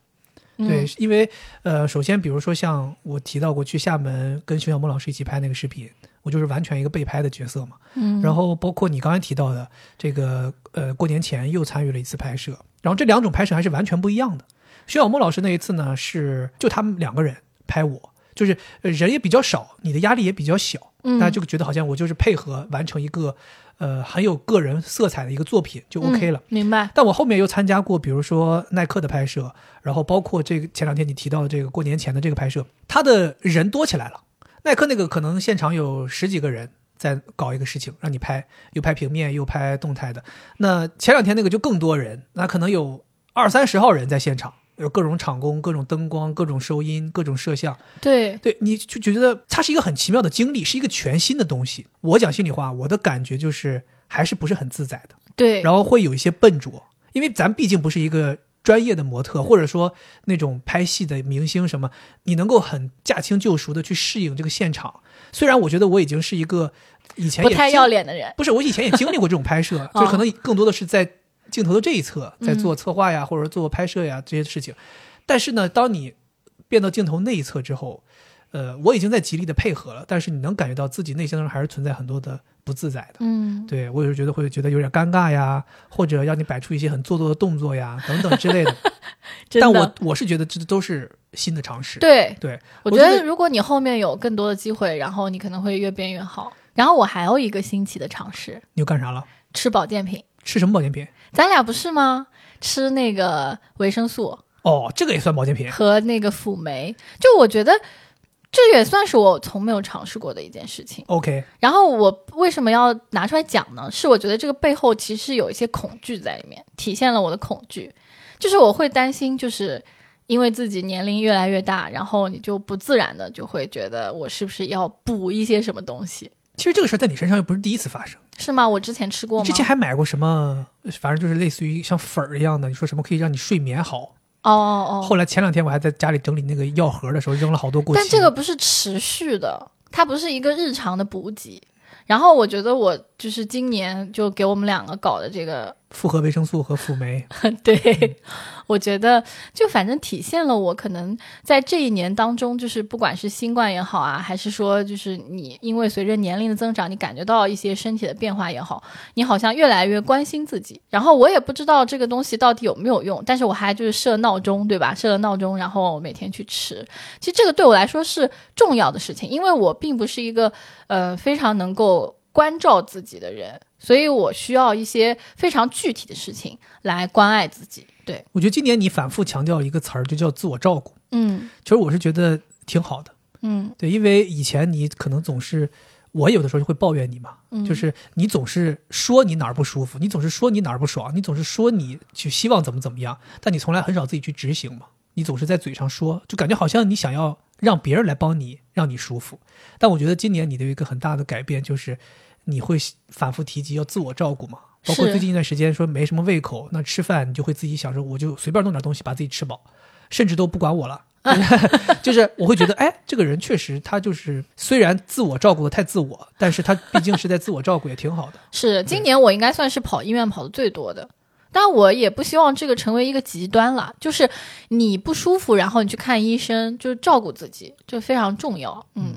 [SPEAKER 2] 嗯
[SPEAKER 1] 对，，因为呃，首先比如说像我提到过去厦门跟熊小莫老师一起拍那个视频，我就是完全一个被拍的角色嘛。
[SPEAKER 2] 嗯，
[SPEAKER 1] 然后包括你刚才提到的这个呃，过年前又参与了一次拍摄，然后这两种拍摄还是完全不一样的。熊小莫老师那一次呢，是就他们两个人拍我，就是呃人也比较少，你的压力也比较小，
[SPEAKER 2] 嗯
[SPEAKER 1] 大家就觉得好像我就是配合完成一个呃很有个人色彩的一个作品就 OK 了。
[SPEAKER 2] 嗯明白。
[SPEAKER 1] 但我后面又参加过，比如说耐克的拍摄，然后包括这个前两天你提到的这个过年前的这个拍摄，它的人多起来了。耐克那个可能现场有十几个人在搞一个事情，让你拍，又拍平面又拍动态的。那前两天那个就更多人，那可能有二三十号人在现场，有各种场工、各种灯光、各种收音、各种摄像。
[SPEAKER 2] 对，
[SPEAKER 1] 对，你就觉得它是一个很奇妙的经历，是一个全新的东西。我讲心里话，我的感觉就是还是不是很自在的。
[SPEAKER 2] 对，
[SPEAKER 1] 然后会有一些笨拙，因为咱毕竟不是一个专业的模特，或者说那种拍戏的明星什么，你能够很驾轻就熟的去适应这个现场。虽然我觉得我已经是一个以前
[SPEAKER 2] 不
[SPEAKER 1] 也
[SPEAKER 2] 太
[SPEAKER 1] 经
[SPEAKER 2] 要，脸的人。
[SPEAKER 1] 不是我以前也经历过这种拍摄，啊就
[SPEAKER 2] [LAUGHS] 哦
[SPEAKER 1] 可能更多的是在镜头的这一侧，
[SPEAKER 2] 嗯
[SPEAKER 1] 在做策划呀，或者做拍摄呀这些事情。但是呢，当你变到镜头那一侧之后，呃，我已经在极力的配合了，但是你能感觉到自己内心中还是存在很多的不自在的。
[SPEAKER 2] 嗯，
[SPEAKER 1] 对我有时候觉得会觉得有点尴尬呀，或者让你摆出一些很做作的动作呀，等等之类
[SPEAKER 2] [LAUGHS]
[SPEAKER 1] 的。
[SPEAKER 2] 真
[SPEAKER 1] 但
[SPEAKER 2] 的
[SPEAKER 1] 我我是觉得这都是新的尝试。
[SPEAKER 2] 对，
[SPEAKER 1] 对我
[SPEAKER 2] 我觉
[SPEAKER 1] 觉
[SPEAKER 2] 得
[SPEAKER 1] 得
[SPEAKER 2] 如果你后面有更多的机会，然后你可能会越变越好。然后我还有一个新奇的尝试，
[SPEAKER 1] 你又干啥了？
[SPEAKER 2] 吃保健品。
[SPEAKER 1] 吃什么保健品？
[SPEAKER 2] 咱俩不是吗？吃那个维生素
[SPEAKER 1] 哦，这个也算保健品。
[SPEAKER 2] 和那个辅酶，就我觉得这也算是我从没有尝试过的一件事情。
[SPEAKER 1] OK，
[SPEAKER 2] 然后我为什么要拿出来讲呢？是我觉得这个背后其实有一些恐惧在里面，体现了我的恐惧，就是我会担心，就是因为自己年龄越来越大，然后你就不自然的就会觉得我是不是要补一些什么东西，
[SPEAKER 1] 其实这个事儿在你身上又不是第一次发生，
[SPEAKER 2] 是吗？我之前吃过
[SPEAKER 1] 你
[SPEAKER 2] 吗？
[SPEAKER 1] 之前还买过什么？反正就是类似于像粉儿一样的，你说什么可以让你睡眠好。
[SPEAKER 2] 哦哦哦，
[SPEAKER 1] 后来前两天我还在家里整理那个药盒的时候，扔了好多过期的。
[SPEAKER 2] 但这个不是持续的，它不是一个日常的补给。然后我觉得我就是今年就给我们两个搞的这个，
[SPEAKER 1] 复合维生素和辅酶，
[SPEAKER 2] [LAUGHS] 对，我觉得就反正体现了我可能在这一年当中，就是不管是新冠也好啊，还是说就是你因为随着年龄的增长，你感觉到一些身体的变化也好，你好像越来越关心自己。然后我也不知道这个东西到底有没有用，但是我还就是设闹钟，对吧？设了闹钟，然后每天去吃。其实这个对我来说是重要的事情，因为我并不是一个呃非常能够关照自己的人，所以我需要一些非常具体的事情来关爱自己。对，
[SPEAKER 1] 我觉得今年你反复强调一个词儿，就叫自我照顾。
[SPEAKER 2] 嗯
[SPEAKER 1] 其实我是觉得挺好的，
[SPEAKER 2] 嗯
[SPEAKER 1] 对，因为以前你可能总是，我有的时候就会抱怨你嘛，
[SPEAKER 2] 嗯，
[SPEAKER 1] 就是你总是说你哪儿不舒服，你总是说你哪儿不爽，你总是说你去希望怎么怎么样，但你从来很少自己去执行嘛。你总是在嘴上说，就感觉好像你想要让别人来帮你，让你舒服。但我觉得今年你的一个很大的改变就是，你会反复提及要自我照顾嘛。包括
[SPEAKER 2] 是
[SPEAKER 1] 最近一段时间说没什么胃口，那吃饭你就会自己想着我就随便弄点东西把自己吃饱，甚至都不管我了。 [LAUGHS] 就是我会觉得，哎，这个人确实他就是虽然自我照顾的太自我，但是他毕竟是在自我照顾，也挺好的。
[SPEAKER 2] 是今年我应该算是跑医院跑的最多的，但我也不希望这个成为一个极端啦。就是你不舒服，然后你去看医生，就是照顾自己，这非常重要。嗯。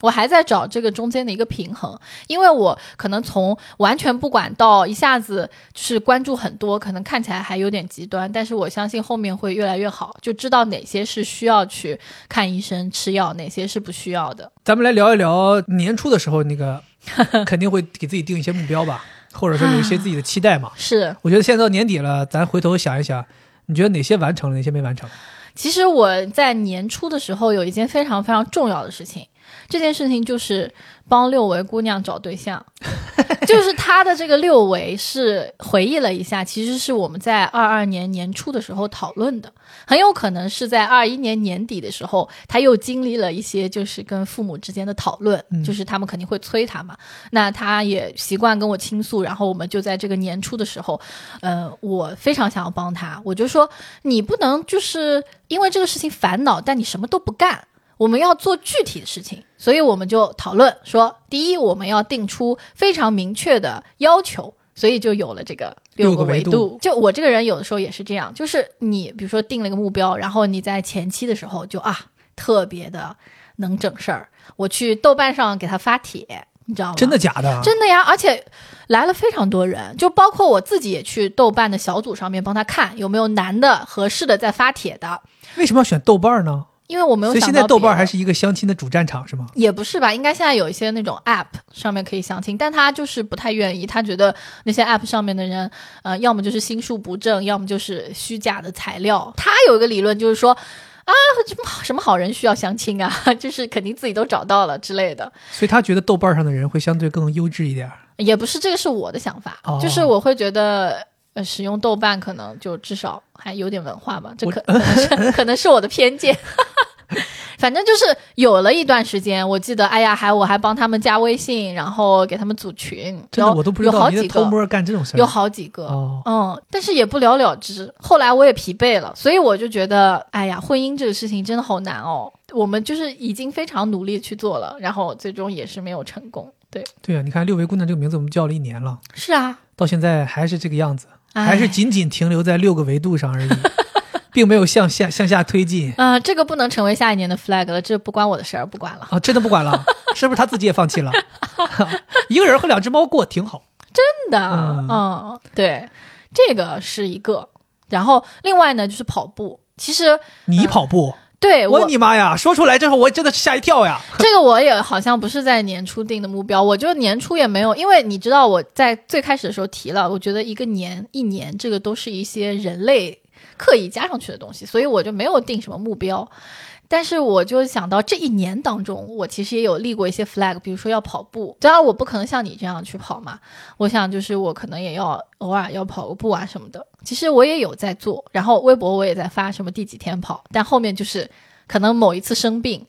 [SPEAKER 2] 我还在找这个中间的一个平衡，因为我可能从完全不管到一下子就是关注很多，可能看起来还有点极端，但是我相信后面会越来越好，就知道哪些是需要去看医生吃药，哪些是不需要的。
[SPEAKER 1] 咱们来聊一聊年初的时候，那个
[SPEAKER 2] [LAUGHS]
[SPEAKER 1] 肯定会给自己定一些目标吧，或者说有一些自己的期待嘛。
[SPEAKER 2] 是，
[SPEAKER 1] 我觉得现在到年底了，咱回头想一想，你觉得哪些完成了，哪些没完成？
[SPEAKER 2] 其实我在年初的时候有一件非常非常重要的事情，这件事情就是帮六维姑娘找对象， [LAUGHS] 就是她的这个六维是回忆了一下，其实是我们在二二年年初的时候讨论的，很有可能是在二一年年底的时候，她又经历了一些就是跟父母之间的讨论，
[SPEAKER 1] 嗯
[SPEAKER 2] 就是他们肯定会催她嘛，那她也习惯跟我倾诉，然后我们就在这个年初的时候，呃，我非常想要帮她，我就说你不能就是因为这个事情烦恼，但你什么都不干。我们要做具体的事情，所以我们就讨论说，第一，我们要定出非常明确的要求，所以就有了这个
[SPEAKER 1] 六
[SPEAKER 2] 六
[SPEAKER 1] 个
[SPEAKER 2] 个
[SPEAKER 1] 维
[SPEAKER 2] 维
[SPEAKER 1] 度
[SPEAKER 2] 度。就我这个人有的时候也是这样，就是你比如说定了一个目标，然后你在前期的时候就啊特别的能整事儿，我去豆瓣上给他发帖，你知道吗？
[SPEAKER 1] 真的假的？啊
[SPEAKER 2] 真的呀，而且来了非常多人，就包括我自己也去豆瓣的小组上面帮他看有没有男的合适的在发帖的，
[SPEAKER 1] 为什么要选豆瓣儿呢？
[SPEAKER 2] 因为我没有
[SPEAKER 1] 所以
[SPEAKER 2] 想到
[SPEAKER 1] 现在豆瓣儿
[SPEAKER 2] 别的
[SPEAKER 1] 还是一个相亲的主战场是吗？
[SPEAKER 2] 也不是吧，应该现在有一些那种 app 上面可以相亲，但他就是不太愿意，他觉得那些 app 上面的人，呃，要么就是心术不正，要么就是虚假的材料。他有一个理论就是说。啊，什么什么好人需要相亲啊？ [LAUGHS] 就是肯定自己都找到了之类的，
[SPEAKER 1] 所以他觉得豆瓣儿上的人会相对更优质一点儿。
[SPEAKER 2] 也不是这个是我的想法，
[SPEAKER 1] 哦
[SPEAKER 2] 就是我会觉得，呃，使用豆瓣可能就至少还有点文化吧，这
[SPEAKER 1] 我
[SPEAKER 2] 可可
[SPEAKER 1] [LAUGHS]
[SPEAKER 2] 能是可能是我的偏见。 [LAUGHS] 反正就是有了一段时间，我记得，哎呀，还我还帮他们加微信，然后给他们组群，
[SPEAKER 1] 真
[SPEAKER 2] 有
[SPEAKER 1] 的我都不知
[SPEAKER 2] 有
[SPEAKER 1] 道
[SPEAKER 2] 好
[SPEAKER 1] 你在
[SPEAKER 2] 几
[SPEAKER 1] 偷摸
[SPEAKER 2] 个，
[SPEAKER 1] 儿干这种事儿。
[SPEAKER 2] 有好几个，
[SPEAKER 1] 哦，
[SPEAKER 2] 嗯，但是也不了了之。后来我也疲惫了，所以我就觉得，哎呀，婚姻这个事情真的好难哦。我们就是已经非常努力去做了，然后最终也是没有成功。对，
[SPEAKER 1] 对啊，你看“六维姑娘”这个名字我们叫了一年了，
[SPEAKER 2] 是啊，
[SPEAKER 1] 到现在还是这个样子，
[SPEAKER 2] 哎
[SPEAKER 1] 还是仅仅停留在六个维度上而已，并没有向下向下推
[SPEAKER 2] [LAUGHS]
[SPEAKER 1] 进
[SPEAKER 2] 啊、这个不能成为下一年的 flag 了，这不关我的事儿，不管了。
[SPEAKER 1] 啊！真的不管了， [LAUGHS] 是不是他自己也放弃了？ [LAUGHS] 一个人和两只猫过挺好。
[SPEAKER 2] 真的，
[SPEAKER 1] 嗯
[SPEAKER 2] 嗯对，这个是一个。然后另外呢，就是跑步。其实
[SPEAKER 1] 你跑步，
[SPEAKER 2] 对
[SPEAKER 1] 我
[SPEAKER 2] 嗯我
[SPEAKER 1] 你妈呀！说出来之后，我真的是吓一跳呀。
[SPEAKER 2] [LAUGHS] 这个我也好像不是在年初定的目标，我就年初也没有，因为你知道我在最开始的时候提了，我觉得一个年一年这个都是一些人类刻意加上去的东西，所以我就没有定什么目标。但是我就想到这一年当中，我其实也有立过一些 flag，比如说要跑步。当然，我不可能像你这样去跑嘛，我想就是我可能也要偶尔要跑个步啊什么的。其实我也有在做，然后微博我也在发什么第几天跑，但后面就是可能某一次生病，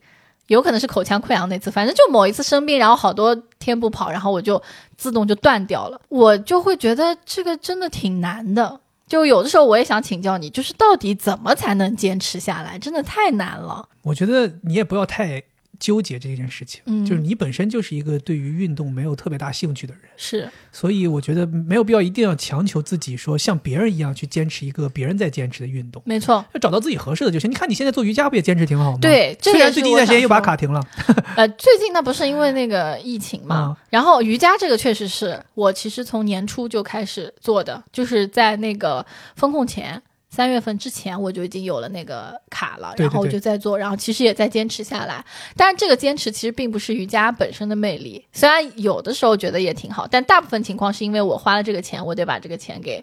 [SPEAKER 2] 有可能是口腔溃疡那次，反正就某一次生病，然后好多天不跑，然后我就自动就断掉了。我就会觉得这个真的挺难的。就有的时候我也想请教你，就是到底怎么才能坚持下来？真的太难了。
[SPEAKER 1] 我觉得你也不要太纠结这件事情，
[SPEAKER 2] 嗯
[SPEAKER 1] 就是你本身就是一个对于运动没有特别大兴趣的人，
[SPEAKER 2] 是
[SPEAKER 1] 所以我觉得没有必要一定要强求自己说像别人一样去坚持一个别人在坚持的运动。
[SPEAKER 2] 没错，
[SPEAKER 1] 要找到自己合适的就行。你看你现在做瑜伽不也坚持挺好吗？
[SPEAKER 2] 对这
[SPEAKER 1] 虽
[SPEAKER 2] 也
[SPEAKER 1] 然
[SPEAKER 2] 是
[SPEAKER 1] 最近一
[SPEAKER 2] 我
[SPEAKER 1] 段时间
[SPEAKER 2] 想
[SPEAKER 1] 又把
[SPEAKER 2] 说
[SPEAKER 1] 卡停了，
[SPEAKER 2] [LAUGHS] 呃，最近那不是因为那个疫情嘛，
[SPEAKER 1] 嗯
[SPEAKER 2] 然后瑜伽这个确实是我其实从年初就开始做的，就是在那个风控前。三月份之前我就已经有了那个卡了，
[SPEAKER 1] 对对
[SPEAKER 2] 然后我
[SPEAKER 1] 对
[SPEAKER 2] 就在做，然后其实也在坚持下来。但是这个坚持其实并不是瑜伽本身的魅力，虽然有的时候觉得也挺好，但大部分情况是因为我花了这个钱，我得把这个钱给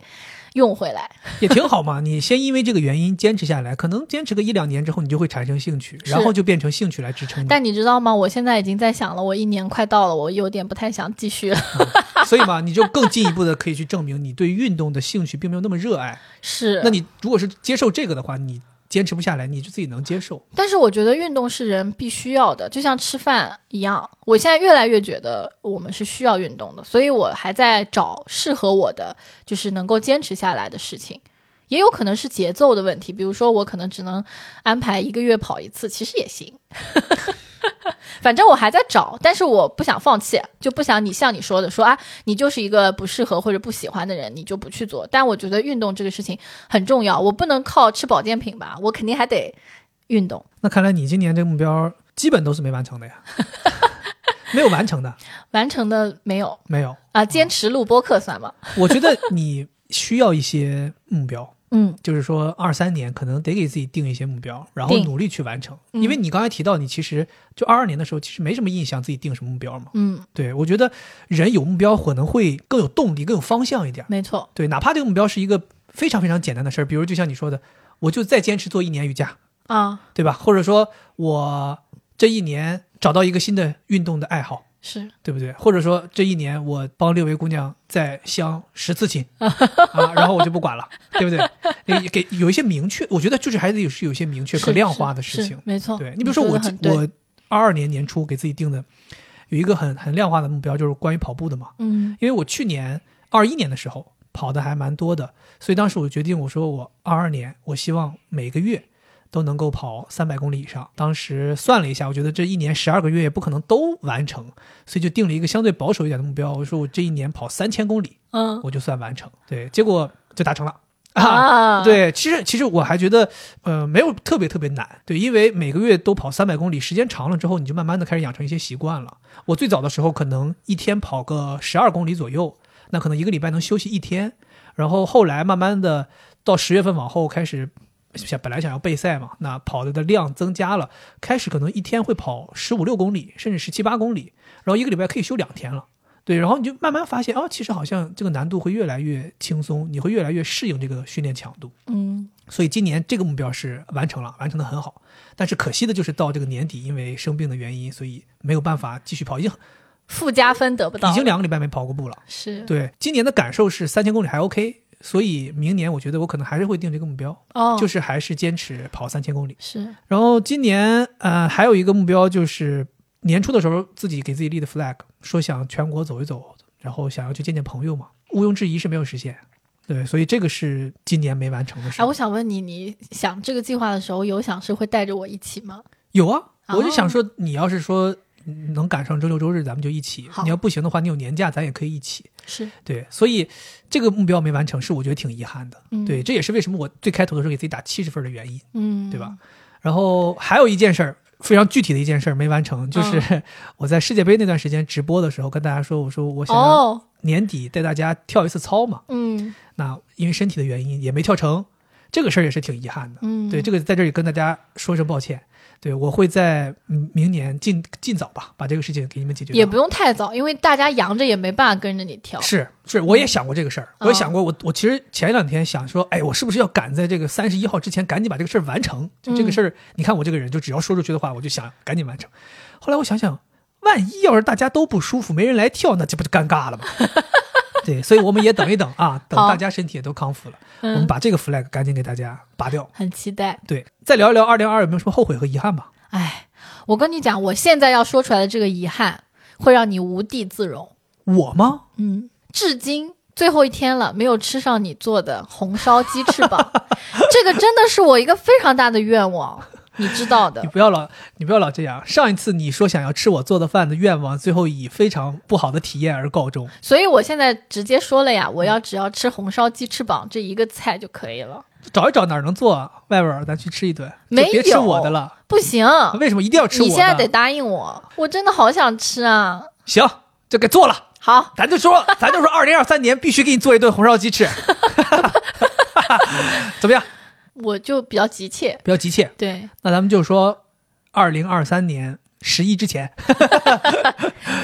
[SPEAKER 2] 用回来。
[SPEAKER 1] [LAUGHS] 也挺好嘛。你先因为这个原因坚持下来，可能坚持个一两年之后，你就会产生兴趣，
[SPEAKER 2] 是
[SPEAKER 1] 然后就变成兴趣来支撑你。
[SPEAKER 2] 但你知道吗？我现在已经在想了，我一年快到了，我有点不太想继续了。 [LAUGHS]
[SPEAKER 1] 所以嘛， [LAUGHS] 你就更进一步的可以去证明你对运动的兴趣并没有那么热爱。
[SPEAKER 2] 是，
[SPEAKER 1] 那你如果是接受这个的话，你坚持不下来，你就自己能接受。
[SPEAKER 2] 但是我觉得运动是人必须要的，就像吃饭一样。我现在越来越觉得我们是需要运动的，所以我还在找适合我的，就是能够坚持下来的事情。也有可能是节奏的问题，比如说我可能只能安排一个月跑一次，其实也行。 [LAUGHS] 反正我还在找，但是我不想放弃，就不想你像你说的说啊，你就是一个不适合或者不喜欢的人，你就不去做。但我觉得运动这个事情很重要，我不能靠吃保健品吧，我肯定还得运动。
[SPEAKER 1] 那看来你今年这个目标基本都是没完成的
[SPEAKER 2] [LAUGHS]
[SPEAKER 1] 呀，没有完成的，
[SPEAKER 2] 完成的没有
[SPEAKER 1] 没有。
[SPEAKER 2] 啊？坚持录播课算吗？
[SPEAKER 1] 我觉得你需要一些目标，
[SPEAKER 2] 嗯，
[SPEAKER 1] 就是说二三年可能得给自己定一些目标，然后
[SPEAKER 2] 定
[SPEAKER 1] 努力去完成。
[SPEAKER 2] 嗯
[SPEAKER 1] 因为你刚才提到，你其实就二二年的时候，其实没什么印象自己定什么目标嘛。
[SPEAKER 2] 嗯，
[SPEAKER 1] 对，我觉得人有目标可能会更有动力，更有方向一点。
[SPEAKER 2] 没错，
[SPEAKER 1] 对，哪怕这个目标是一个非常非常简单的事儿，比如就像你说的，我就再坚持做一年瑜伽，
[SPEAKER 2] 啊，
[SPEAKER 1] 对吧？或者说我这一年找到一个新的运动的爱好，
[SPEAKER 2] 是
[SPEAKER 1] 对不对？或者说这一年我帮六位姑娘再相十次
[SPEAKER 2] [LAUGHS]
[SPEAKER 1] 亲啊，然后我就不管了，对不对？那给有一些明确，我觉得就是还得有是有一些明确可
[SPEAKER 2] 是
[SPEAKER 1] 量化的
[SPEAKER 2] 是
[SPEAKER 1] 事
[SPEAKER 2] 是
[SPEAKER 1] 情。
[SPEAKER 2] 没错。
[SPEAKER 1] 对你比如说
[SPEAKER 2] 你
[SPEAKER 1] 我
[SPEAKER 2] 得很
[SPEAKER 1] 记
[SPEAKER 2] 对
[SPEAKER 1] 我二二年年初给自己定的有一个很很量化的目标，就是关于跑步的嘛。
[SPEAKER 2] 嗯
[SPEAKER 1] 因为我去年二一年的时候跑的还蛮多的，所以当时我决定我说我二二年我希望每个月都能够跑三百公里以上。当时算了一下，我觉得这一年十二个月也不可能都完成，所以就定了一个相对保守一点的目标，我说我这一年跑三千公里，
[SPEAKER 2] 嗯
[SPEAKER 1] 我就算完成。对，结果就达成了。 [LAUGHS]
[SPEAKER 2] 啊，
[SPEAKER 1] 对，其实其实我还觉得，呃，没有特别特别难，对，因为每个月都跑三百公里，时间长了之后，你就慢慢的开始养成一些习惯了。我最早的时候可能一天跑个十二公里左右，那可能一个礼拜能休息一天，然后后来慢慢的到十月份往后开始。想本来想要备赛嘛，那跑的的量增加了，开始可能一天会跑十五六公里，甚至十七八公里，然后一个礼拜可以休两天了，对，然后你就慢慢发现，哦，其实好像这个难度会越来越轻松，你会越来越适应这个训练强度。
[SPEAKER 2] 嗯
[SPEAKER 1] 所以今年这个目标是完成了，完成的很好。但是可惜的就是到这个年底，因为生病的原因，所以没有办法继续跑，已经
[SPEAKER 2] 附加分得不到，
[SPEAKER 1] 已经两个礼拜没跑过步了。
[SPEAKER 2] 是
[SPEAKER 1] 对，今年的感受是三千公里还 OK，所以明年我觉得我可能还是会定这个目标，
[SPEAKER 2] 哦，
[SPEAKER 1] 就是是还是坚持跑三千公里。
[SPEAKER 2] 是
[SPEAKER 1] 然后今年呃还有一个目标就是年初的时候自己给自己立的 flag，说想全国走一走，然后想要去见见朋友嘛，毋庸置疑是没有实现。对，所以这个是今年没完成的事
[SPEAKER 2] 哎，。我想问你，你想这个计划的时候，有想是会带着我一起吗？
[SPEAKER 1] 有啊，
[SPEAKER 2] 哦
[SPEAKER 1] 我就想说，你要是说嗯能赶上周六周日，咱们就一起；
[SPEAKER 2] 好
[SPEAKER 1] 你要不行的话，你有年假，咱也可以一起。
[SPEAKER 2] 是，
[SPEAKER 1] 对，所以这个目标没完成，是我觉得挺遗憾的。
[SPEAKER 2] 嗯，
[SPEAKER 1] 对，，这也是为什么我最开头的时候给自己打七十分的原因，
[SPEAKER 2] 嗯，
[SPEAKER 1] 对吧？？然后还有一件事儿，非常具体的一件事儿没完成，就是
[SPEAKER 2] 哦
[SPEAKER 1] [LAUGHS] 我在世界杯那段时间直播的时候，跟大家说，我说我想要
[SPEAKER 2] 哦，
[SPEAKER 1] 年底带大家跳一次操嘛，
[SPEAKER 2] 嗯
[SPEAKER 1] 那因为身体的原因也没跳成，这个事儿也是挺遗憾的。
[SPEAKER 2] 嗯，
[SPEAKER 1] 对，这
[SPEAKER 2] 个
[SPEAKER 1] 个在这里跟大家说声抱歉。对，我会在嗯明年尽尽早吧，把这个事情给你们解决掉。
[SPEAKER 2] 也不用太早，因为大家阳着也没办法跟着你跳，
[SPEAKER 1] 是是，我也想过这个事儿，
[SPEAKER 2] 嗯
[SPEAKER 1] 我也想过我，我其实前两天想说，哎，我是不是要赶在这个三十一号之前赶紧把这个事儿完成？就
[SPEAKER 2] 嗯
[SPEAKER 1] 这个事儿，你看我这个人，就只要说出去的话，我就想赶紧完成。后来我想想，万一要是大家都不舒服，没人来跳，那这不就尴尬了吗？ [LAUGHS] 对，所以我们也等一等啊，等
[SPEAKER 2] 好
[SPEAKER 1] 大家身体也都康复了，我们
[SPEAKER 2] 嗯，
[SPEAKER 1] 把这个 flag 赶紧给大家拔掉。
[SPEAKER 2] 很期待。
[SPEAKER 1] 对，再聊一聊二零二有没有什么后悔和遗憾吧。
[SPEAKER 2] 哎，我跟你讲，我现在要说出来的这个遗憾，会让你无地自容。
[SPEAKER 1] 我吗？
[SPEAKER 2] 嗯，至今最后一天了，没有吃
[SPEAKER 1] [LAUGHS]
[SPEAKER 2] 上你做的红烧鸡翅膀，这个真的是我一个非常大的愿望。你知道的
[SPEAKER 1] 你。不要老，你不要老这样。上一次你说想要吃我做的饭的愿望，最后以非常不好的体验而告终。
[SPEAKER 2] 所以我现在直接说了呀，
[SPEAKER 1] 嗯
[SPEAKER 2] 我要只要吃红烧鸡翅膀这一个菜就可以了。
[SPEAKER 1] 找一找哪儿能做啊，外边儿咱去吃一顿，就
[SPEAKER 2] 没
[SPEAKER 1] 别吃
[SPEAKER 2] 有
[SPEAKER 1] 我的了。
[SPEAKER 2] 不行，
[SPEAKER 1] 为什么一定要吃我
[SPEAKER 2] 你
[SPEAKER 1] 的？
[SPEAKER 2] 现在得答应我，我真的好想吃啊！
[SPEAKER 1] 行，就给做了。
[SPEAKER 2] 好，
[SPEAKER 1] 咱就
[SPEAKER 2] [LAUGHS]
[SPEAKER 1] 说，咱就说，二零二三年必须给你做一顿红烧鸡翅，怎么样？
[SPEAKER 2] 我就比较急切。
[SPEAKER 1] 不要急切，
[SPEAKER 2] 对，
[SPEAKER 1] 那咱们就说，二零二三年十一之前，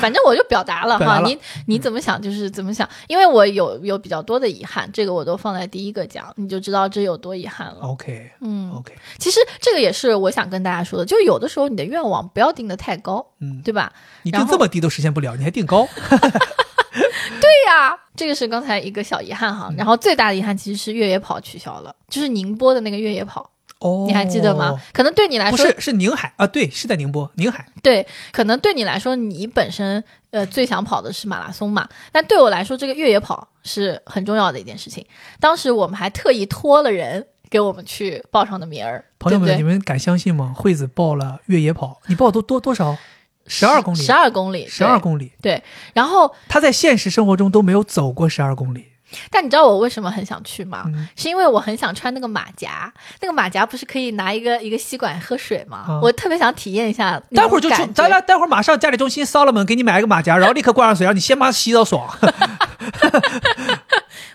[SPEAKER 2] 反正我就表达了
[SPEAKER 1] 表达
[SPEAKER 2] 哈，
[SPEAKER 1] 了嗯
[SPEAKER 2] 你你怎么想就是怎么想，因为我有有比较多的遗憾，这个我都放在第一个讲，你就知道这有多遗憾了。
[SPEAKER 1] OK
[SPEAKER 2] 嗯，
[SPEAKER 1] OK，
[SPEAKER 2] 其实这个也是我想跟大家说的，就有的时候你的愿望不要定的太高，
[SPEAKER 1] 嗯，
[SPEAKER 2] 对吧？
[SPEAKER 1] 你
[SPEAKER 2] 然
[SPEAKER 1] 定
[SPEAKER 2] 后
[SPEAKER 1] 这么低都实现不了，你还定高？
[SPEAKER 2] 对呀、这个是刚才一个小遗憾
[SPEAKER 1] 嗯
[SPEAKER 2] 哈。然后最大的遗憾其实是越野跑取消了，就是宁波的那个越野跑，
[SPEAKER 1] 哦，
[SPEAKER 2] 你还记得吗？？可能对你来
[SPEAKER 1] 不
[SPEAKER 2] 哎说，
[SPEAKER 1] 是，是宁海啊，对，是在宁波，宁海。
[SPEAKER 2] 对，可能对你来说，你本身呃最想跑的是马拉松嘛，但对我来说，这个越野跑是很重要的一件事情。当时我们还特意托了人给我们去报上的名儿，
[SPEAKER 1] 朋友们，
[SPEAKER 2] 对不
[SPEAKER 1] 你
[SPEAKER 2] 对？
[SPEAKER 1] 们敢相信吗？惠子报了越野跑， [LAUGHS] 你报多多多少？十二公里，
[SPEAKER 2] 十二公里，
[SPEAKER 1] 十二
[SPEAKER 2] 对。
[SPEAKER 1] 公里。
[SPEAKER 2] 然后，
[SPEAKER 1] 他在现实生活中都没有走过十二公里。
[SPEAKER 2] 但你知道我为什么很想去吗？
[SPEAKER 1] 嗯
[SPEAKER 2] 是因为我很想穿那个马甲，那个马甲不是可以拿一个一个吸管喝水吗？
[SPEAKER 1] 啊
[SPEAKER 2] 我特别想体验一下
[SPEAKER 1] 待
[SPEAKER 2] 那种感觉。
[SPEAKER 1] 会儿就去，咱俩待会儿马上家里中心 Solomon 给你买一个马甲，然后立刻灌上水，让你先把洗澡爽。
[SPEAKER 2] [LAUGHS]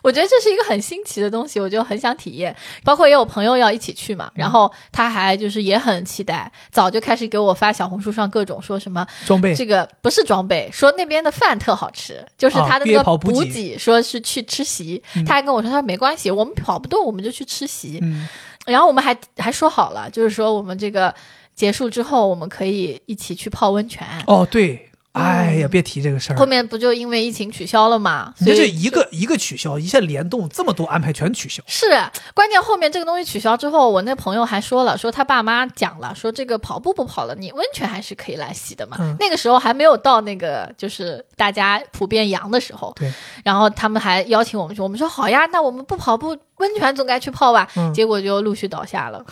[SPEAKER 2] 我觉得这是一个很新奇的东西，我就很想体验。包括也有朋友要一起去
[SPEAKER 1] 嗯
[SPEAKER 2] 嘛，然后他还就是也很期待，早就开始给我发小红书上各种说什么
[SPEAKER 1] 装备
[SPEAKER 2] 这个不是装备，说那边的饭特好吃，就是
[SPEAKER 1] 啊
[SPEAKER 2] 他的
[SPEAKER 1] 越野
[SPEAKER 2] 那个
[SPEAKER 1] 跑补给
[SPEAKER 2] 补给，说是去吃席。
[SPEAKER 1] 嗯
[SPEAKER 2] 他还跟我说，他说没关系，我们跑不动，我们就去吃席。
[SPEAKER 1] 嗯，
[SPEAKER 2] 然后我们还还说好了，就是说我们这个结束之后，我们可以一起去泡温泉。
[SPEAKER 1] 哦对，哎呀，别提这个事儿
[SPEAKER 2] 嗯后
[SPEAKER 1] 了。
[SPEAKER 2] 面不就因为疫情取消了嘛？
[SPEAKER 1] 你
[SPEAKER 2] 所
[SPEAKER 1] 这
[SPEAKER 2] 以
[SPEAKER 1] 是一个一个取消，一下联动，这么多安排全取消。
[SPEAKER 2] 是，关键后面这个东西取消之后，我那朋友还说了，说他爸妈讲了，说这个跑步不跑了，你温泉还是可以来洗的嘛。
[SPEAKER 1] 嗯
[SPEAKER 2] 那个时候还没有到那个就是大家普遍阳的时候，
[SPEAKER 1] 对。
[SPEAKER 2] 然后他们还邀请我们去，我们说好呀，那我们不跑步，温泉总该去泡吧。
[SPEAKER 1] 嗯
[SPEAKER 2] 结果就陆续倒下了。
[SPEAKER 1] [LAUGHS]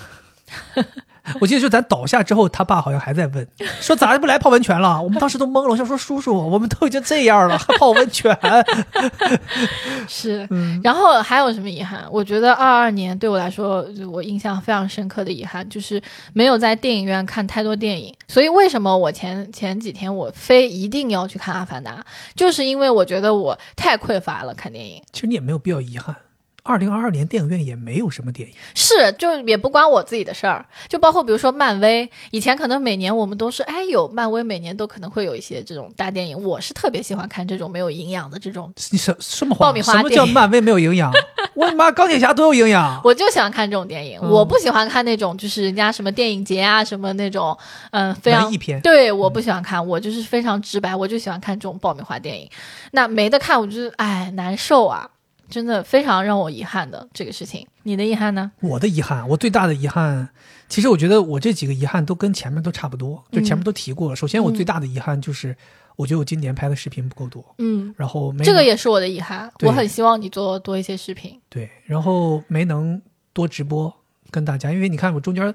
[SPEAKER 1] 我记得就咱倒下之后，他爸好像还在
[SPEAKER 2] [LAUGHS]
[SPEAKER 1] 问，说咋不来泡温泉了？我们当时都懵了，我想说叔叔，我们都已经这样了，还泡温泉？ [LAUGHS]
[SPEAKER 2] 是，
[SPEAKER 1] 嗯
[SPEAKER 2] 然后还有什么遗憾？我觉得二二年对我来说，我印象非常深刻的遗憾就是没有在电影院看太多电影。所以为什么我前前几天我非一定要去看《阿凡达》，就是因为我觉得我太匮乏了看电影。
[SPEAKER 1] 其实你也没有必要遗憾。二零二二年电影院也没有什么电影，
[SPEAKER 2] 是，就也不关我自己的事儿，就包括比如说漫威，以前可能每年我们都是哎有漫威，每年都可能会有一些这种大电影，我是特别喜欢看这种没有营养的这种。
[SPEAKER 1] 你什什么
[SPEAKER 2] 爆
[SPEAKER 1] 话？
[SPEAKER 2] 米花
[SPEAKER 1] 什么
[SPEAKER 2] 电
[SPEAKER 1] 叫
[SPEAKER 2] 影
[SPEAKER 1] 漫威没有营养？我的妈，钢铁侠多有营养！
[SPEAKER 2] 我就喜欢看这种电影，
[SPEAKER 1] 嗯
[SPEAKER 2] 我不喜欢看那种就是人家什么电影节啊，什么那种，嗯，非常
[SPEAKER 1] 文艺片
[SPEAKER 2] [LAUGHS]
[SPEAKER 1] 嗯
[SPEAKER 2] 对，我不喜欢看，我就是非常直白，我就喜欢看这种爆米花电影。那没得看，我就是哎难受啊，真的非常让我遗憾的这个事情。你的遗憾呢？
[SPEAKER 1] 我的遗憾，我最大的遗憾，其实我觉得我这几个遗憾都跟前面都差不多，就前面都提过
[SPEAKER 2] 嗯
[SPEAKER 1] 了。首先，我最大的遗憾就是，我觉得我今年拍的视频不够多，
[SPEAKER 2] 嗯，
[SPEAKER 1] 然后没
[SPEAKER 2] 这个
[SPEAKER 1] 能
[SPEAKER 2] 也是我的遗憾，
[SPEAKER 1] 对
[SPEAKER 2] 我很希望你做多一些视频。
[SPEAKER 1] 对，然后没能多直播跟大家，因为你看我中间。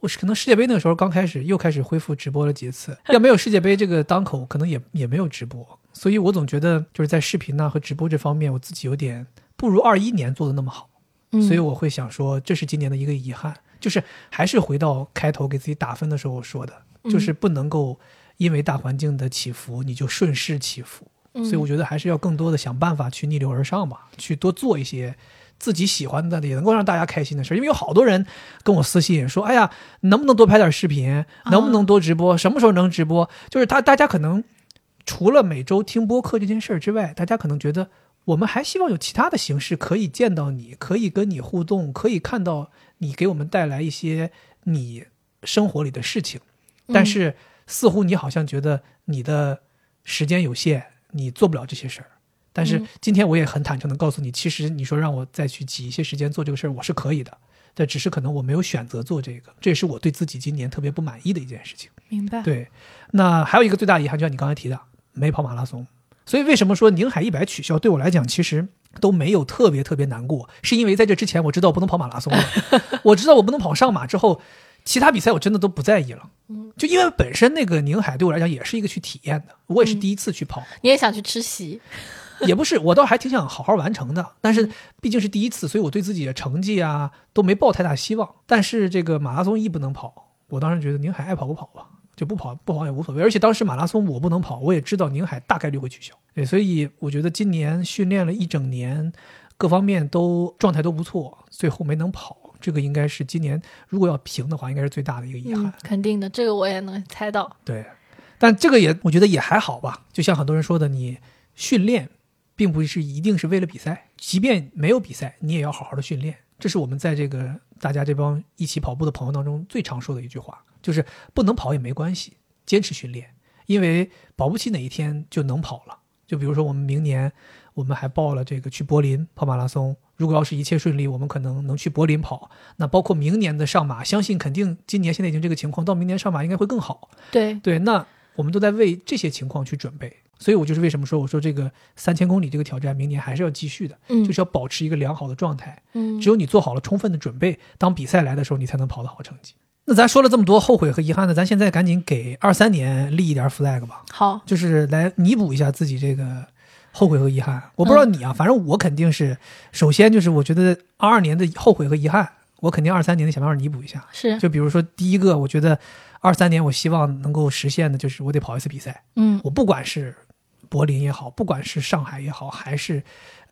[SPEAKER 1] 我是可能世界杯那个时候刚开始，又开始恢复直播了几次。要没有世界杯这个当口，可能也也没有直播。所以我总觉得就是在视频呐、和直播这方面，我自己有点不如二一年做的那么好。
[SPEAKER 2] 嗯，
[SPEAKER 1] 所以我会想说，这是今年的一个遗憾，就是还是回到开头给自己打分的时候说的，就是不能够因为大环境的起伏你就顺势起伏，
[SPEAKER 2] 嗯，
[SPEAKER 1] 所以我觉得还是要更多的想办法去逆流而上吧，去多做一些。自己喜欢的也能够让大家开心的事儿，因为有好多人跟我私信说：“哎呀，能不能多拍点视频？能不能多直播？什么时候能直播？”就是他大家可能除了每周听播客这件事儿之外，大家可能觉得我们还希望有其他的形式可以见到你，可以跟你互动，可以看到你给我们带来一些你生活里的事情。
[SPEAKER 2] 嗯
[SPEAKER 1] 但是似乎你好像觉得你的时间有限，你做不了这些事儿。但是
[SPEAKER 2] 嗯
[SPEAKER 1] 今天我也很坦诚的告诉你，其实你说让我再去挤一些时间做这个事儿，我是可以的，但只是可能我没有选择做这个，这也是我对自己今年特别不满意的一件事情。
[SPEAKER 2] 明白，
[SPEAKER 1] 对，那还有一个最大遗憾，就像你刚才提的，没跑马拉松。所以为什么说宁海一百取消对我来讲，其实都没有特别特别难过，是因为在这之前我知道我不能跑马拉松了，我知道我不能跑上马之后，其他比赛我真的都不在意了。就因为本身那个宁海对我来讲也是一个去体验的，我也是第一次去跑，
[SPEAKER 2] 你也想去吃席？
[SPEAKER 1] [LAUGHS] 也不是，我倒还挺想好好完成的，但是毕竟是第一次，所以我对自己的成绩啊都没抱太大希望。但是这个马拉松一不能跑，我当时觉得宁海爱跑不跑吧，就不跑不跑也无所谓。而且当时马拉松我不能跑，我也知道宁海大概率会取消，对，所以我觉得今年训练了一整年，各方面都状态都不错，最后没能跑，这个应该是今年如果要评的话，应该是最大的一个遗憾。
[SPEAKER 2] 嗯，肯定的，这个我也能猜到。
[SPEAKER 1] 对，但这个也我觉得也还好吧。就像很多人说的，你训练并不是一定是为了比赛，即便没有比赛，你也要好好的训练。这是我们在这个大家这帮一起跑步的朋友当中最常说的一句话，就是不能跑也没关系，坚持训练，因为保不齐哪一天就能跑了。就比如说我们明年，我们还报了这个去柏林跑马拉松。如果要是一切顺利，我们可能能去柏林跑。那包括明年的上马，相信肯定今年现在已经这个情况，到明年上马应该会更好。
[SPEAKER 2] 对，
[SPEAKER 1] 对，那我们都在为这些情况去准备。所以我就是为什么说，我说这个三千公里这个挑战，明年还是要继续的，
[SPEAKER 2] 嗯
[SPEAKER 1] 就是要保持一个良好的状态。
[SPEAKER 2] 嗯
[SPEAKER 1] 只有你做好了充分的准备，当比赛来的时候，你才能跑得好成绩。那咱说了这么多后悔和遗憾呢，咱现在赶紧给二三年立一点 flag 吧，
[SPEAKER 2] 嗯好，
[SPEAKER 1] 就是来弥补一下自己这个后悔和遗憾。我不
[SPEAKER 2] 嗯
[SPEAKER 1] 知道你啊，反正我肯定是，首先就是我觉得二二年的后悔和遗憾，我肯定二三年得想办法弥补一下。
[SPEAKER 2] 是，
[SPEAKER 1] 就比如说第一个，我觉得二三年我希望能够实现的就是我得跑一次比赛，
[SPEAKER 2] 嗯
[SPEAKER 1] 我不管是柏林也好，不管是上海也好，还是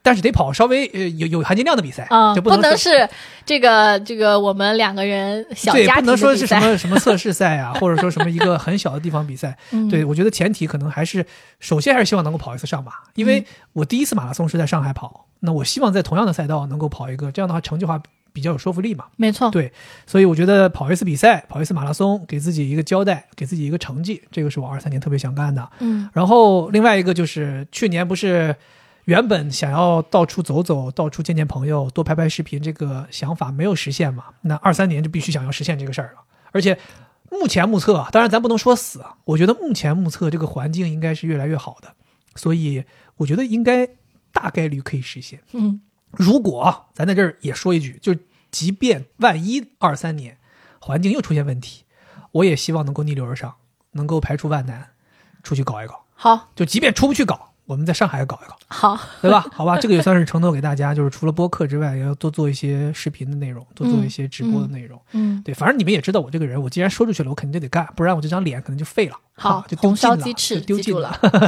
[SPEAKER 1] 但是得跑稍微呃有有含金量的比赛
[SPEAKER 2] 啊，
[SPEAKER 1] 就
[SPEAKER 2] 不
[SPEAKER 1] 能
[SPEAKER 2] 能
[SPEAKER 1] 说
[SPEAKER 2] 是这个这个我们两个人小
[SPEAKER 1] 对，
[SPEAKER 2] 家
[SPEAKER 1] 不
[SPEAKER 2] 庭的
[SPEAKER 1] 能说
[SPEAKER 2] 比
[SPEAKER 1] 是什
[SPEAKER 2] 赛，
[SPEAKER 1] 么什么测试赛啊，或者说什么一个很小的地方比赛。
[SPEAKER 2] 嗯
[SPEAKER 1] 对，我觉得前提可能还是首先还是希望能够跑一次上马，因为
[SPEAKER 2] 嗯
[SPEAKER 1] 我第一次马拉松是在上海跑，那我希望在同样的赛道能够跑一个，这样的话成绩话比较有说服力嘛。
[SPEAKER 2] 没错，
[SPEAKER 1] 对，所以我觉得跑一次比赛，跑一次马拉松，给自己一个交代，给自己一个成绩，这个是我二三年特别想干的。
[SPEAKER 2] 嗯
[SPEAKER 1] 然后另外一个就是去年不是原本想要到处走走，到处见见朋友，多拍拍视频这个想法没有实现嘛？那二三年就必须想要实现这个事儿了。而且目前目测啊，当然咱不能说死啊，我觉得目前目测这个环境应该是越来越好的，所以我觉得应该大概率可以实现。
[SPEAKER 2] 嗯
[SPEAKER 1] 如果啊咱在这儿也说一句，就即便万一二三年环境又出现问题，我也希望能够逆流而上，能够排除万难，出去搞一搞。
[SPEAKER 2] 好
[SPEAKER 1] 就即便出不去搞，我们在上海搞一搞，
[SPEAKER 2] 好，
[SPEAKER 1] 对
[SPEAKER 2] [LAUGHS]
[SPEAKER 1] 吧？好吧，这个也算是承诺给大家，就是除了播客之外，也要多做一些视频的内容，多做一些直播的内容。
[SPEAKER 2] 嗯，
[SPEAKER 1] 对，反正你们也知道我这个人，我既然说出去了，我肯定就得干，不然我这张脸可能就废了，
[SPEAKER 2] [LAUGHS] 好
[SPEAKER 1] [LAUGHS] 啊就丢
[SPEAKER 2] 红
[SPEAKER 1] 尽
[SPEAKER 2] 烧
[SPEAKER 1] 了，
[SPEAKER 2] 鸡翅，
[SPEAKER 1] 就丢
[SPEAKER 2] 记
[SPEAKER 1] 尽
[SPEAKER 2] 住
[SPEAKER 1] 了。
[SPEAKER 2] 了，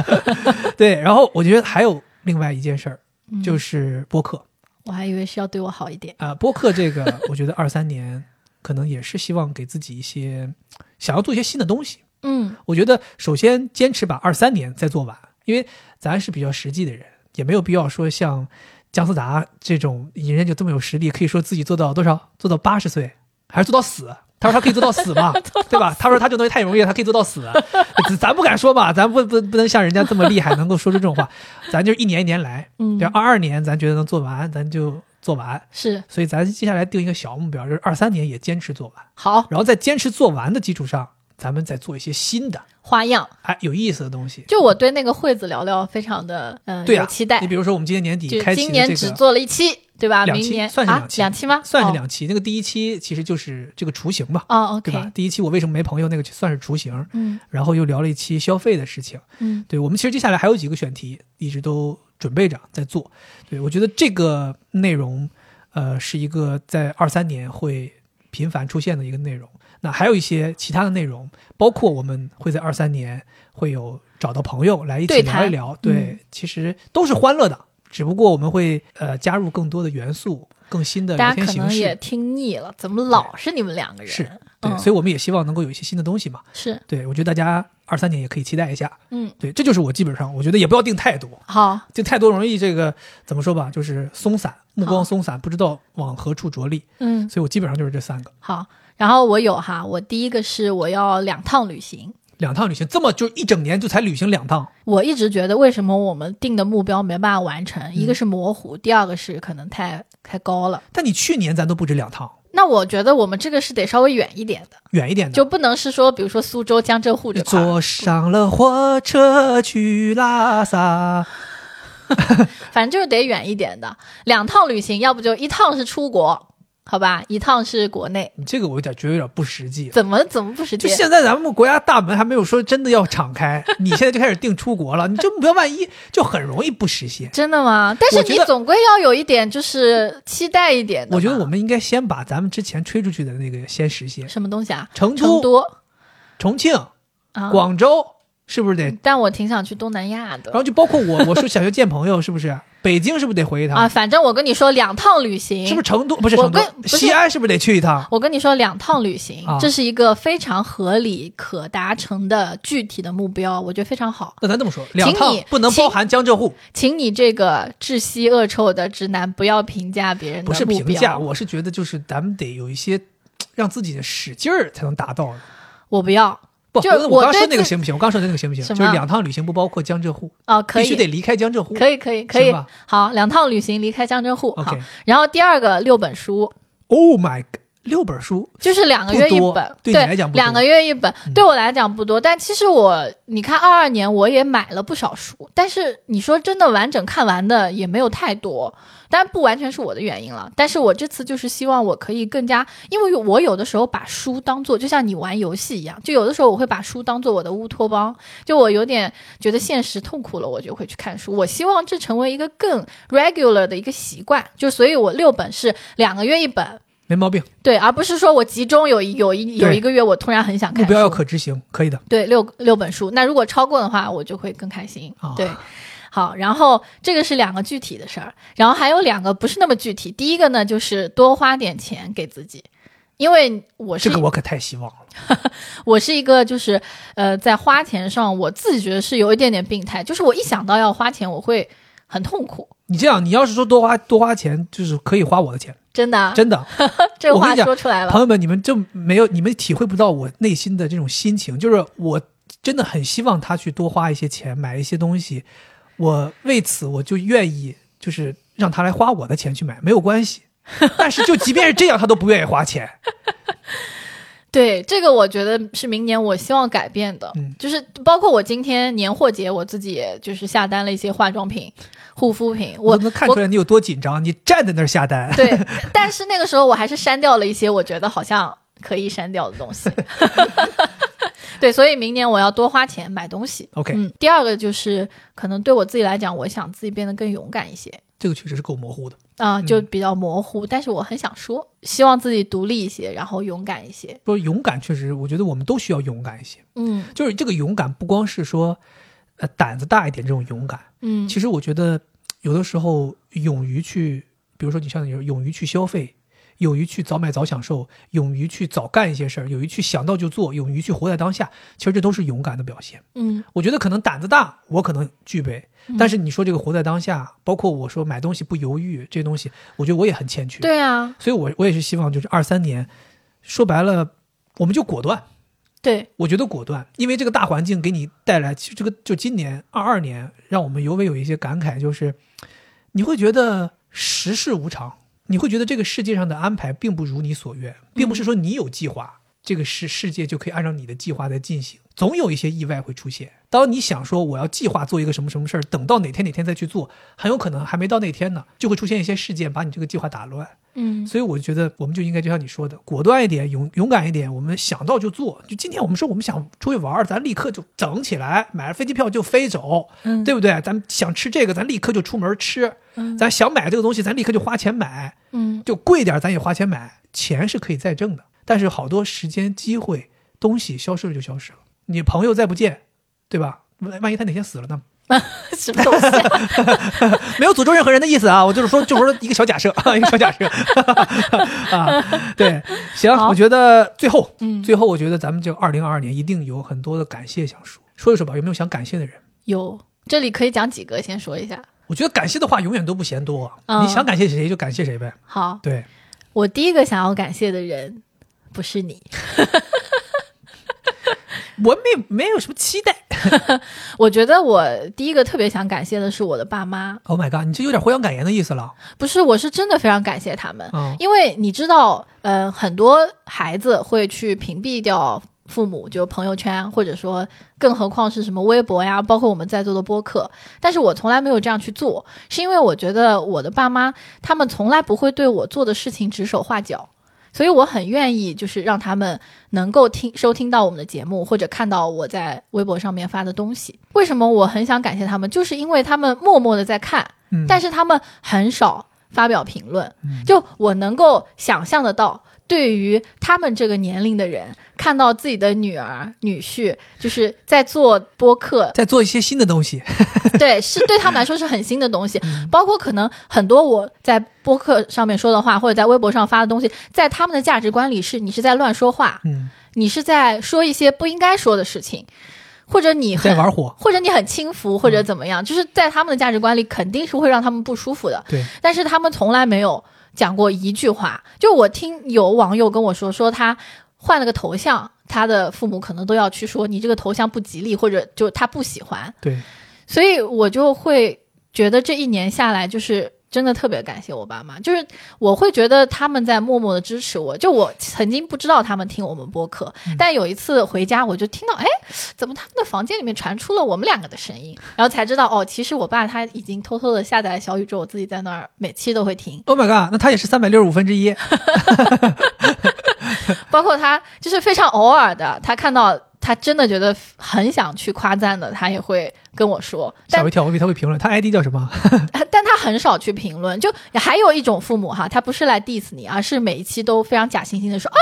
[SPEAKER 1] 对，然后我觉得还有另外一件事儿，
[SPEAKER 2] 嗯
[SPEAKER 1] 就是播客。
[SPEAKER 2] 我还以为是要对我好一点，
[SPEAKER 1] 啊、播客这个，我觉得二三年可能也是希望给自己一些想要做一些新的东西。 [LAUGHS]
[SPEAKER 2] 嗯
[SPEAKER 1] 我觉得首先坚持把二三年再做完，因为咱是比较实际的人，也没有必要说像姜思达这种人家就这么有实力，可以说自己做到多少，做到八十岁，还是做到死。他说他可以 [LAUGHS] 做到死嘛，对吧？他说他这东西太容易了，他可以做到死，咱咱不敢说嘛，咱不不不能像人家这么厉害，能够说出这种话，咱就一年一年来。
[SPEAKER 2] 嗯
[SPEAKER 1] 对，，啊二二年咱觉得能做完，咱就做完。
[SPEAKER 2] 是
[SPEAKER 1] 所以咱接下来定一个小目标，就是二三年也坚持做完，
[SPEAKER 2] 好
[SPEAKER 1] 然后在坚持做完的基础上，咱们再做一些新的，
[SPEAKER 2] 花样。
[SPEAKER 1] 哎，有意思的东西。
[SPEAKER 2] 就我对那个惠子聊聊非常的嗯、呃
[SPEAKER 1] 对
[SPEAKER 2] 有
[SPEAKER 1] 啊，
[SPEAKER 2] 期待
[SPEAKER 1] 你，比如说我们今年年
[SPEAKER 2] 就
[SPEAKER 1] 底开启
[SPEAKER 2] 今
[SPEAKER 1] 的
[SPEAKER 2] 年
[SPEAKER 1] 这
[SPEAKER 2] 只
[SPEAKER 1] 个，
[SPEAKER 2] 做了一期，对吧？
[SPEAKER 1] 两期
[SPEAKER 2] 明年
[SPEAKER 1] 算是
[SPEAKER 2] 啊
[SPEAKER 1] 两期
[SPEAKER 2] 两期吗？
[SPEAKER 1] 算是
[SPEAKER 2] 哦
[SPEAKER 1] 两期，那个第一期其实就是这个雏形嘛，
[SPEAKER 2] 哦
[SPEAKER 1] 对吧
[SPEAKER 2] ，OK，？
[SPEAKER 1] 第一期我为什么没朋友，那个算是雏形。
[SPEAKER 2] 嗯
[SPEAKER 1] 然后又聊了一期消费的事情，
[SPEAKER 2] 嗯，
[SPEAKER 1] 对我们其实接下来还有几个选题一直都准备着在做，对我觉得这个内容，呃，是一个在二三年会频繁出现的一个内容。那还有一些其他的内容，包括我们会在二三年会有找到朋友来一起
[SPEAKER 2] 对谈嗯
[SPEAKER 1] 聊一聊，对，其实都是欢乐的，只不过我们会呃加入更多的元素，更新的
[SPEAKER 2] 大
[SPEAKER 1] 聊天
[SPEAKER 2] 家可
[SPEAKER 1] 嗯形
[SPEAKER 2] 能也
[SPEAKER 1] 式，
[SPEAKER 2] 听腻了，怎么老是你们两个人？
[SPEAKER 1] 是对，
[SPEAKER 2] 嗯
[SPEAKER 1] 所以我们也希望能够有一些新的东西嘛。
[SPEAKER 2] 是，
[SPEAKER 1] 对我觉得大家二三年也可以期待一下，
[SPEAKER 2] 嗯，
[SPEAKER 1] 对，这就是我基本上我觉得也不要定太多，
[SPEAKER 2] 好，
[SPEAKER 1] 就太多容易这个怎么说吧，就是松散，目光
[SPEAKER 2] 好
[SPEAKER 1] 松散，不知道往何处着力。
[SPEAKER 2] 嗯，
[SPEAKER 1] 所以我基本上就是这三个，
[SPEAKER 2] 好。然后我有哈，我第一个是我要两趟旅行。
[SPEAKER 1] 两趟旅行，这么就一整年就才旅行两趟，
[SPEAKER 2] 我一直觉得，为什么我们定的目标没办法完成？
[SPEAKER 1] 嗯
[SPEAKER 2] 一个是模糊，第二个是可能太太高了。
[SPEAKER 1] 但你去年咱都不止两趟，
[SPEAKER 2] 那我觉得我们这个是得稍微远一点的，
[SPEAKER 1] 远一点的。
[SPEAKER 2] 就不能是说，比如说苏州、江浙沪这块儿，
[SPEAKER 1] 坐上了火车去拉萨，
[SPEAKER 2] 反正就是得远一点的。两趟旅行，要不就一趟是出国，好吧，一趟是国内，
[SPEAKER 1] 你这个我有点觉得有点不实际。
[SPEAKER 2] 怎么怎么不实
[SPEAKER 1] 就
[SPEAKER 2] 际？
[SPEAKER 1] 现在咱们国家大门还没有说真的要敞开， [LAUGHS] 你现在就开始定出国了，你这目标万一就很容易不实现。
[SPEAKER 2] 真的吗？但是
[SPEAKER 1] 我觉
[SPEAKER 2] 你
[SPEAKER 1] 得
[SPEAKER 2] 总归要有一点就是期待一点的吧。
[SPEAKER 1] 我觉得我们应该先把咱们之前吹出去的那个先实现。
[SPEAKER 2] 什么东西啊？
[SPEAKER 1] 成
[SPEAKER 2] 成
[SPEAKER 1] 都、
[SPEAKER 2] 都
[SPEAKER 1] 重庆、
[SPEAKER 2] 啊，嗯
[SPEAKER 1] 广州是不是得？
[SPEAKER 2] 但我挺想去东南亚
[SPEAKER 1] 然后
[SPEAKER 2] 的
[SPEAKER 1] 就包括我， [LAUGHS] 我说想去见朋友，是不是？北京是不是得回一
[SPEAKER 2] 啊。
[SPEAKER 1] 趟？
[SPEAKER 2] 反正我跟你说，两趟旅行
[SPEAKER 1] 是不是成都？不是
[SPEAKER 2] 我
[SPEAKER 1] 成都
[SPEAKER 2] 跟，不是
[SPEAKER 1] 西安是不是得去一趟？
[SPEAKER 2] 我跟你说，两趟旅行，
[SPEAKER 1] 啊
[SPEAKER 2] 这是一个非常合理、可达成的具体的目标，我觉得非常好。
[SPEAKER 1] 那咱这么说，两
[SPEAKER 2] 请
[SPEAKER 1] 趟
[SPEAKER 2] 你
[SPEAKER 1] 不能
[SPEAKER 2] 请
[SPEAKER 1] 包含江浙沪，
[SPEAKER 2] 请你这个窒息恶臭的直男不要评价别人的
[SPEAKER 1] 不是
[SPEAKER 2] 目标。
[SPEAKER 1] 评价，我是觉得就是咱们得有一些让自己的使劲儿才能达到的。
[SPEAKER 2] 我不要
[SPEAKER 1] 不，
[SPEAKER 2] 就是
[SPEAKER 1] 我
[SPEAKER 2] 我
[SPEAKER 1] 刚
[SPEAKER 2] 对
[SPEAKER 1] 说那个
[SPEAKER 2] 自
[SPEAKER 1] 行不行？我刚说的那个行不行？
[SPEAKER 2] 什
[SPEAKER 1] 就
[SPEAKER 2] 么
[SPEAKER 1] 是两趟旅行不包括江浙沪，
[SPEAKER 2] 哦，可
[SPEAKER 1] 必须
[SPEAKER 2] 以，
[SPEAKER 1] 得离开江浙沪。
[SPEAKER 2] 可以，可以，可以
[SPEAKER 1] 行吧。
[SPEAKER 2] 好，两趟旅行离开江浙沪。好
[SPEAKER 1] OK，
[SPEAKER 2] 然后第二个六本书，
[SPEAKER 1] Oh my，God，六本书
[SPEAKER 2] 就是两个月一
[SPEAKER 1] 不多
[SPEAKER 2] 本，
[SPEAKER 1] 对
[SPEAKER 2] 对
[SPEAKER 1] 你来讲不多嗯
[SPEAKER 2] 两个月一本，对我来讲不多。但其实我，你看二二年我也买了不少书，但是你说真的完整看完的也没有太多，当然不完全是我的原因了。但是我这次就是希望我可以更加，因为我有的时候把书当做就像你玩游戏一样，就有的时候我会把书当做我的乌托邦，就我有点觉得现实痛苦了，我就会去看书。我希望这成为一个更 regular 的一个习惯，就所以我六本是两个月一本。
[SPEAKER 1] 没毛病，
[SPEAKER 2] 对，而不是说我集中有一有一有
[SPEAKER 1] 对
[SPEAKER 2] 一个月，我突然很想看
[SPEAKER 1] 目标要
[SPEAKER 2] 书
[SPEAKER 1] 可执行，可以的。
[SPEAKER 2] 对六六本书。那如果超过的话，我就会更开心。
[SPEAKER 1] 啊
[SPEAKER 2] 对，好，然后这个是两个具体的事儿，然后还有两个不是那么具体。第一个呢，就是多花点钱给自己。因为我是
[SPEAKER 1] 这个我可太希望了。
[SPEAKER 2] 我是一个就是呃，在花钱上，我自己觉得是有一点点病态，就是我一想到要花钱，我会很痛苦，
[SPEAKER 1] 你这样，你要是说多花多花钱，就是可以花我的钱，
[SPEAKER 2] 真的啊，
[SPEAKER 1] 真的。
[SPEAKER 2] 这
[SPEAKER 1] 我跟
[SPEAKER 2] 话
[SPEAKER 1] 你讲
[SPEAKER 2] 说出来
[SPEAKER 1] 朋
[SPEAKER 2] 了，
[SPEAKER 1] 友们，你们就没有，你们体会不到我内心的这种心情，就是我真的很希望他去多花一些钱买一些东西，我为此我就愿意就是让他来花我的钱去买，没有关
[SPEAKER 2] [LAUGHS]
[SPEAKER 1] 系。但是就即便是这样，他都不愿意花钱。
[SPEAKER 2] 对这个，我觉得是明年我希望改变的，
[SPEAKER 1] 嗯
[SPEAKER 2] 就是包括我今天年货节，我自己也就是下单了一些化妆品、护肤品，
[SPEAKER 1] 我
[SPEAKER 2] [LAUGHS] 我
[SPEAKER 1] 能看出来你有多紧张，你站在那儿下单，
[SPEAKER 2] 对， [LAUGHS] 但是那个时候我还是删掉了一些我觉得好像可以删掉的东西。 [LAUGHS] 对，所以明年我要多花钱买东西。
[SPEAKER 1] OK
[SPEAKER 2] 嗯，第二个就是可能对我自己来讲，我想自己变得更勇敢一些
[SPEAKER 1] 这个确实是够模糊的。
[SPEAKER 2] 啊、
[SPEAKER 1] 嗯
[SPEAKER 2] 就比较模糊，但是我很想说，希望自己独立一些，然后勇敢一些。
[SPEAKER 1] 说勇敢，确实，我觉得我们都需要勇敢一些。
[SPEAKER 2] 嗯
[SPEAKER 1] 就是这个勇敢，不光是说，呃，胆子大一点这种勇敢，
[SPEAKER 2] 嗯，
[SPEAKER 1] 其实我觉得有的时候勇于去，比如说你像你说勇于去消费，勇于去早买早享受，勇于去早干一些事儿，勇于去想到就做，勇于去活在当下，其实这都是勇敢的表现。
[SPEAKER 2] 嗯
[SPEAKER 1] 我觉得可能胆子大，我可能具备，但是你说这个活在当下，包括我说买东西不犹豫这些东西，我觉得我也很欠缺。，
[SPEAKER 2] 对啊，
[SPEAKER 1] 所以我我也是希望就是二三年，说白了，我们就果断。
[SPEAKER 2] 对，
[SPEAKER 1] 我觉得果断，因为这个大环境给你带来，其实这个就今年二二年，让我们尤为有一些感慨，就是你会觉得时事无常，你会觉得这个世界上的安排并不如你所愿，并不是说你有计划，这个世世界就可以按照你的计划在进行，总有一些意外会出现。当你想说我要计划做一个什么什么事儿，等到哪天哪天再去做，很有可能还没到那天呢，就会出现一些事件把你这个计划打乱。
[SPEAKER 2] 嗯
[SPEAKER 1] 所以我觉得我们就应该就像你说的，果断一点，勇勇敢一点，我们想到就做。就今天我们说我们想出去玩儿，咱立刻就整起来，买了飞机票就飞走，
[SPEAKER 2] 嗯，
[SPEAKER 1] 对不对？咱们想吃这个，咱立刻就出门吃；
[SPEAKER 2] 嗯
[SPEAKER 1] 咱想买这个东西，咱立刻就花钱买，
[SPEAKER 2] 嗯
[SPEAKER 1] 就贵点儿咱也花钱买，钱是可以再挣的。但是好多时间、机会、东西消失了就消失了，你朋友再不见，对吧？万万一他哪天死了呢？
[SPEAKER 2] [LAUGHS] 什么 [LAUGHS] 东西啊、
[SPEAKER 1] [LAUGHS] 没有诅咒任何人的意思啊，我就是说，就是说一个小假设， [LAUGHS] 一个小假设啊，对，行，
[SPEAKER 2] 好
[SPEAKER 1] 我觉得最后，
[SPEAKER 2] 嗯
[SPEAKER 1] 最后我觉得咱们这二零二二年一定有很多的感谢想说，说一说吧，有没有想感谢的人？
[SPEAKER 2] 有，这里可以讲几个，先说一下。
[SPEAKER 1] 我觉得感谢的话永远都不嫌多，啊
[SPEAKER 2] 嗯
[SPEAKER 1] 你想感谢谁就感谢谁呗。
[SPEAKER 2] 好，
[SPEAKER 1] 对，
[SPEAKER 2] 我第一个想要感谢的人不是你，
[SPEAKER 1] 我没没有什么期待。
[SPEAKER 2] 我觉得我第一个特别想感谢的是我的爸妈，
[SPEAKER 1] Oh my god，你这有点获奖感言的意思了。
[SPEAKER 2] 不是，我是真的非常感谢他们，
[SPEAKER 1] 嗯
[SPEAKER 2] 因为你知道，呃，很多孩子会去屏蔽掉。父母，就朋友圈，或者说，更何况是什么微博呀，包括我们在座的播客。但是我从来没有这样去做，是因为我觉得我的爸妈他们从来不会对我做的事情指手画脚，所以我很愿意就是让他们能够听收听到我们的节目，或者看到我在微博上面发的东西。为什么我很想感谢他们？就是因为他们默默的在看，
[SPEAKER 1] 嗯
[SPEAKER 2] 但是他们很少发表评论。就我能够想象得到，对于他们这个年龄的人，看到自己的女儿、女婿就是在做
[SPEAKER 1] [LAUGHS]
[SPEAKER 2] 播客，
[SPEAKER 1] 在做一些新的东西，
[SPEAKER 2] 对，是对他们来说是很新的东西。
[SPEAKER 1] 嗯
[SPEAKER 2] 包括可能很多我在播客上面说的话，或者在微博上发的东西，在他们的价值观里是你是在乱说话，
[SPEAKER 1] 嗯，
[SPEAKER 2] 你是在说一些不应该说的事情，或者你很
[SPEAKER 1] 在玩火，
[SPEAKER 2] 或者你很轻浮，或者怎么样，就是在他们的价值观里，肯定是会让他们不舒服的。
[SPEAKER 1] 对，
[SPEAKER 2] 但是他们从来没有讲过一句话。就我听有网友跟我说，说他换了个头像，他的父母可能都要去说你这个头像不吉利，或者就他不喜欢。
[SPEAKER 1] 对，
[SPEAKER 2] 所以我就会觉得这一年下来，就是真的特别感谢我爸妈，就是我会觉得他们在默默的支持我。就我曾经不知道他们听我们播客，但有一次回家，我就听到，哎，怎么他们的房间里面传出了我们两个的声音？然后才知道，哦，其实我爸他已经偷偷的下载了小宇宙，我自己在那儿每期都会听，
[SPEAKER 1] Oh my god，那他也是三百六十五分之一，
[SPEAKER 2] 包括他就是非常偶尔的，他看到。他真的觉得很想去夸赞的，他也会跟我说。但
[SPEAKER 1] 吓我一跳，我以为他会评论，他 ID 叫什么？
[SPEAKER 2] 但他很少去评论，就还有一种父母哈，他不是来 diss 你，而是每一期都非常假惺惺的说啊，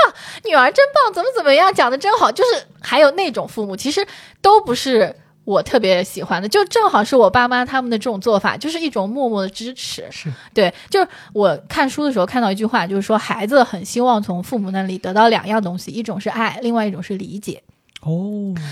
[SPEAKER 2] 女儿真棒，怎么怎么样，讲的真好，就是还有那种父母，其实都不是我特别喜欢的，就正好是我爸妈他们的这种做法，就是一种默默的支持。
[SPEAKER 1] 是，
[SPEAKER 2] 对，就是我看书的时候看到一句话，就是说孩子很希望从父母那里得到两样东西，一种是爱，另外一种是理解。
[SPEAKER 1] 哦，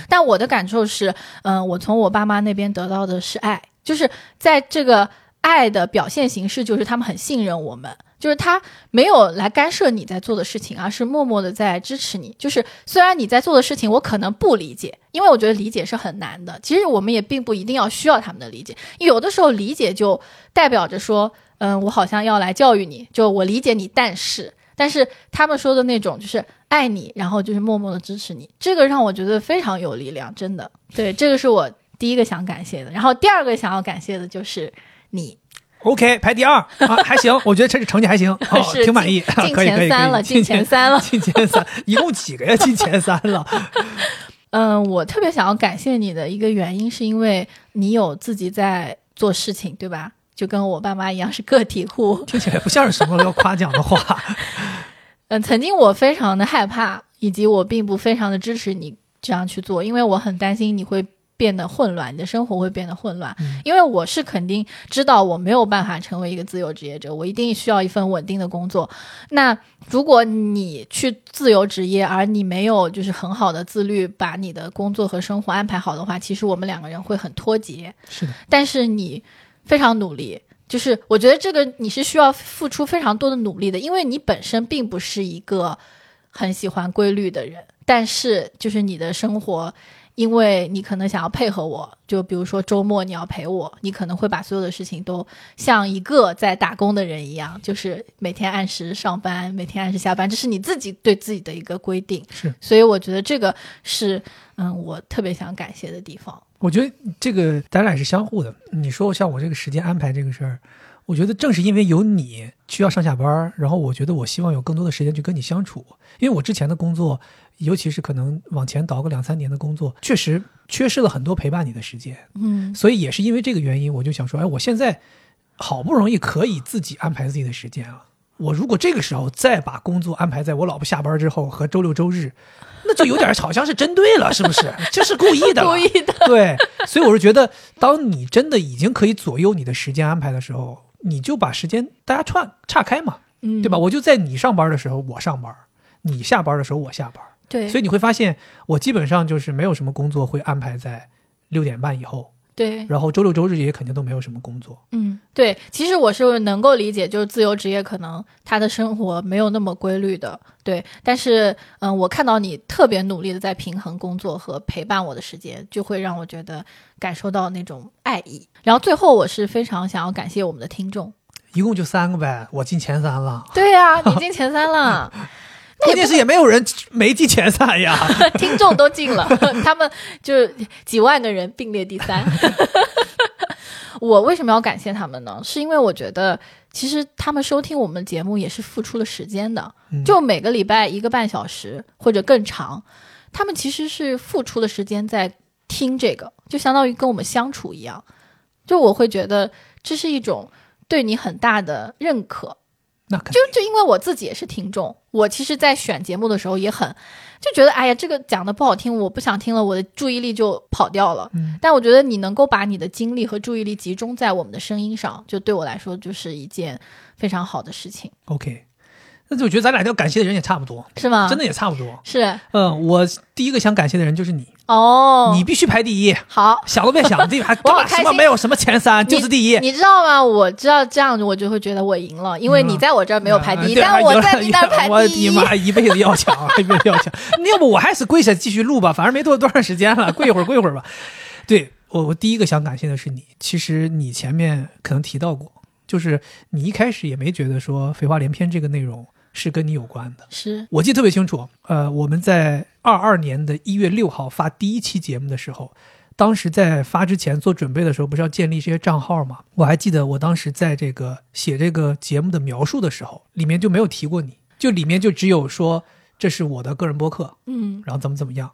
[SPEAKER 2] 但我的感受是，嗯、我从我爸妈那边得到的是爱，就是在这个爱的表现形式，就是他们很信任我们，就是他没有来干涉你在做的事情，而啊是默默的在支持你。就是虽然你在做的事情我可能不理解，因为我觉得理解是很难的。其实我们也并不一定要需要他们的理解，有的时候理解就代表着说，嗯，我好像要来教育你，就我理解你，但是。但是他们说的那种就是爱你，然后就是默默的支持你，这个让我觉得非常有力量，真的。对，这个是我第一个想感谢的，然后第二个想要感谢的就是
[SPEAKER 1] [LAUGHS]
[SPEAKER 2] 你，
[SPEAKER 1] OK，排第二
[SPEAKER 2] [LAUGHS]
[SPEAKER 1] 啊，还行，我觉得这成绩还行，哦
[SPEAKER 2] 是
[SPEAKER 1] 挺满意，
[SPEAKER 2] 进进
[SPEAKER 1] 可以可以
[SPEAKER 2] 前三
[SPEAKER 1] 可以
[SPEAKER 2] 了
[SPEAKER 1] 进
[SPEAKER 2] 进前
[SPEAKER 1] [LAUGHS]
[SPEAKER 2] 三了
[SPEAKER 1] 进前三，一共几个呀？进前三了，
[SPEAKER 2] 嗯，我特别想要感谢你的一个原因，是因为你有自己在做事情，对吧？就跟我爸妈一样是个体户。
[SPEAKER 1] 听起来不像是什么要夸奖的话。 [LAUGHS]
[SPEAKER 2] 嗯，曾经我非常的害怕，以及我并不非常的支持你这样去做，因为我很担心你会变得混乱，你的生活会变得混乱。因为我是肯定知道我没有办法成为一个自由职业者，我一定需要一份稳定的工作。那如果你去自由职业，而你没有就是很好的自律，把你的工作和生活安排好的话，其实我们两个人会很脱节。
[SPEAKER 1] 是的，
[SPEAKER 2] 但是你非常努力，就是我觉得这个你是需要付出非常多的努力的，因为你本身并不是一个很喜欢规律的人，但是就是你的生活。因为你可能想要配合我，就比如说周末你要陪我，你可能会把所有的事情都像一个在打工的人一样，就是每天按时上班，每天按时下班，这是你自己对自己的一个规定。
[SPEAKER 1] 是，
[SPEAKER 2] 所以我觉得这个是，嗯，我特别想感谢的地方。
[SPEAKER 1] 我觉得这个咱俩是相互的。你说像我这个时间安排这个事儿，我觉得正是因为有你需要上下班儿，然后我觉得我希望有更多的时间去跟你相处，因为我之前的工作，尤其是可能往前倒个两三年的工作，确实缺失了很多陪伴你的时间。
[SPEAKER 2] 嗯，
[SPEAKER 1] 所以也是因为这个原因，我就想说，哎，我现在好不容易可以自己安排自己的时间啊，我如果这个时候再把工作安排在我老婆下班之后和周六周日，那就有点好像是针对了，是不
[SPEAKER 2] [LAUGHS]
[SPEAKER 1] 是？这是故意的，
[SPEAKER 2] 故意的。
[SPEAKER 1] 对，所以我是觉得，当你真的已经可以左右你的时间安排的时候，你就把时间大家串岔开嘛，
[SPEAKER 2] 嗯
[SPEAKER 1] 对吧？我就在你上班的时候我上班，你下班的时候我下班。
[SPEAKER 2] 对，
[SPEAKER 1] 所以你会发现，我基本上就是没有什么工作会安排在六点半以后，
[SPEAKER 2] 对，
[SPEAKER 1] 然后周六周日也肯定都没有什么工作。
[SPEAKER 2] 嗯，对，其实我是能够理解，就是自由职业可能他的生活没有那么规律的，对。但是，嗯，我看到你特别努力的在平衡工作和陪伴我的时间，就会让我觉得感受到那种爱意。然后最后，我是非常想要感谢我们的听众。 [LAUGHS]
[SPEAKER 1] 一共就三个呗，我进前三了。
[SPEAKER 2] 对呀、你进前三了。那
[SPEAKER 1] 关
[SPEAKER 2] 也不
[SPEAKER 1] 键是也没有人没进前三
[SPEAKER 2] [LAUGHS]
[SPEAKER 1] 呀。
[SPEAKER 2] 听众都进了， [LAUGHS] 他们就是几万个人并列第三。 [LAUGHS] 我为什么要感谢他们呢？是因为我觉得其实他们收听我们节目也是付出了时间的，
[SPEAKER 1] 嗯
[SPEAKER 2] 就每个礼拜一个半小时或者更长，他们其实是付出了时间在听这个，就相当于跟我们相处一样。就我会觉得这是一种对你很大的认可，
[SPEAKER 1] 那肯定
[SPEAKER 2] 就就因为我自己也是听众，我其实，在选节目的时候也很就觉得，哎呀，这个讲的不好听，我不想听了，我的注意力就跑掉了。
[SPEAKER 1] 嗯
[SPEAKER 2] 但我觉得你能够把你的精力和注意力集中在我们的声音上，就对我来说就是一件非常好的事情，
[SPEAKER 1] OK。那就我觉得咱俩要感谢的人也差不多，
[SPEAKER 2] 是吗？
[SPEAKER 1] 真的也差不多。
[SPEAKER 2] 是
[SPEAKER 1] 嗯，我第一个想感谢的人就是你，
[SPEAKER 2] 哦，
[SPEAKER 1] 你必须排第一，
[SPEAKER 2] 好。
[SPEAKER 1] 想都别
[SPEAKER 2] [LAUGHS]
[SPEAKER 1] 想，这还
[SPEAKER 2] 我
[SPEAKER 1] 根
[SPEAKER 2] 好
[SPEAKER 1] 本
[SPEAKER 2] 开
[SPEAKER 1] 什么
[SPEAKER 2] 心
[SPEAKER 1] 没有什么前三，
[SPEAKER 2] 你
[SPEAKER 1] 就是第一。
[SPEAKER 2] 你知道吗？我知道这样，我就会觉得我赢了，因为你在我这儿没有排第
[SPEAKER 1] 嗯
[SPEAKER 2] 一，
[SPEAKER 1] 对
[SPEAKER 2] 但
[SPEAKER 1] 还
[SPEAKER 2] 我
[SPEAKER 1] 有
[SPEAKER 2] 在你那儿排
[SPEAKER 1] 我
[SPEAKER 2] 第一。
[SPEAKER 1] 妈，一辈子要强，一辈子
[SPEAKER 2] [LAUGHS]
[SPEAKER 1] 要强。那要不我还是跪下继续录吧，反正没多多长时间了， [LAUGHS] 跪一会儿，跪一会儿吧。对我，我第一个想感谢的是你。其实你前面可能提到过，就是你一开始也没觉得说《废话连篇》这个内容是跟你有关的。
[SPEAKER 2] 是，
[SPEAKER 1] 我记得特别清楚，呃，我们在二二年的一月六号发第一期节目的时候，当时在发之前做准备的时候，不是要建立这些账号吗？我还记得我当时在这个写这个节目的描述的时候，里面就没有提过你，就里面就只有说这是我的个人播客，
[SPEAKER 2] 嗯，
[SPEAKER 1] 然后怎么怎么样。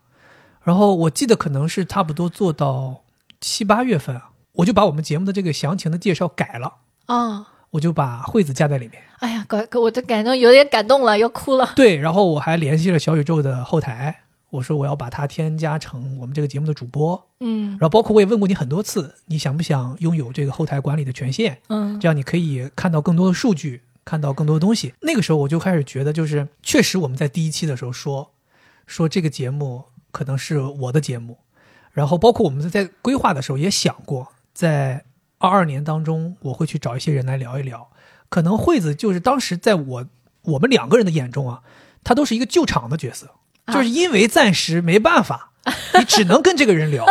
[SPEAKER 1] 然后我记得可能是差不多做到七八月份啊，我就把我们节目的这个详情的介绍改了，
[SPEAKER 2] 哦，
[SPEAKER 1] 我就把惠子加在里面。
[SPEAKER 2] 哎呀，搞，搞我这感动有点感动了，要哭了。
[SPEAKER 1] 对，然后我还联系了小宇宙的后台，我说我要把它添加成我们这个节目的主播。
[SPEAKER 2] 嗯
[SPEAKER 1] 然后包括我也问过你很多次，你想不想拥有这个后台管理的权限？
[SPEAKER 2] 嗯
[SPEAKER 1] 这样你可以看到更多的数据，看到更多的东西。那个时候我就开始觉得，就是确实我们在第一期的时候说，说这个节目可能是我的节目，然后包括我们在规划的时候也想过，在二二年当中我会去找一些人来聊一聊。可能惠子就是当时在我我们两个人的眼中啊，她都是一个救场的角色，
[SPEAKER 2] 啊
[SPEAKER 1] 就是因为暂时没办法，你只能跟这个人
[SPEAKER 2] [LAUGHS]
[SPEAKER 1] 聊，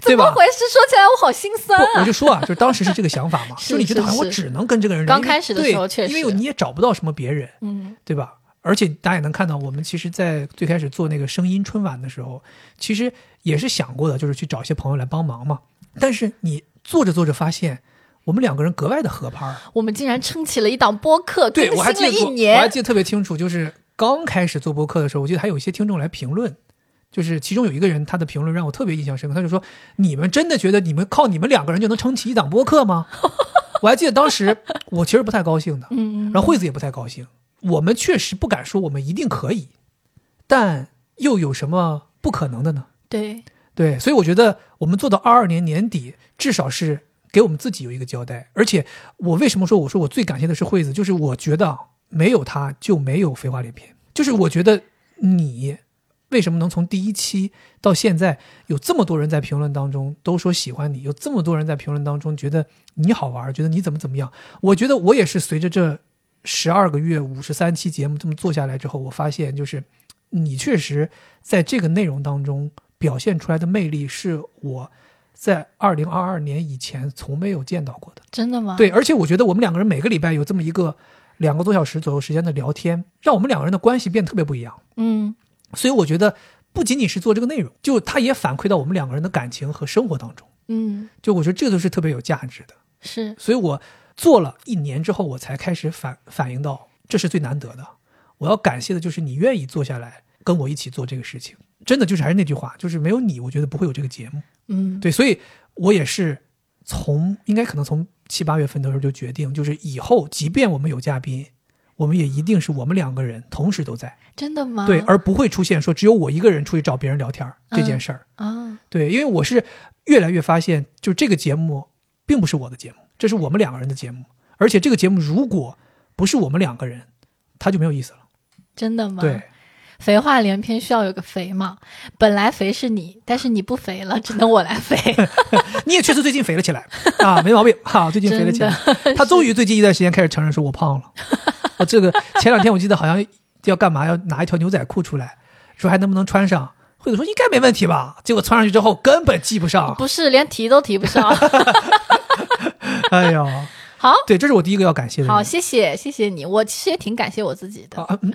[SPEAKER 1] 对
[SPEAKER 2] 怎么
[SPEAKER 1] 吧？
[SPEAKER 2] 回事？说起来我好心酸
[SPEAKER 1] 不，
[SPEAKER 2] 啊！
[SPEAKER 1] 我就说啊，就是当时是这个想法
[SPEAKER 2] [LAUGHS]
[SPEAKER 1] 嘛，
[SPEAKER 2] 是
[SPEAKER 1] 就你觉得
[SPEAKER 2] 是
[SPEAKER 1] 好像我
[SPEAKER 2] 是
[SPEAKER 1] 只能跟这个人聊
[SPEAKER 2] 刚
[SPEAKER 1] 因为
[SPEAKER 2] 开始的时候
[SPEAKER 1] 对
[SPEAKER 2] 确实
[SPEAKER 1] 因为你也找不到什么别人，
[SPEAKER 2] 嗯
[SPEAKER 1] 对吧？而且大家也能看到，我们其实，在最开始做那个声音春晚的时候，其实也是想过的，就是去找一些朋友来帮忙嘛。但是你做着做着发现，我们两个人格外的合拍儿。，
[SPEAKER 2] 我们竟然撑起了一档播
[SPEAKER 1] [LAUGHS]
[SPEAKER 2] 客，
[SPEAKER 1] 对
[SPEAKER 2] 更
[SPEAKER 1] 我还
[SPEAKER 2] 新
[SPEAKER 1] 记
[SPEAKER 2] 了
[SPEAKER 1] 得
[SPEAKER 2] 一
[SPEAKER 1] 我我还
[SPEAKER 2] 年。
[SPEAKER 1] 记得特别清楚，就是刚开始做播客的时候，我记得还有一些听众来评论。就是其中有一个人，他的评论让我特别印象深刻，他就说：“你们真的觉得你们靠你们两个人就能撑起一档播客吗？” [LAUGHS] 我还记得当时我其实不太高兴的，
[SPEAKER 2] 嗯，
[SPEAKER 1] 然后惠子也不太高兴。我们确实不敢说我们一定可以，但又有什么不可能的呢？
[SPEAKER 2] 对，
[SPEAKER 1] 对，所以我觉得我们做到二二年年底，至少是给我们自己有一个交代。而且我为什么说我说我最感谢的是惠子，就是我觉得啊没有他就没有废话连篇。就是我觉得你为什么能从第一期到现在有这么多人在评论当中都说喜欢你，有这么多人在评论当中觉得你好玩，觉得你怎么怎么样？我觉得我也是随着这十二个月五十三期节目这么做下来之后，我发现就是你确实在这个内容当中表现出来的魅力，是我在二零二二年以前从没有见到过的。
[SPEAKER 2] 真的吗？，
[SPEAKER 1] 对，而且我觉得我们两个人每个礼拜有这么一个两个多小时左右时间的聊天，让我们两个人的关系变得特别不一样。
[SPEAKER 2] 嗯，
[SPEAKER 1] 所以我觉得不仅仅是做这个内容，就它也反馈到我们两个人的感情和生活当中。
[SPEAKER 2] 嗯，
[SPEAKER 1] 就我觉得这都是特别有价值的。
[SPEAKER 2] 是，
[SPEAKER 1] 所以我做了一年之后，我才开始反反应到，这是最难得的。我要感谢的就是你愿意坐下来跟我一起做这个事情。真的就是还是那句话，就是没有你，我觉得不会有这个节目。
[SPEAKER 2] 嗯，
[SPEAKER 1] 对，所以我也是从应该可能从七八月份的时候就决定，就是以后即便我们有嘉宾，我们也一定是我们两个人同时都在，
[SPEAKER 2] 真的吗？
[SPEAKER 1] 对，而不会出现说只有我一个人出去找别人聊天儿这件事儿。
[SPEAKER 2] 啊，
[SPEAKER 1] 对，因为我是越来越发现，就这个节目并不是我的节目，这是我们两个人的节目。而且这个节目如果不是我们两个人，它就没有意思了。
[SPEAKER 2] 真的吗？
[SPEAKER 1] 对，，
[SPEAKER 2] 肥话连篇需要有个肥嘛。本来肥是你，但是你不肥
[SPEAKER 1] [LAUGHS]
[SPEAKER 2] 了，只能我来肥。
[SPEAKER 1] 你也确实最近肥了起来啊，没毛病哈、最近肥了起来。他终于最近一段时间开始承认说我胖
[SPEAKER 2] [LAUGHS]
[SPEAKER 1] 了。我这个前两天我记得好像要干嘛，要拿一条牛仔裤出来，说还能不能穿上。惠子说应该没问题吧，结果穿上去之后根本系不上。
[SPEAKER 2] 不是，连提都提不上。
[SPEAKER 1] [LAUGHS] 哎呦，
[SPEAKER 2] 好，
[SPEAKER 1] 对，这是我第一个要感谢的人。
[SPEAKER 2] 好，谢谢，谢谢你。我其实也挺感谢我自己的。
[SPEAKER 1] 啊，嗯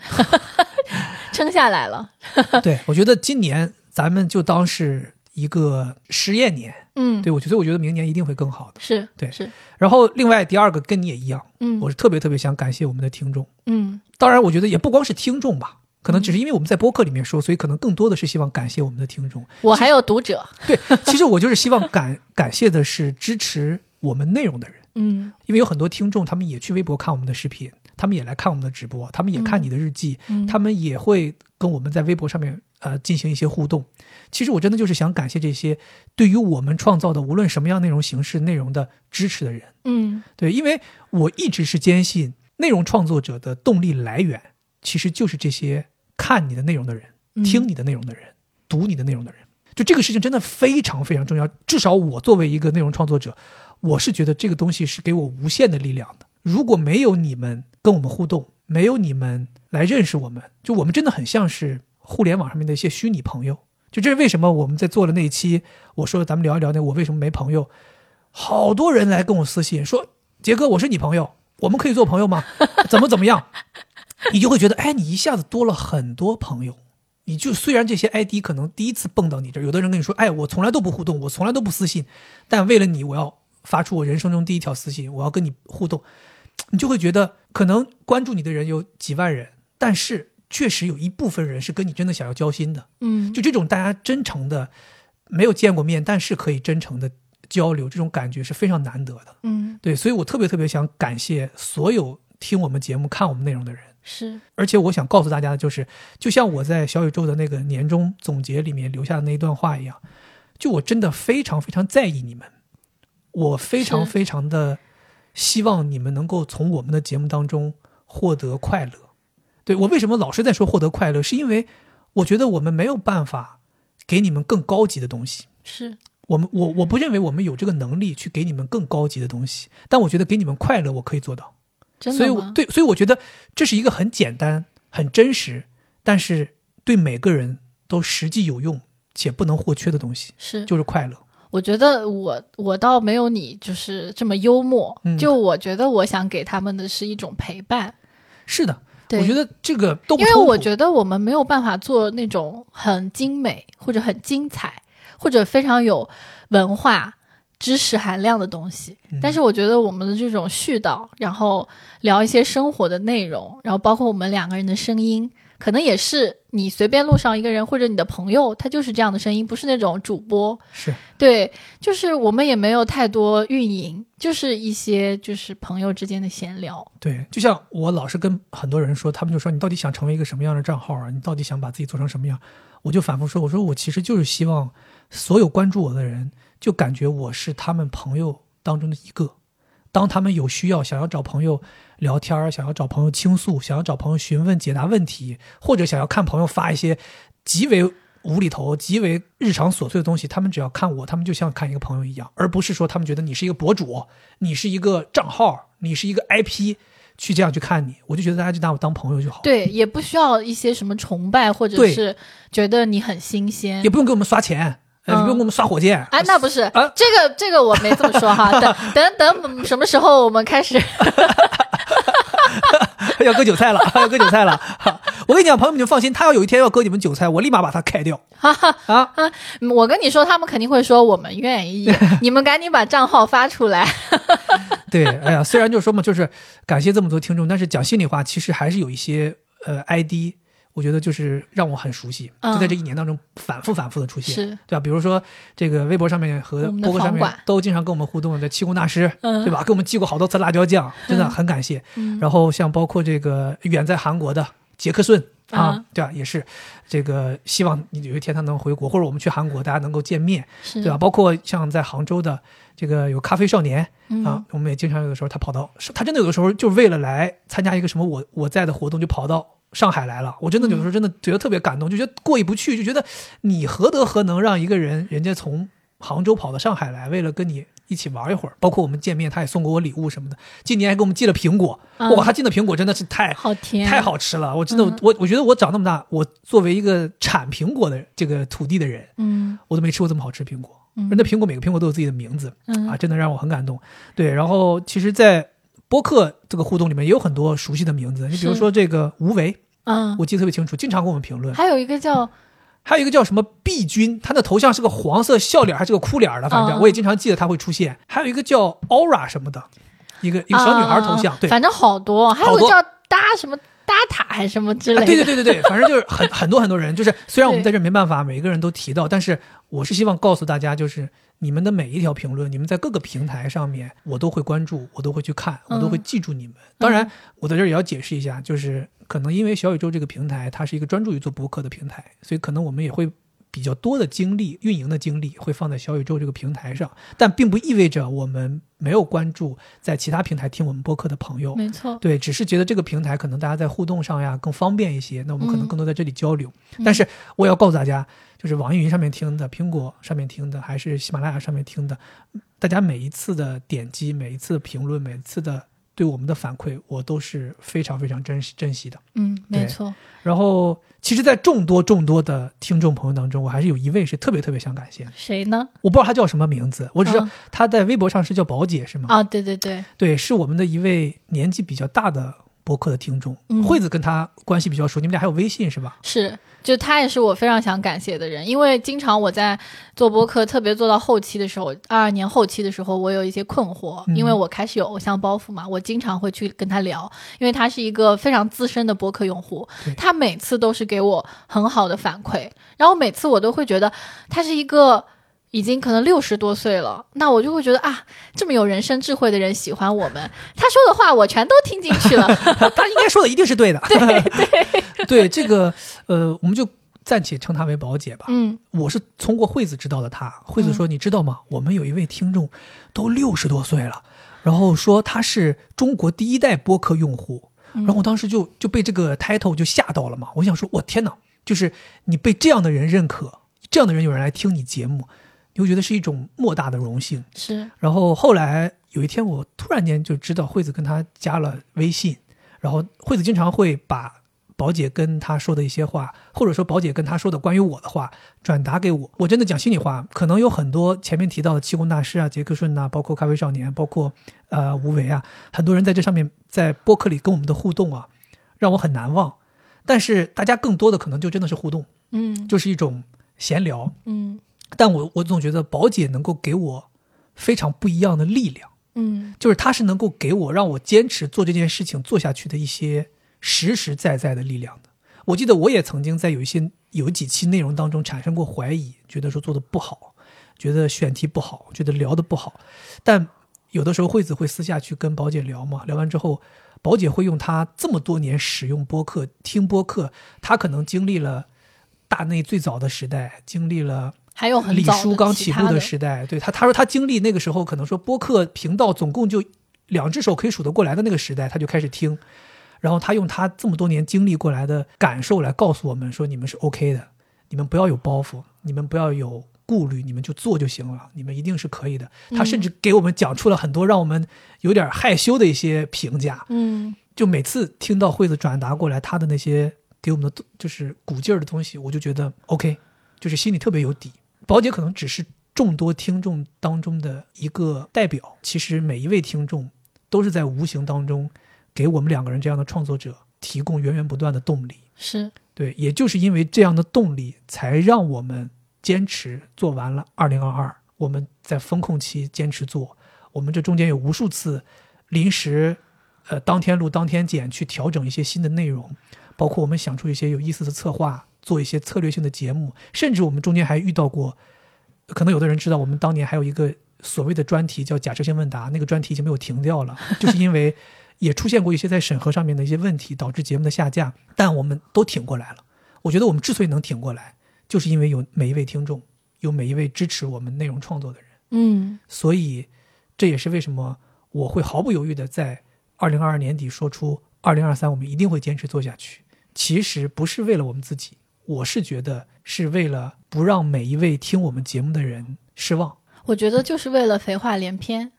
[SPEAKER 2] 撑下来了。
[SPEAKER 1] 嗯对，我觉得今年咱们就当是一个实验年，
[SPEAKER 2] 嗯，
[SPEAKER 1] 对我觉得我觉得明年一定会更好的。
[SPEAKER 2] 是，
[SPEAKER 1] 对
[SPEAKER 2] 是，
[SPEAKER 1] 然后另外第二个跟你也一样，
[SPEAKER 2] 嗯，
[SPEAKER 1] 我是特别特别想感谢我们的听众，
[SPEAKER 2] 嗯
[SPEAKER 1] 当然我觉得也不光是听众吧。可能只是因为我们在播客里面说，所以可能更多的是希望感谢我们的听众。
[SPEAKER 2] 我还有读者，
[SPEAKER 1] 对，其实我就是希望感感谢的是支持我们内容的人，
[SPEAKER 2] 嗯
[SPEAKER 1] 因为有很多听众他们也去微博看我们的视频，他们也来看我们的直播，他们也看你的日记，
[SPEAKER 2] 嗯，
[SPEAKER 1] 他们也会跟我们在微博上面呃进行一些互动。其实我真的就是想感谢这些对于我们创造的无论什么样内容形式内容的支持的人。
[SPEAKER 2] 嗯
[SPEAKER 1] 对，因为我一直是坚信内容创作者的动力来源其实就是这些看你的内容的人、
[SPEAKER 2] 嗯
[SPEAKER 1] 听你的内容的人、读你的内容的人。就这个事情真的非常非常重要，至少我作为一个内容创作者，我是觉得这个东西是给我无限的力量的。如果没有你们跟我们互动，没有你们来认识我们，就我们真的很像是互联网上面的一些虚拟朋友。就这是为什么我们在做了那一期，我说咱们聊一聊那我为什么没朋友，好多人来跟我私信说，杰哥我是你朋友，我们可以做朋友吗？怎么怎么样？ [LAUGHS] 你就会觉得，哎，你一下子多了很多朋友。你就虽然这些 ID 可能第一次蹦到你这儿，有的人跟你说，哎，我从来都不互动，我从来都不私信，但为了你，我要发出我人生中第一条私信，我要跟你互动，你就会觉得可能关注你的人有几万人，但是确实有一部分人是跟你真的想要交心的。
[SPEAKER 2] 嗯
[SPEAKER 1] 就这种大家真诚的，没有见过面，但是可以真诚的交流，这种感觉是非常难得的。
[SPEAKER 2] 嗯
[SPEAKER 1] 对，所以我特别特别想感谢所有听我们节目、看我们内容的人。
[SPEAKER 2] 是，
[SPEAKER 1] 而且我想告诉大家的就是，就像我在小宇宙的那个年终总结里面留下的那一段话一样，就我真的非常非常在意你们，我非常
[SPEAKER 2] 是
[SPEAKER 1] 非常的希望你们能够从我们的节目当中获得快乐。对我为什么老是在说获得快乐，是因为我觉得我们没有办法给你们更高级的东西。
[SPEAKER 2] 是
[SPEAKER 1] 我们我我不认为我们有这个能力去给你们更高级的东西，但我觉得给你们快乐，我可以做到。
[SPEAKER 2] 真
[SPEAKER 1] 所以
[SPEAKER 2] 的
[SPEAKER 1] 我
[SPEAKER 2] 吗？
[SPEAKER 1] 对，所以我觉得这是一个很简单、很真实，但是对每个人都实际有用且不能或缺的东西，
[SPEAKER 2] 是，
[SPEAKER 1] 就是快乐。
[SPEAKER 2] 我觉得我我倒没有你就是这么幽默，
[SPEAKER 1] 嗯
[SPEAKER 2] 就我觉得我想给他们的是一种陪伴，
[SPEAKER 1] 是的，
[SPEAKER 2] 对，
[SPEAKER 1] 我觉得这个都不
[SPEAKER 2] 因为
[SPEAKER 1] 冲
[SPEAKER 2] 我
[SPEAKER 1] 突
[SPEAKER 2] 觉得我们没有办法做那种很精美或者很精彩或者非常有文化知识含量的东西，
[SPEAKER 1] 嗯
[SPEAKER 2] 但是我觉得我们的这种絮叨，然后聊一些生活的内容，然后包括我们两个人的声音，可能也是你随便路上一个人或者你的朋友，他就是这样的声音，不是那种主播，
[SPEAKER 1] 是
[SPEAKER 2] 对，就是我们也没有太多运营，就是一些就是朋友之间的闲聊，
[SPEAKER 1] 对，就像我老是跟很多人说，他们就说你到底想成为一个什么样的账号啊？你到底想把自己做成什么样？我就反复说，我说我其实就是希望所有关注我的人就感觉我是他们朋友当中的一个。当他们有需要，想要找朋友聊天儿，想要找朋友倾诉，想要找朋友询问解答问题，或者想要看朋友发一些极为无厘头、极为日常琐碎的东西，他们只要看我，他们就像看一个朋友一样，而不是说他们觉得你是一个博主，你是一个账号，你是一个 IP，去这样去看你。我就觉得大家就拿我当朋友就好，
[SPEAKER 2] 对，也不需要一些什么崇拜，或者
[SPEAKER 1] 对
[SPEAKER 2] 是觉得你很新鲜
[SPEAKER 1] 也。不用给我们刷钱，呃
[SPEAKER 2] 嗯
[SPEAKER 1] 也不用给我们刷火箭。
[SPEAKER 2] 啊，那不是、
[SPEAKER 1] 啊
[SPEAKER 2] 这个，这个我没这么
[SPEAKER 1] [LAUGHS]
[SPEAKER 2] 说哈。等等等，什么时候我们开始？
[SPEAKER 1] 要割韭菜了， [LAUGHS] 要割韭菜了！哈我跟你讲，朋友们就放心，他要有一天要割你们韭菜，我立马把他开掉。啊，
[SPEAKER 2] 我跟你说，他们肯定会说我们愿
[SPEAKER 1] [LAUGHS]
[SPEAKER 2] 意。你们赶紧把账号发出来。
[SPEAKER 1] 对，哎呀，虽然就说嘛，就是感谢这么多听众，但是讲心里话，其实还是有一些呃 ID，我觉得就是让我很熟悉，
[SPEAKER 2] 嗯
[SPEAKER 1] 就在这一年当中反复反复的出现，
[SPEAKER 2] 是
[SPEAKER 1] 对吧？比如说这个微博上面和
[SPEAKER 2] 我们的
[SPEAKER 1] 博客上
[SPEAKER 2] 房
[SPEAKER 1] 面
[SPEAKER 2] 管
[SPEAKER 1] 都经常跟我们互动的七公大师，
[SPEAKER 2] 嗯
[SPEAKER 1] 对吧？给我们寄过好多次辣椒酱，真的很感谢。 [LAUGHS]
[SPEAKER 2] 嗯
[SPEAKER 1] 然后像包括这个远在韩国的杰克逊。啊
[SPEAKER 2] 啊，
[SPEAKER 1] 对吧？也是，这个希望有一天他能回国，或者我们去韩国，大家能够见面，
[SPEAKER 2] 是
[SPEAKER 1] 对吧？啊包括像在杭州的这个有咖啡少年，
[SPEAKER 2] 嗯、
[SPEAKER 1] 啊，我们也经常有的时候他跑到，是他真的有的时候就为了来参加一个什么我我在的活动，就跑到上海来了。我真的有的时候真的觉得特别感动，就觉得过意不去，就觉得你何德何能让一个人人家从杭州跑到上海来，为了跟你一起玩一会儿。包括我们见面，他也送过我礼物什么的。今年还给我们寄了苹果，
[SPEAKER 2] 嗯
[SPEAKER 1] 哇，他寄的苹果真的是太。
[SPEAKER 2] 好甜，
[SPEAKER 1] 太。好吃了！我真的，
[SPEAKER 2] 嗯
[SPEAKER 1] 我我觉得我长那么大，我作为一个产苹果的这个土地的人，
[SPEAKER 2] 嗯
[SPEAKER 1] 我都没吃过这么好吃的苹果。
[SPEAKER 2] 嗯
[SPEAKER 1] 人的苹果每个苹果都有自己的名字，
[SPEAKER 2] 嗯
[SPEAKER 1] 啊，真的让我很感动。对，然后其实，在播客这个互动里面也有很多熟悉的名字，你比如
[SPEAKER 2] 是
[SPEAKER 1] 说这个吴为，
[SPEAKER 2] 嗯，
[SPEAKER 1] 我记得特别清楚，经常给我们评论。
[SPEAKER 2] 还有一个叫
[SPEAKER 1] 还有一个叫什么 B 君，他的头像是个黄色笑脸还是个哭脸的，反正
[SPEAKER 2] 嗯
[SPEAKER 1] 我也经常记得他会出现。还有一个叫 Aura 什么的，一个一个小女孩头像，
[SPEAKER 2] 啊
[SPEAKER 1] 对，
[SPEAKER 2] 反正好多，还有
[SPEAKER 1] 好
[SPEAKER 2] 个
[SPEAKER 1] 多
[SPEAKER 2] 叫搭什么搭塔还是什么之类
[SPEAKER 1] 啊
[SPEAKER 2] 的，
[SPEAKER 1] 对对对对对，反正就是很 [LAUGHS] 很多很多人，就是虽然我们在这儿没办法每一个人都提到，但是我是希望告诉大家，就是你们的每一条评论，你们在各个平台上面，我都会关注，我都会去看，我都
[SPEAKER 2] 嗯
[SPEAKER 1] 会记住你们。当然，我在这儿也要解释一下，就是可能因为小宇宙这个平台，它是一个专注于做博客的平台，所以可能我们也会。比较多的精力，运营的精力会放在小宇宙这个平台上，但并不意味着我们没有关注在其他平台听我们播客的朋友。
[SPEAKER 2] 没错，
[SPEAKER 1] 对，只是觉得这个平台可能大家在互动上呀更方便一些，那我们可能
[SPEAKER 2] 嗯
[SPEAKER 1] 更多在这里交流。
[SPEAKER 2] 嗯
[SPEAKER 1] 但是我也要告诉大家，就是网易云上面听的、苹果上面听的，还是喜马拉雅上面听的，大家每一次的点击、每一次的评论、每一次的对我们的反馈，我都是非常非常珍惜珍惜的。
[SPEAKER 2] 嗯，没
[SPEAKER 1] 对
[SPEAKER 2] 错，
[SPEAKER 1] 然后，其实，在众多众多的听众朋友当中，我还是有一位是特别特别想感谢的，
[SPEAKER 2] 谁呢？
[SPEAKER 1] 我不知道他叫什么名字，我只知道
[SPEAKER 2] 嗯
[SPEAKER 1] 他在微博上是叫宝姐，是吗？
[SPEAKER 2] 啊，对对对，
[SPEAKER 1] 对，是我们的一位年纪比较大的博客的听众，
[SPEAKER 2] 嗯
[SPEAKER 1] 惠子跟他关系比较熟，你们俩还有微信是 [LAUGHS] 吧？
[SPEAKER 2] 是，就他也是我非常想感谢的人，因为经常我在做播客，特别做到后期的时候，二二年后期的时候，我有一些困惑，因为
[SPEAKER 1] 嗯
[SPEAKER 2] 我开始有偶像包袱嘛，我经常会去跟他聊，因为他是一个非常资深的播客用户
[SPEAKER 1] 对，
[SPEAKER 2] 他每次都是给我很好的反馈，然后每次我都会觉得他是一个。已经可能六十多岁了，那我就会觉得啊，这么有人生智慧的人喜欢我们，他说的话我全都听进去了。 [LAUGHS]
[SPEAKER 1] 他应该说的一定是对的。对 [LAUGHS] 对这个呃，我们就暂且称她为宝姐吧。
[SPEAKER 2] 嗯，
[SPEAKER 1] 我是通过惠子知道的她。惠子说：“你知道吗？我们有一位听众都六十多岁了，然后说他是中国第一代播客用户。”然后我当时就就被这个 title 就吓到了嘛。我想说，我天哪，就是你被这样的人认可，这样的人有人来听你节目，你会觉得是一种莫大的荣幸。
[SPEAKER 2] 是，
[SPEAKER 1] 然后后来有一天，我突然间就知道惠子跟他加了微信，然后惠子经常会把宝姐跟他说的一些话，或者说宝姐跟他说的关于我的话转达给我。我真的讲心里话，可能有很多前面提到的气功大师啊、杰克逊呐、包括咖啡少年，包括呃无为啊，很多人在这上面在播客里跟我们的互动啊，让我很难忘。但是大家更多的可能就真的是互动，
[SPEAKER 2] 嗯
[SPEAKER 1] 就是一种闲聊。
[SPEAKER 2] 嗯
[SPEAKER 1] 但我我总觉得宝姐能够给我非常不一样的力量，
[SPEAKER 2] 嗯
[SPEAKER 1] 就是她是能够给我让我坚持做这件事情做下去的一些实实在在的力量的。我记得我也曾经在有一些有几期内容当中产生过怀疑，觉得说做的不好，觉得选题不好，觉得聊的不好。但有的时候惠子会私下去跟宝姐聊嘛，聊完之后，宝姐会用她这么多年使用播客、听播客，她可能经历了大内最早的时代，经历了。
[SPEAKER 2] 还有很
[SPEAKER 1] 李
[SPEAKER 2] 早的
[SPEAKER 1] 叔刚
[SPEAKER 2] 其
[SPEAKER 1] 起
[SPEAKER 2] 他
[SPEAKER 1] 步
[SPEAKER 2] 的
[SPEAKER 1] 的时代，对他，他说他经历那个时候，可能说播客频道总共就两只手可以数得过来的那个时代，他就开始听，然后他用他这么多年经历过来的感受来告诉我们说，你们是 OK 的，你们不要有包袱，你们不要有顾虑，你们就做就行了，你们一定是可以的。
[SPEAKER 2] 嗯
[SPEAKER 1] 他甚至给我们讲出了很多让我们有点害羞的一些评价，
[SPEAKER 2] 嗯
[SPEAKER 1] 就每次听到惠子转达过来他的那些给我们的就是鼓劲儿的东西，我就觉得 OK，就是心里特别有底。宝姐可能只是众多听众当中的一个代表，其实每一位听众都是在无形当中给我们两个人这样的创作者提供源源不断的动力。
[SPEAKER 2] 是
[SPEAKER 1] 对，也就是因为这样的动力，才让我们坚持做完了2022。我们在风控期坚持做，我们这中间有无数次临时，呃，当天录当天剪去调整一些新的内容，包括我们想出一些有意思的策划，做一些策略性的节目，甚至我们中间还遇到过，可能有的人知道，我们当年还有一个所谓的专题叫假设性问答，那个专题已经没有停掉了，就是因为也出现过一些在审核上面的一些问题，导致节目的下架，但我们都挺过来了。我觉得我们之所以能挺过来，就是因为有每一位听众，有每一位支持我们内容创作的人，
[SPEAKER 2] 嗯
[SPEAKER 1] 所以这也是为什么我会毫不犹豫的在二零二二年底说出二零二三我们一定会坚持做下去。其实不是为了我们自己，我是觉得是为了不让每一位听我们节目的人失望。
[SPEAKER 2] 我觉得就是为了肥话连篇，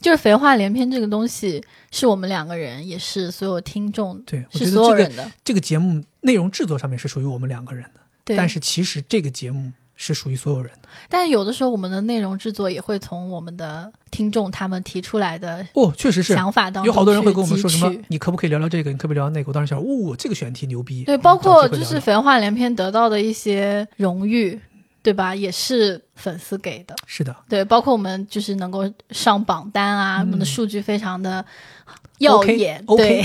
[SPEAKER 2] 就是肥话连篇这个东西是我们两个人，也是所有听众，
[SPEAKER 1] 对我觉得
[SPEAKER 2] 是所有
[SPEAKER 1] 这个
[SPEAKER 2] 人的。
[SPEAKER 1] 这个节目内容制作上面是属于我们两个人的，
[SPEAKER 2] 对，
[SPEAKER 1] 但是其实这个节目是属于所有人的。
[SPEAKER 2] 但有的时候我们的内容制作也会从我们的听众他们提出来的
[SPEAKER 1] 哦，确实是
[SPEAKER 2] 想法当中
[SPEAKER 1] 有好多人会跟我们
[SPEAKER 2] 去
[SPEAKER 1] 说什么
[SPEAKER 2] 汲取，
[SPEAKER 1] 你可不可以聊聊这个？你可不可以聊聊那个？我当时想，哦，这个选题牛逼。
[SPEAKER 2] 对，
[SPEAKER 1] 嗯
[SPEAKER 2] 包括
[SPEAKER 1] 找机会
[SPEAKER 2] 就
[SPEAKER 1] 聊
[SPEAKER 2] 是
[SPEAKER 1] 聊
[SPEAKER 2] 肥话连篇得到的一些荣誉，对吧？也是粉丝给的。
[SPEAKER 1] 是的，
[SPEAKER 2] 对，包括我们就是能够上榜单啊，我们的数据非常的耀
[SPEAKER 1] 嗯 OK，
[SPEAKER 2] 眼。
[SPEAKER 1] OK
[SPEAKER 2] 对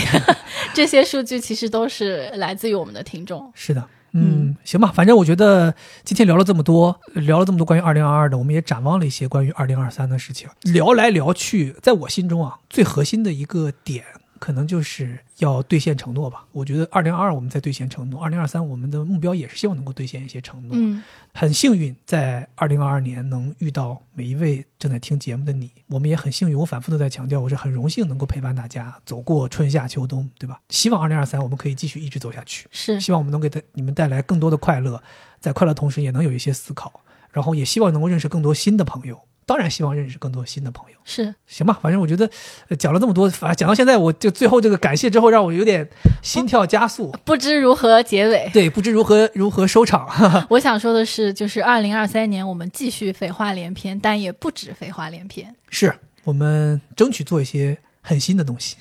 [SPEAKER 2] 这些数据其实都是来自于我们的听众。
[SPEAKER 1] [LAUGHS] 是的。嗯，行吧，反正我觉得今天聊了这么多，聊了这么多关于二零二二的，我们也展望了一些关于二零二三的事情。聊来聊去，在我心中啊，最核心的一个点，可能就是要兑现承诺吧。我觉得二零二二我们在兑现承诺，二零二三我们的目标也是希望能够兑现一些承诺。
[SPEAKER 2] 嗯，
[SPEAKER 1] 很幸运，在二零二二年能遇到每一位正在听节目的你，我们也很幸运。我反复的在强调，我是很荣幸能够陪伴大家走过春夏秋冬，对吧？希望二零二三我们可以继续一直走下去，
[SPEAKER 2] 是
[SPEAKER 1] 希望我们能给带你们带来更多的快乐，在快乐同时也能有一些思考，然后也希望能够认识更多新的朋友，当然希望认识更多新的朋友。
[SPEAKER 2] 是，
[SPEAKER 1] 行吧，反正我觉得、呃讲了这么多，反讲到现在，我就最后这个感谢之后，让我有点心跳加速，
[SPEAKER 2] 不知如何结尾。
[SPEAKER 1] 对，不知如何如何收场。
[SPEAKER 2] 我想说的是，就是二零二三年我们继续废话连篇，但也不止废话连篇。
[SPEAKER 1] 是我们争取做一些很新的东西。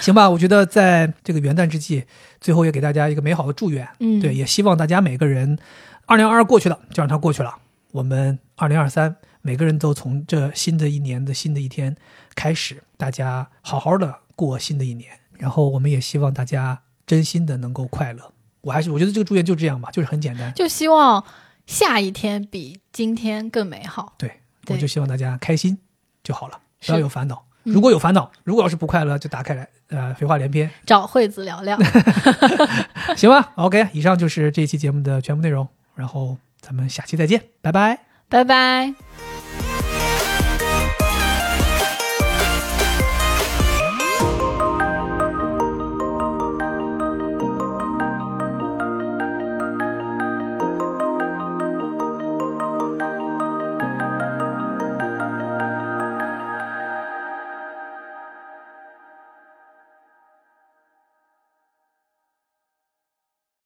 [SPEAKER 1] 行吧，我觉得在这个元旦之际，最后也给大家一个美好的祝愿。
[SPEAKER 2] 嗯
[SPEAKER 1] 对，也希望大家每个人，二零二二过去了，就让它过去了。我们二零二三，每个人都从这新的一年的新的一天开始，大家好好的过新的一年。然后我们也希望大家真心的能够快乐。我还是我觉得这个祝愿就这样吧，就是很简单。
[SPEAKER 2] 就希望下一天比今天更美好。
[SPEAKER 1] 对，
[SPEAKER 2] 对
[SPEAKER 1] 我就希望大家开心就好了，
[SPEAKER 2] 是
[SPEAKER 1] 不要有烦恼。
[SPEAKER 2] 嗯
[SPEAKER 1] 如果有烦恼，如果要是不快乐，就打开来，呃，废话连
[SPEAKER 2] [LAUGHS]
[SPEAKER 1] 篇，
[SPEAKER 2] 找惠子聊
[SPEAKER 1] [LAUGHS]
[SPEAKER 2] 聊，
[SPEAKER 1] 行吧？OK，以上就是这一期节目的全部内容，然后咱们下期再见，拜拜。
[SPEAKER 2] 拜拜。
[SPEAKER 3] 「君の声が聞こえる」